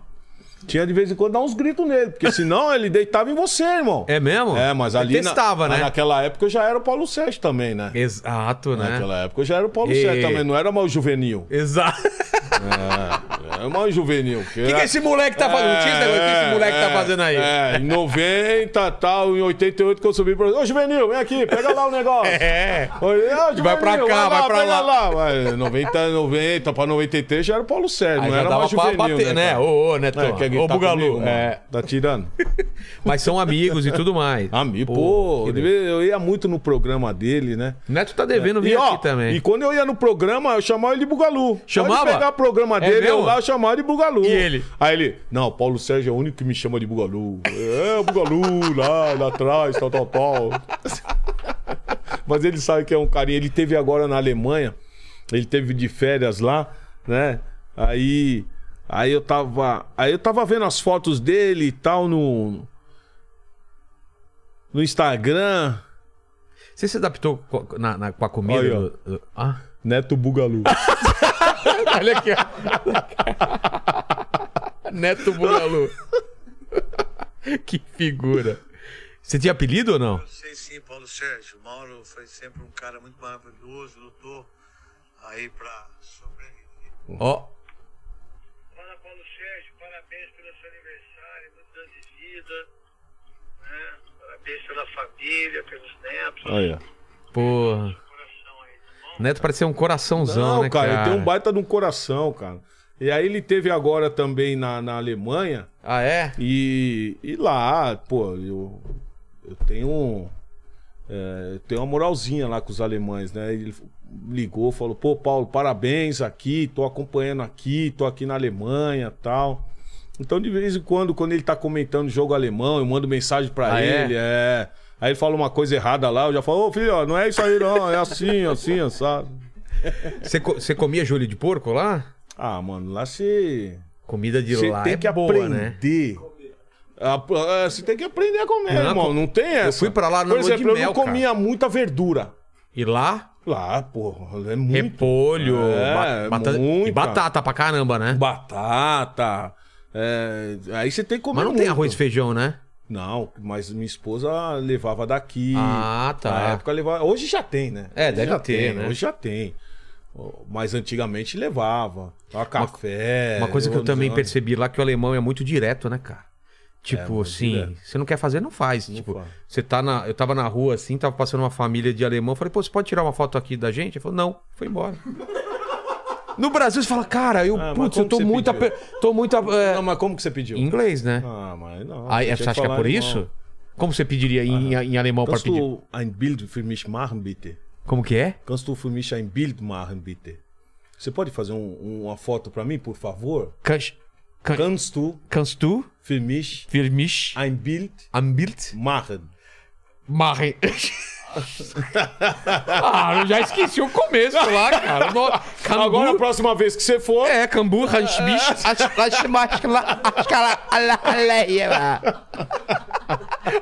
tinha de vez em quando dar uns gritos nele, porque senão ele deitava em você, irmão. É mesmo? É, mas ali. Ele testava, na- né? Naquela época eu já era o Paulo Sérgio também, né? Exato, né? Naquela época eu já era o Paulo E- Sérgio também, não era mais o juvenil. É, Exato. [laughs] O Era mais o juvenil. O É. que, que esse moleque tá fazendo? Não tinha esse negócio, o que esse moleque tá fazendo aí? É, em 90 tal, em 88 que eu subi pro. Ô, Juvenil, vem aqui, pega lá o negócio. [laughs] É. Oi, ah, Juvenil, Vai pra cá, vai pra pega lá. Vai, 90, 90 pra 93 já era o Paulo Sérgio, Aí não já era dava mais pra juvenil. bater, né? cara? Ô, ô, Neto. É, quer ô, gritar Bugalu. comigo, mano? é. Tá tirando? Mas são amigos e tudo [laughs] mais. Amigo, pô, que eu devia- eu ia muito no programa dele, né? Neto tá devendo vir E, ó, aqui também. e quando eu ia no programa, eu chamava ele de Bugalu. Chamava? Pode pegar o programa É dele, eu mesmo? lá, eu chamava de Bugalu. E ele? Aí ele, não, Paulo Sérgio é o único que me chama de Bugalu. É, o Bugalu, lá, lá atrás, tal, tal, tal. [laughs] Mas ele sabe que é um carinha. Ele teve agora na Alemanha, ele teve de férias lá, né? Aí, aí eu tava, aí eu tava vendo as fotos dele e tal no no Instagram. Você se adaptou co- na- na- com a comida? Olha aí, do- do- Ah? Neto Bugalu. [laughs] Olha aqui, ó. Neto Bugalu. [laughs] que figura. Você tinha apelido ou não? Sei sim, Paulo Sérgio. O Mauro foi sempre um cara muito maravilhoso, lutou aí pra sobreviver. Ó. Fala, Paulo Sérgio, parabéns pelo seu aniversário, muitos anos de vida, né? Parabéns pela família, pelos netos, Olha. Porra. coração aí, tá bom? Neto parece ser um coraçãozão, Não, né, cara, cara? ele tem um baita de um coração, cara. E aí ele teve agora também na, na Alemanha. Ah, é? E, e lá, pô, eu, eu tenho. um, é, eu tenho uma moralzinha lá com os alemães, né? Ele ligou, falou, pô, Paulo, parabéns aqui, tô acompanhando aqui, tô aqui na Alemanha tal. Então, de vez em quando, quando ele tá comentando jogo alemão, eu mando mensagem pra Ah, é? ele, é. Aí ele fala uma coisa errada lá, eu já falo, ô filho, ó, não é isso aí não, é assim, assim, sabe? Você, co- você comia joelho de porco lá? Ah, mano, lá você. Comida de Você lá tem é que boa, né? aprender. A- a- Você tem que aprender a comer, Não, irmão. com- Não tem essa. fui pra lá na Por lua de exemplo, eu mel, não cara. comia muita verdura. E lá, Lá, porra, é muito. repolho, É, ba- bata- muita. e batata pra caramba, né? Batata. é, Aí você tem que comer. Mas não tem muito. arroz e feijão, né? Não, mas minha esposa levava daqui. Ah, tá. Na época levava. Hoje já tem, né? É, Hoje deve já ter, tem, né? Hoje já tem. Mas antigamente levava. Ó, café. Uma coisa que eu também percebi. percebi lá que o alemão é muito direto, né, cara? Tipo É, muito assim, direto. você não quer fazer, não faz. tipo, faz. você tá na. Eu tava na rua assim, tava passando uma família de alemão. eu Falei, pô, você pode tirar uma foto aqui da gente? Ele falou, não, foi embora. No Brasil, você fala, cara, eu, Ah, mas putz, eu como tô que você muito. pediu? aper- Tô muito. é, Não, mas como que você pediu? em inglês, né? Ah, mas não. Aí, tinha você acha que é falar por alemão. Ah. isso? Como você pediria em, em alemão pra Kannst pedir? du ein Bild für mich machen, bitte? Como que é? Kannst du für mich ein Bild machen, bitte? Você pode fazer um- uma foto pra mim, por favor? Kannst, kann, Kannst du kannst du für mich für mich ein Bild ein Bild machen? [laughs] Marre. ah, eu já esqueci o começo lá, cara. No, cambu, Agora, a próxima vez que você for... É, cambu, ransbich,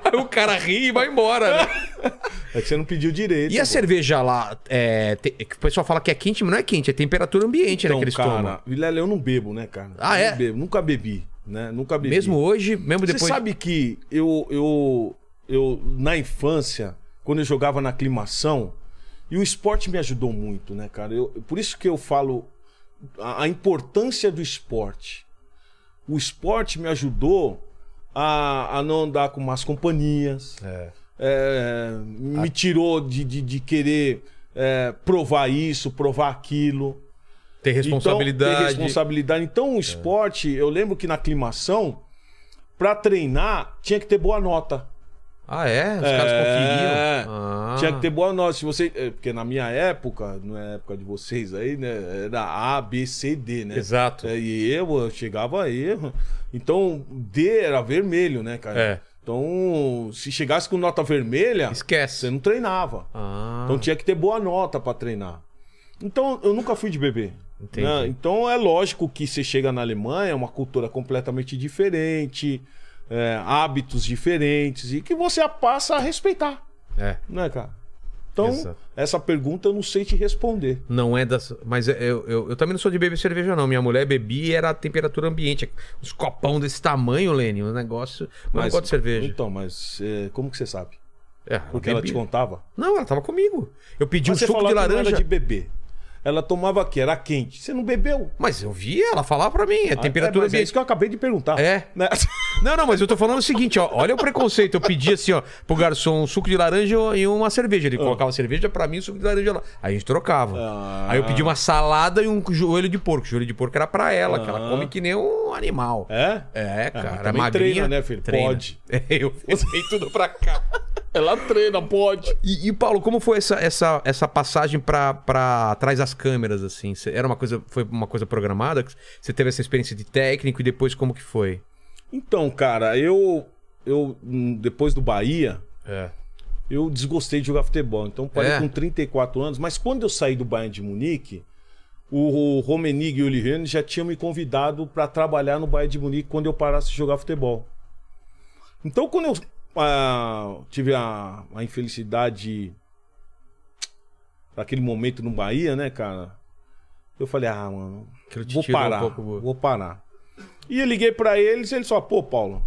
Aí o cara ri e vai embora, né? É que você não pediu direito. E a pô. cerveja lá, é, te- que o pessoal fala que é quente, mas não é quente, é temperatura ambiente, né, Então, que eles tomam. cara, Vilela, eu não bebo, né, cara? Ah, Eu é? não bebo, nunca bebi, né? Nunca bebi. Mesmo hoje, mesmo depois... Você sabe que eu, eu, eu, na infância, quando eu jogava na aclimação, e o esporte me ajudou muito, né, cara? Eu, por isso que eu falo a, a importância do esporte. O esporte me ajudou a, a não andar com más companhias, é, me tirou de, de, de querer é, provar isso, provar aquilo. Tem Então, ter responsabilidade. responsabilidade. Então, o esporte, eu lembro que na aclimação, pra treinar, tinha que ter boa nota. Ah, é? Os É. caras conferiam. Ah. Tinha que ter boa nota. Se você, é, porque na minha época, não é época de vocês aí, né? Era A, B, C, D, né? Ah. Exato. É, E eu, eu chegava a erro. Então, D era vermelho, né, cara? É. Então, se chegasse com nota vermelha, você Esquece. não treinava. Ah. Então tinha que ter boa nota pra treinar. Então eu nunca fui de bebê. Entendi. né? Então é lógico que você chega na Alemanha, é uma cultura completamente diferente, é, hábitos diferentes e que você passa a respeitar, É. né, cara? Então Exato. essa pergunta eu não sei te responder. Não é das. Mas eu, eu, eu também não sou de beber cerveja, não. Minha mulher bebia e era a temperatura ambiente. Uns copão desse tamanho, Lenny. Um negócio. Mas, eu não gosto de cerveja. Então, mas é, como que você sabe? É, Porque ela te bebia. contava. Não, ela tava comigo. Eu pedi Mas um você suco falou de que não laranja. era de bebê. Ela tomava que era quente. Você não bebeu? Mas eu vi ela falar pra mim. É temperatura é, mas é isso ambiente. que eu acabei de perguntar. É. Né? Não, não, mas eu tô falando o seguinte, ó. Olha o preconceito. Eu pedi assim, ó, pro garçom um suco de laranja e uma cerveja. Ele colocava a cerveja pra mim e o suco de laranja lá. Aí a gente trocava. Ah. Aí eu pedi uma salada e um joelho de porco. O joelho de porco era pra ela, que ela Ah. come que nem um animal. É? É, cara, também magrinha. É, treina, né, filho? [laughs] Pode. Eu levei tudo pra cá. Ela treina, pode. E, e, Paulo, como foi essa, essa, essa passagem pra, pra trás das câmeras, assim? Cê- Era uma coisa, foi uma coisa programada? Você teve essa experiência de técnico e depois como que foi? Então, cara, eu. Eu, hum, depois do Bahia, É. eu desgostei de jogar futebol. Então, parei É? com 34 anos. Mas quando eu saí do Bayern de Munique, o, o Romenig e o Lirene já tinham me convidado para trabalhar no Bayern de Munique quando eu parasse de jogar futebol. Então, quando eu ah, tive a, a infelicidade naquele momento no Bahia, né, cara? Eu falei, ah, mano, Aquilo te vou tirou um parar, pouco, Boa. vou parar. E eu liguei pra eles, eles só, pô, Paulo.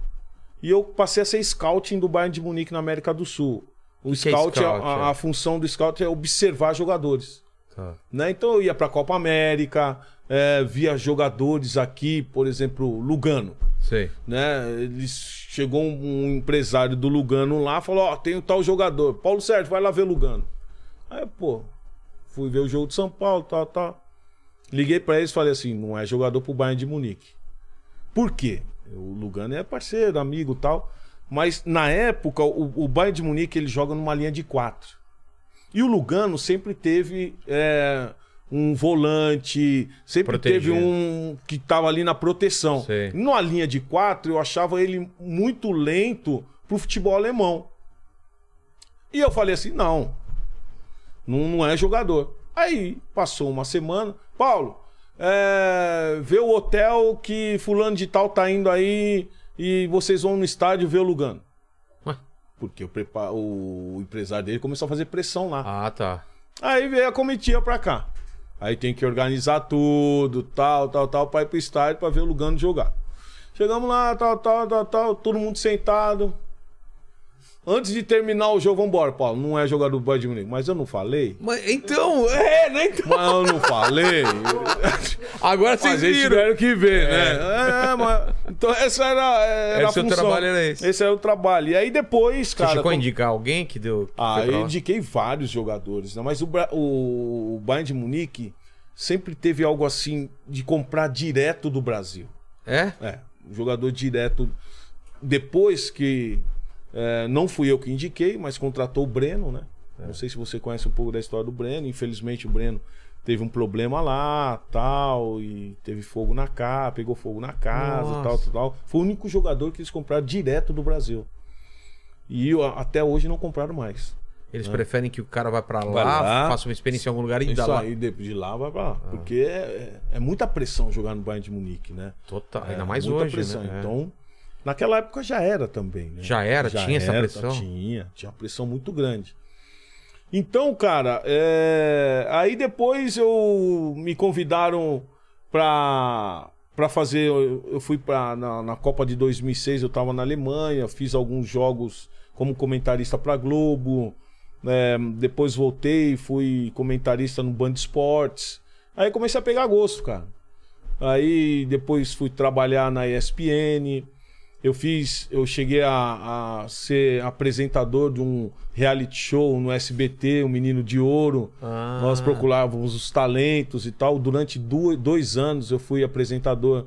E eu passei a ser scouting do Bayern de Munique na América do Sul. O Que que é scout, é- scout, a- é? a função do scout é observar jogadores Tá. né? Então eu ia pra Copa América, eh, via jogadores aqui, por exemplo, Lugano, Sei. né? Eles, chegou um, um empresário do Lugano lá, falou, ó, tem um tal jogador, Paulo Sérgio, vai lá ver Lugano. Aí, pô, fui ver o jogo de São Paulo, tal, tal. Liguei pra eles e falei assim, não é jogador pro Bayern de Munique. Por quê? O Lugano é parceiro, amigo, tal, mas na época o, o Bayern de Munique ele joga numa linha de quatro. E o Lugano sempre teve é, um volante, sempre Protegido. teve um que estava ali na proteção. Sei. Numa linha de quatro, eu achava ele muito lento pro futebol alemão. E eu falei assim: não, não, não é jogador. Aí passou uma semana, Paulo, é, vê o hotel que Fulano de Tal tá indo aí e vocês vão no estádio ver o Lugano. Ué. Porque o, prepa- o empresário dele começou a fazer pressão lá. Ah, tá. Aí veio a comitiva pra cá. Aí tem que organizar tudo, tal, tal, tal, pra ir pro estádio pra ver o Lugano jogar. Chegamos lá, tal, tal, tal, tal, todo mundo sentado. Antes de terminar o jogo, vambora, Paulo. Não é jogador do Bayern de Munique, mas eu não falei. Mas, então, é, né? Então, Mas eu [laughs] não falei. agora vocês Mas eles viram. tiveram que ver, né? É, é, mas- Então, essa era, era Era a é o seu função. trabalho, era esse. Esse era o trabalho. E aí depois, Você cara... chegou a quando- indicar alguém que deu. que ah, foi pra eu lá? indiquei vários jogadores, né? mas o, Bra- o, o Bayern de Munique sempre teve algo assim de comprar direto do Brasil. É? É, um jogador direto. Depois que. é, não fui eu que indiquei, mas contratou o Breno, né? É. Não sei se você conhece um pouco da história do Breno. Infelizmente, o Breno teve um problema lá, tal, e teve fogo na casa, pegou fogo na casa, Nossa. tal, tal, tal. Foi o único jogador que eles compraram direto do Brasil. E eu, até hoje não compraram mais. Eles preferem que o cara vá pra É. lá, Vai lá. faça uma experiência em algum lugar e dá Isso lá. aí, de, de lá vai pra lá. Ah. Porque é, é muita pressão jogar no Bayern de Munique, né? Total. É, Ainda mais muita hoje. pressão. Né? É. Então, naquela época já era também, né? Já era? Tinha essa pressão? Tinha, tinha uma pressão muito grande. Então, cara, é, aí depois eu me convidaram pra, pra fazer. Eu, eu fui pra, na, na Copa de 2006, eu tava na Alemanha, fiz alguns jogos como comentarista pra Globo. né? depois voltei, fui comentarista no Band Esportes. Aí comecei a pegar gosto, cara. Aí depois fui trabalhar na ESPN. Eu fiz, eu cheguei a, a ser apresentador de um reality show no SBT, o Um Menino de Ouro. Ah. Nós procurávamos os talentos e tal. Durante du- dois anos eu fui apresentador.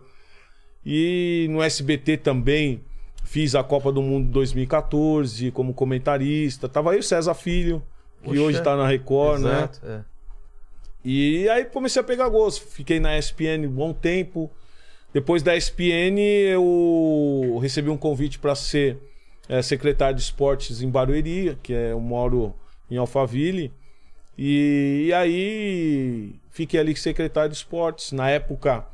E no SBT também fiz a Copa do Mundo 2014 como comentarista. Tava aí o César Filho, que Poxa. hoje tá na Record, né? Exato. é. E aí comecei a pegar gosto. Fiquei na ESPN um bom tempo. Depois da ESPN, eu recebi um convite para ser eh, secretário de esportes em Barueri, que é, eu moro em Alphaville. E, e aí fiquei ali secretário de esportes. Na época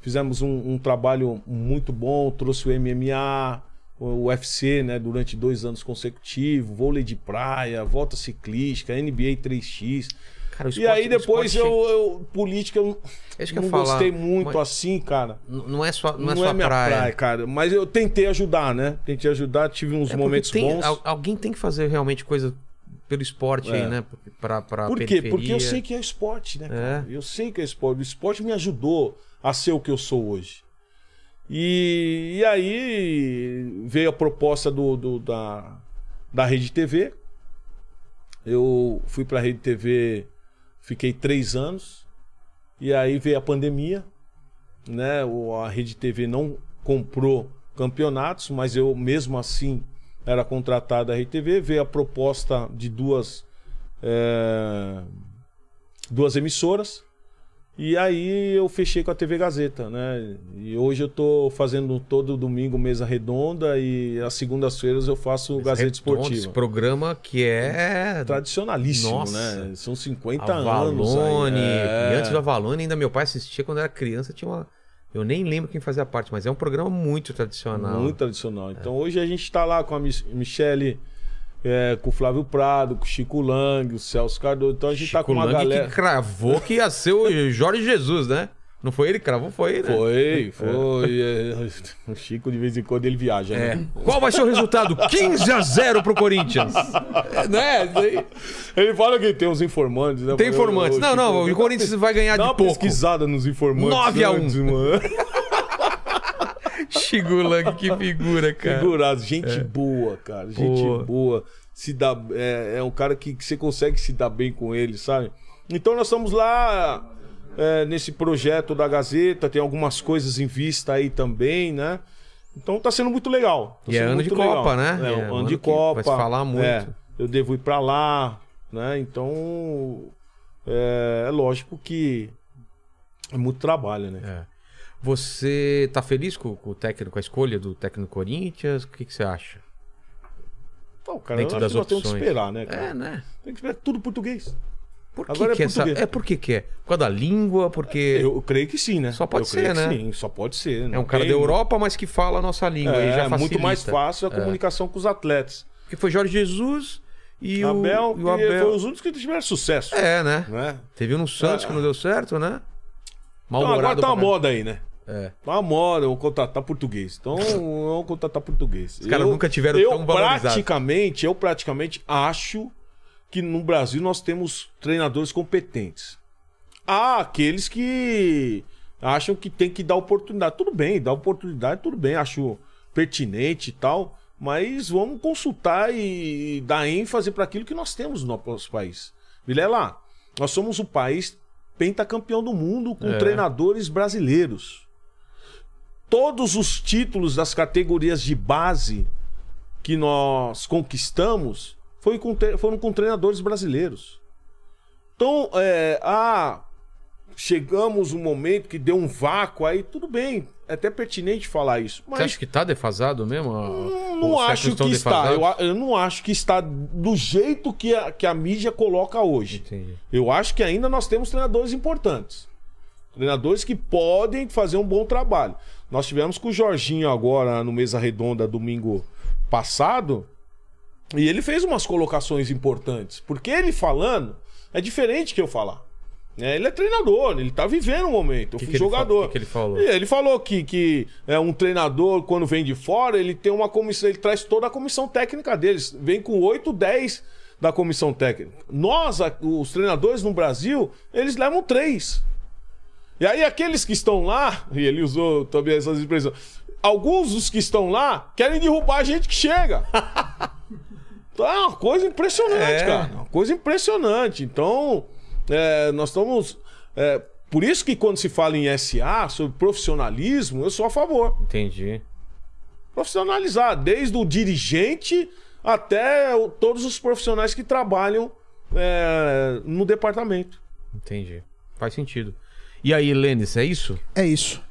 fizemos um, um trabalho muito bom, trouxe o MMA, o UFC, né, durante dois anos consecutivos, vôlei de praia, volta ciclística, NBA 3x. Cara, o e esporte- aí o depois esporte- eu, eu- política eu É isso que eu não ia falar, gostei muito mas- assim, cara. N- Não é sua, não Não, é é, sua minha praia. praia. cara. Mas eu tentei ajudar, né? Tentei ajudar, tive uns É porque momentos tem- bons. al- alguém tem que fazer realmente coisa pelo esporte aí, É. né? Pra, pra Por quê? periferia. Porque eu sei que é esporte, né, cara? Eu sei que é esporte. O esporte me ajudou a ser o que eu sou hoje. E, e aí veio a proposta do, do- da, da Rede TV. Eu fui pra Rede TV, fiquei três anos. E aí veio a pandemia, né? O- A Rede TV não comprou campeonatos, mas eu mesmo assim era contratado da Rede TV. Veio a proposta de duas é, duas emissoras. E aí eu fechei com a TV Gazeta, né? E hoje eu tô fazendo todo domingo mesa redonda e às segundas-feiras eu faço é Gazeta Redondo, Esse Esportiva. programa que é. Tradicionalíssimo, Nossa. né? São 50 anos. Avalone. aí. É. E antes do Avalone, ainda meu pai assistia quando era criança, tinha uma. Eu nem lembro quem fazia parte, mas é um programa muito tradicional. tá Muito tradicional. Então hoje a gente está lá com a Mich- Michele é, com o Flávio Prado, com o Chico Lang, o Celso Cardoso. Então a gente tá com uma Lang galera. que cravou que ia ser o Jorge Jesus, né? Não foi ele que cravou, foi ele. né? Foi, foi. é. [laughs] O Chico, de vez em quando, ele viaja, É. né? Qual vai ser o [laughs] resultado? 15 a 0 pro Corinthians. né? Isso aí. Ele fala que tem uns informantes, né? Tem informantes. Eu- Não, eu- não, Chico, o Corinthians vai ganhar Dá de uma pouco. [laughs] pesquisada nos informantes. Nove a um. antes, mano. Chigulang, que figura, cara. é. Figuraço, gente boa, cara. Gente Boa. boa. Se dá, é, é um cara que, que você consegue se dar bem com ele, sabe? Então nós estamos lá é, nesse projeto da Gazeta, tem algumas coisas em vista aí também, né? Então tá sendo muito legal. Tá E é sendo ano muito de Copa, né? É, É, um um ano de ano que vai Copa. se falar muito. É, eu devo ir pra lá, né? Então é, é lógico que é muito trabalho, né? É. Você tá feliz com, com o técnico, com a escolha do técnico Corinthians? O que, que você acha? Então, cara, Dentro eu das acho que nós temos que opções. esperar, né? cara? É, né? Tem que esperar tudo português. Por que, Agora é que essa. português. É por que, que é? Por causa da língua, porque. Eu creio que sim, né? Só pode Eu creio ser, que né? Sim, só pode ser. É não um cara tem- da Europa, mas que fala a nossa língua. É, e já facilita. É. muito mais fácil a comunicação com os atletas. Porque foi Jorge Jesus e o Abel, e que o Abel. foi os únicos que tiveram sucesso. É, né? Né? Teve um no Santos que não deu certo, né? Então agora Mal-humorado tá uma pra caramba. moda aí, né? É. Tá uma moda, vão contratar português. Então vão contratar português. Os caras nunca tiveram eu tão valorizados. praticamente, Eu praticamente acho que no Brasil nós temos treinadores competentes. Há aqueles que acham que tem que dar oportunidade. Tudo bem, dar oportunidade, tudo bem, acho pertinente e tal. Mas vamos consultar e dar ênfase para aquilo que nós temos no nosso país. Vilela, nós somos o país pentacampeão do mundo com É. treinadores brasileiros. Todos os títulos das categorias de base que nós conquistamos foi com tre- foram com treinadores brasileiros. Então, é, ah, chegamos um momento que deu um vácuo aí, tudo bem, é até pertinente falar isso. Mas Você acha que tá defasado mesmo? a- os não, não técnicos acho que estão está. defasados? Eu, a- eu não acho que está do jeito que a, que a mídia coloca hoje. Entendi. Eu acho que ainda nós temos treinadores importantes. Treinadores que podem fazer um bom trabalho. Nós tivemos com o Jorginho agora no Mesa Redonda domingo passado. E ele fez umas colocações importantes. Porque ele falando é diferente que eu falar. né? ele é treinador, ele tá vivendo o momento. Eu Que fui que ele fa- jogador. que que ele falou? E ele falou que, que é, um treinador, quando vem de fora, ele tem uma comissão, ele traz toda a comissão técnica deles. Vem com 8, 10 da comissão técnica. Nós, a- os treinadores no Brasil, eles levam três. E aí aqueles que estão lá, e ele usou também essas expressões, alguns dos que estão lá querem derrubar a gente que [laughs] chega. Então, é uma coisa impressionante, É. cara. Uma coisa impressionante. Então, é, nós estamos. é, por isso que quando se fala em SA, sobre profissionalismo, eu sou a favor. Entendi. Profissionalizar, desde o dirigente até o- todos os profissionais que trabalham é, no departamento. Entendi. Faz sentido. E aí, Lênis, é isso? É isso.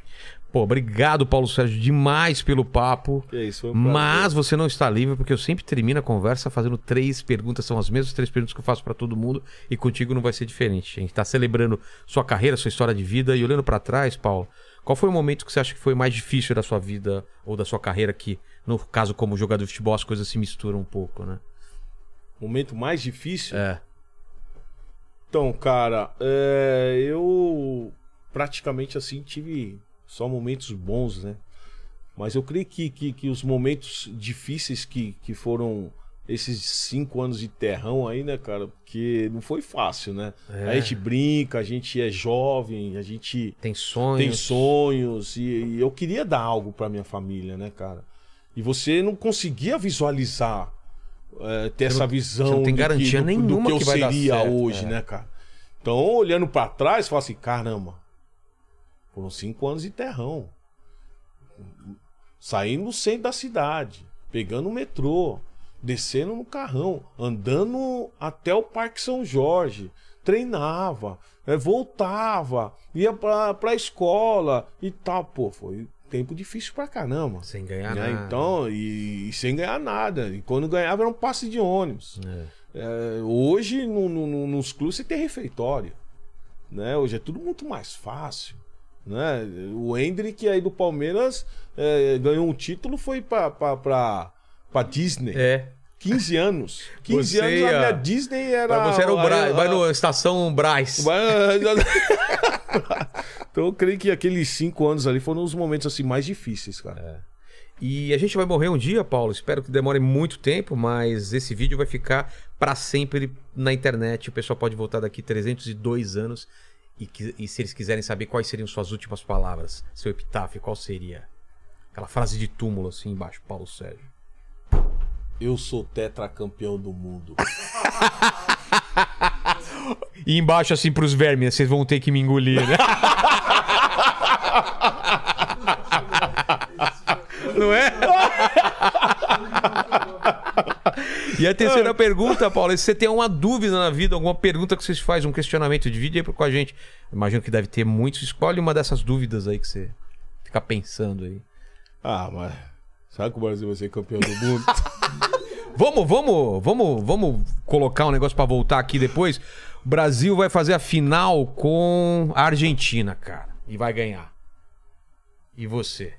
Pô, obrigado, Paulo Sérgio, demais pelo papo. É isso, foi um prazer. Mas você não está livre, porque eu sempre termino a conversa fazendo três perguntas. São as mesmas três perguntas que eu faço para todo mundo e contigo não vai ser diferente. A gente está celebrando sua carreira, sua história de vida. E olhando para trás, Paulo, qual foi o momento que você acha que foi mais difícil da sua vida ou da sua carreira? Que, no caso, como jogador de futebol, as coisas se misturam um pouco, né? Momento mais difícil. né? É. Então, cara, é, eu praticamente assim tive só momentos bons, né? Mas eu creio que, que, que os momentos difíceis que, que foram esses cinco anos de terrão aí, né, cara? Porque não foi fácil, né? A gente brinca, a gente é jovem, a gente Tem sonhos. tem sonhos e, e eu queria dar algo pra minha família, né, cara? E você não conseguia visualizar é, ter essa visão você não tem de que- garantia do, do nenhuma que eu que vai dar seria certo, hoje, é. né, cara? Então, olhando pra trás, fala assim, caramba, foram cinco anos de terrão, saindo no centro da cidade, pegando o metrô, descendo no carrão, andando até o Parque São Jorge, treinava, eh, voltava, ia pra, pra escola e tal. Pô, foi um tempo difícil pra caramba. Sem ganhar né? nada. Então, e, e sem ganhar nada. E quando ganhava era um passe de ônibus. É. Eh, hoje, no- no- no- nos clubes, você tem refeitório. Né? Hoje é tudo muito mais fácil. Né? O Hendrick aí do é, Palmeiras eh, ganhou um título, foi pra, pra, pra, pra Disney. É. 15 [laughs] anos. 15 Você anos ia- a minha Disney era. Mas você era o a- Braz, a- vai [laughs] no Estação Braz. então eu creio que aqueles cinco anos ali foram os momentos assim mais difíceis, cara. E a gente vai morrer um dia, Paulo. Espero que demore muito tempo, mas esse vídeo vai ficar pra sempre na internet. O pessoal pode voltar daqui 302 anos e, que- e se eles quiserem saber quais seriam suas últimas palavras, seu epitáfio, qual seria? Aquela frase de túmulo assim embaixo, Paulo Sérgio. Eu sou tetracampeão do mundo. E embaixo assim pros vermes, vocês vão ter que me engolir, né? [laughs] Não é? [laughs] E a terceira pergunta, Paulo, é se você tem alguma dúvida na vida, alguma pergunta que vocês fazem, um questionamento, divide aí com a gente. Imagino que deve ter muitos. Escolhe uma dessas dúvidas aí que você fica pensando aí. Ah, mas. Sabe que o Brasil vai ser campeão do [laughs] mundo? Vamos, vamos, vamos, vamos colocar um negócio pra voltar aqui depois. O Brasil vai fazer a final com a Argentina, cara, e vai ganhar. E você?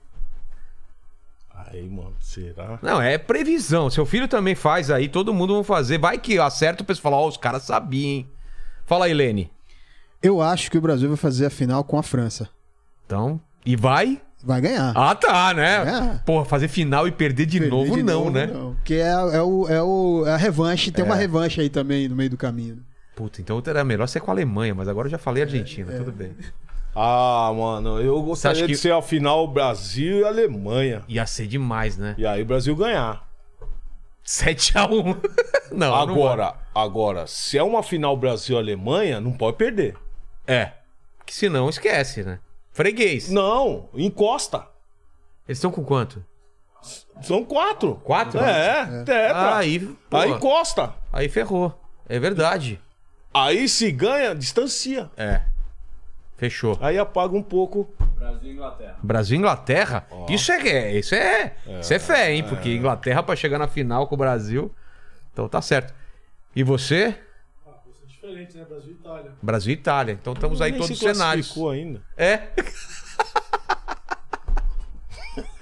Aí, mano, será? Não, é previsão. Seu filho também faz aí, todo mundo vai fazer. Vai que acerta o pessoal fala, ó, os caras sabiam, hein? Fala aí, Lene. Eu acho que o Brasil vai fazer a final com a França. Então, e vai? Vai ganhar. Ah, tá, né? É. Porra, fazer final e perder de Perder novo, de não, né? Porque é, é o, é, o, é a revanche, tem uma revanche aí também no meio do caminho. Puta, então era melhor ser com a Alemanha, mas agora eu já falei Argentina, É, tudo bem. Ah, mano, eu acha gostaria que- de ser a final Brasil e Alemanha. Ia ser demais, né? E aí o Brasil ganhar. 7x1. [laughs] Não, Ah, não vou. Agora, agora, se é uma final Brasil-Alemanha, não pode perder. É. Que se não, esquece, né? Freguês. Não, encosta. Eles estão com quanto? São quatro. Quatro? Ah, É, é. tetra. Aí, Aí, pô, aí, encosta. ferrou. É verdade. Aí se ganha, distancia. É. Fechou. Aí apaga um pouco. Brasil e Inglaterra. Brasil e Inglaterra? Isso é, é- isso é, isso é fé, hein? Porque Inglaterra pra chegar na final com o Brasil. Então tá certo. E você? Ah, isso é diferente, né? Brasil e Itália. Brasil e Itália. Então estamos aí Nem todos os se cenários. classificou ainda. [laughs]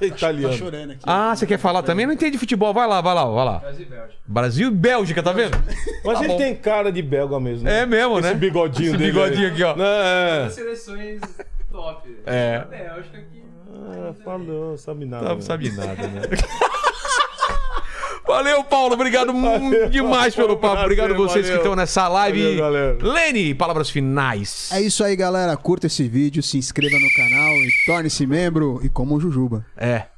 É. Italiano. chorando aqui. Ah, você quer falar também? Não entendi futebol. Vai lá, vai lá, vai lá. Brasil e Bélgica. Brasil e Bélgica, tá vendo? Mas Tá ele bom. tem cara de belga mesmo. É mesmo, né? Esse bigodinho Esse dele. bigodinho aí. aqui, ó. É, é. Seleções top. É. A Bélgica que. Ah, falou, sabe nada. Não né? sabe de nada, né? Valeu, Paulo. Obrigado mu- demais pelo Foi um papo. Obrigado prazer, vocês que valeu. estão nessa live. Valeu, galera. Lene, palavras finais. É isso aí, galera. Curta esse vídeo, se inscreva no canal e torne-se membro e coma um jujuba. É.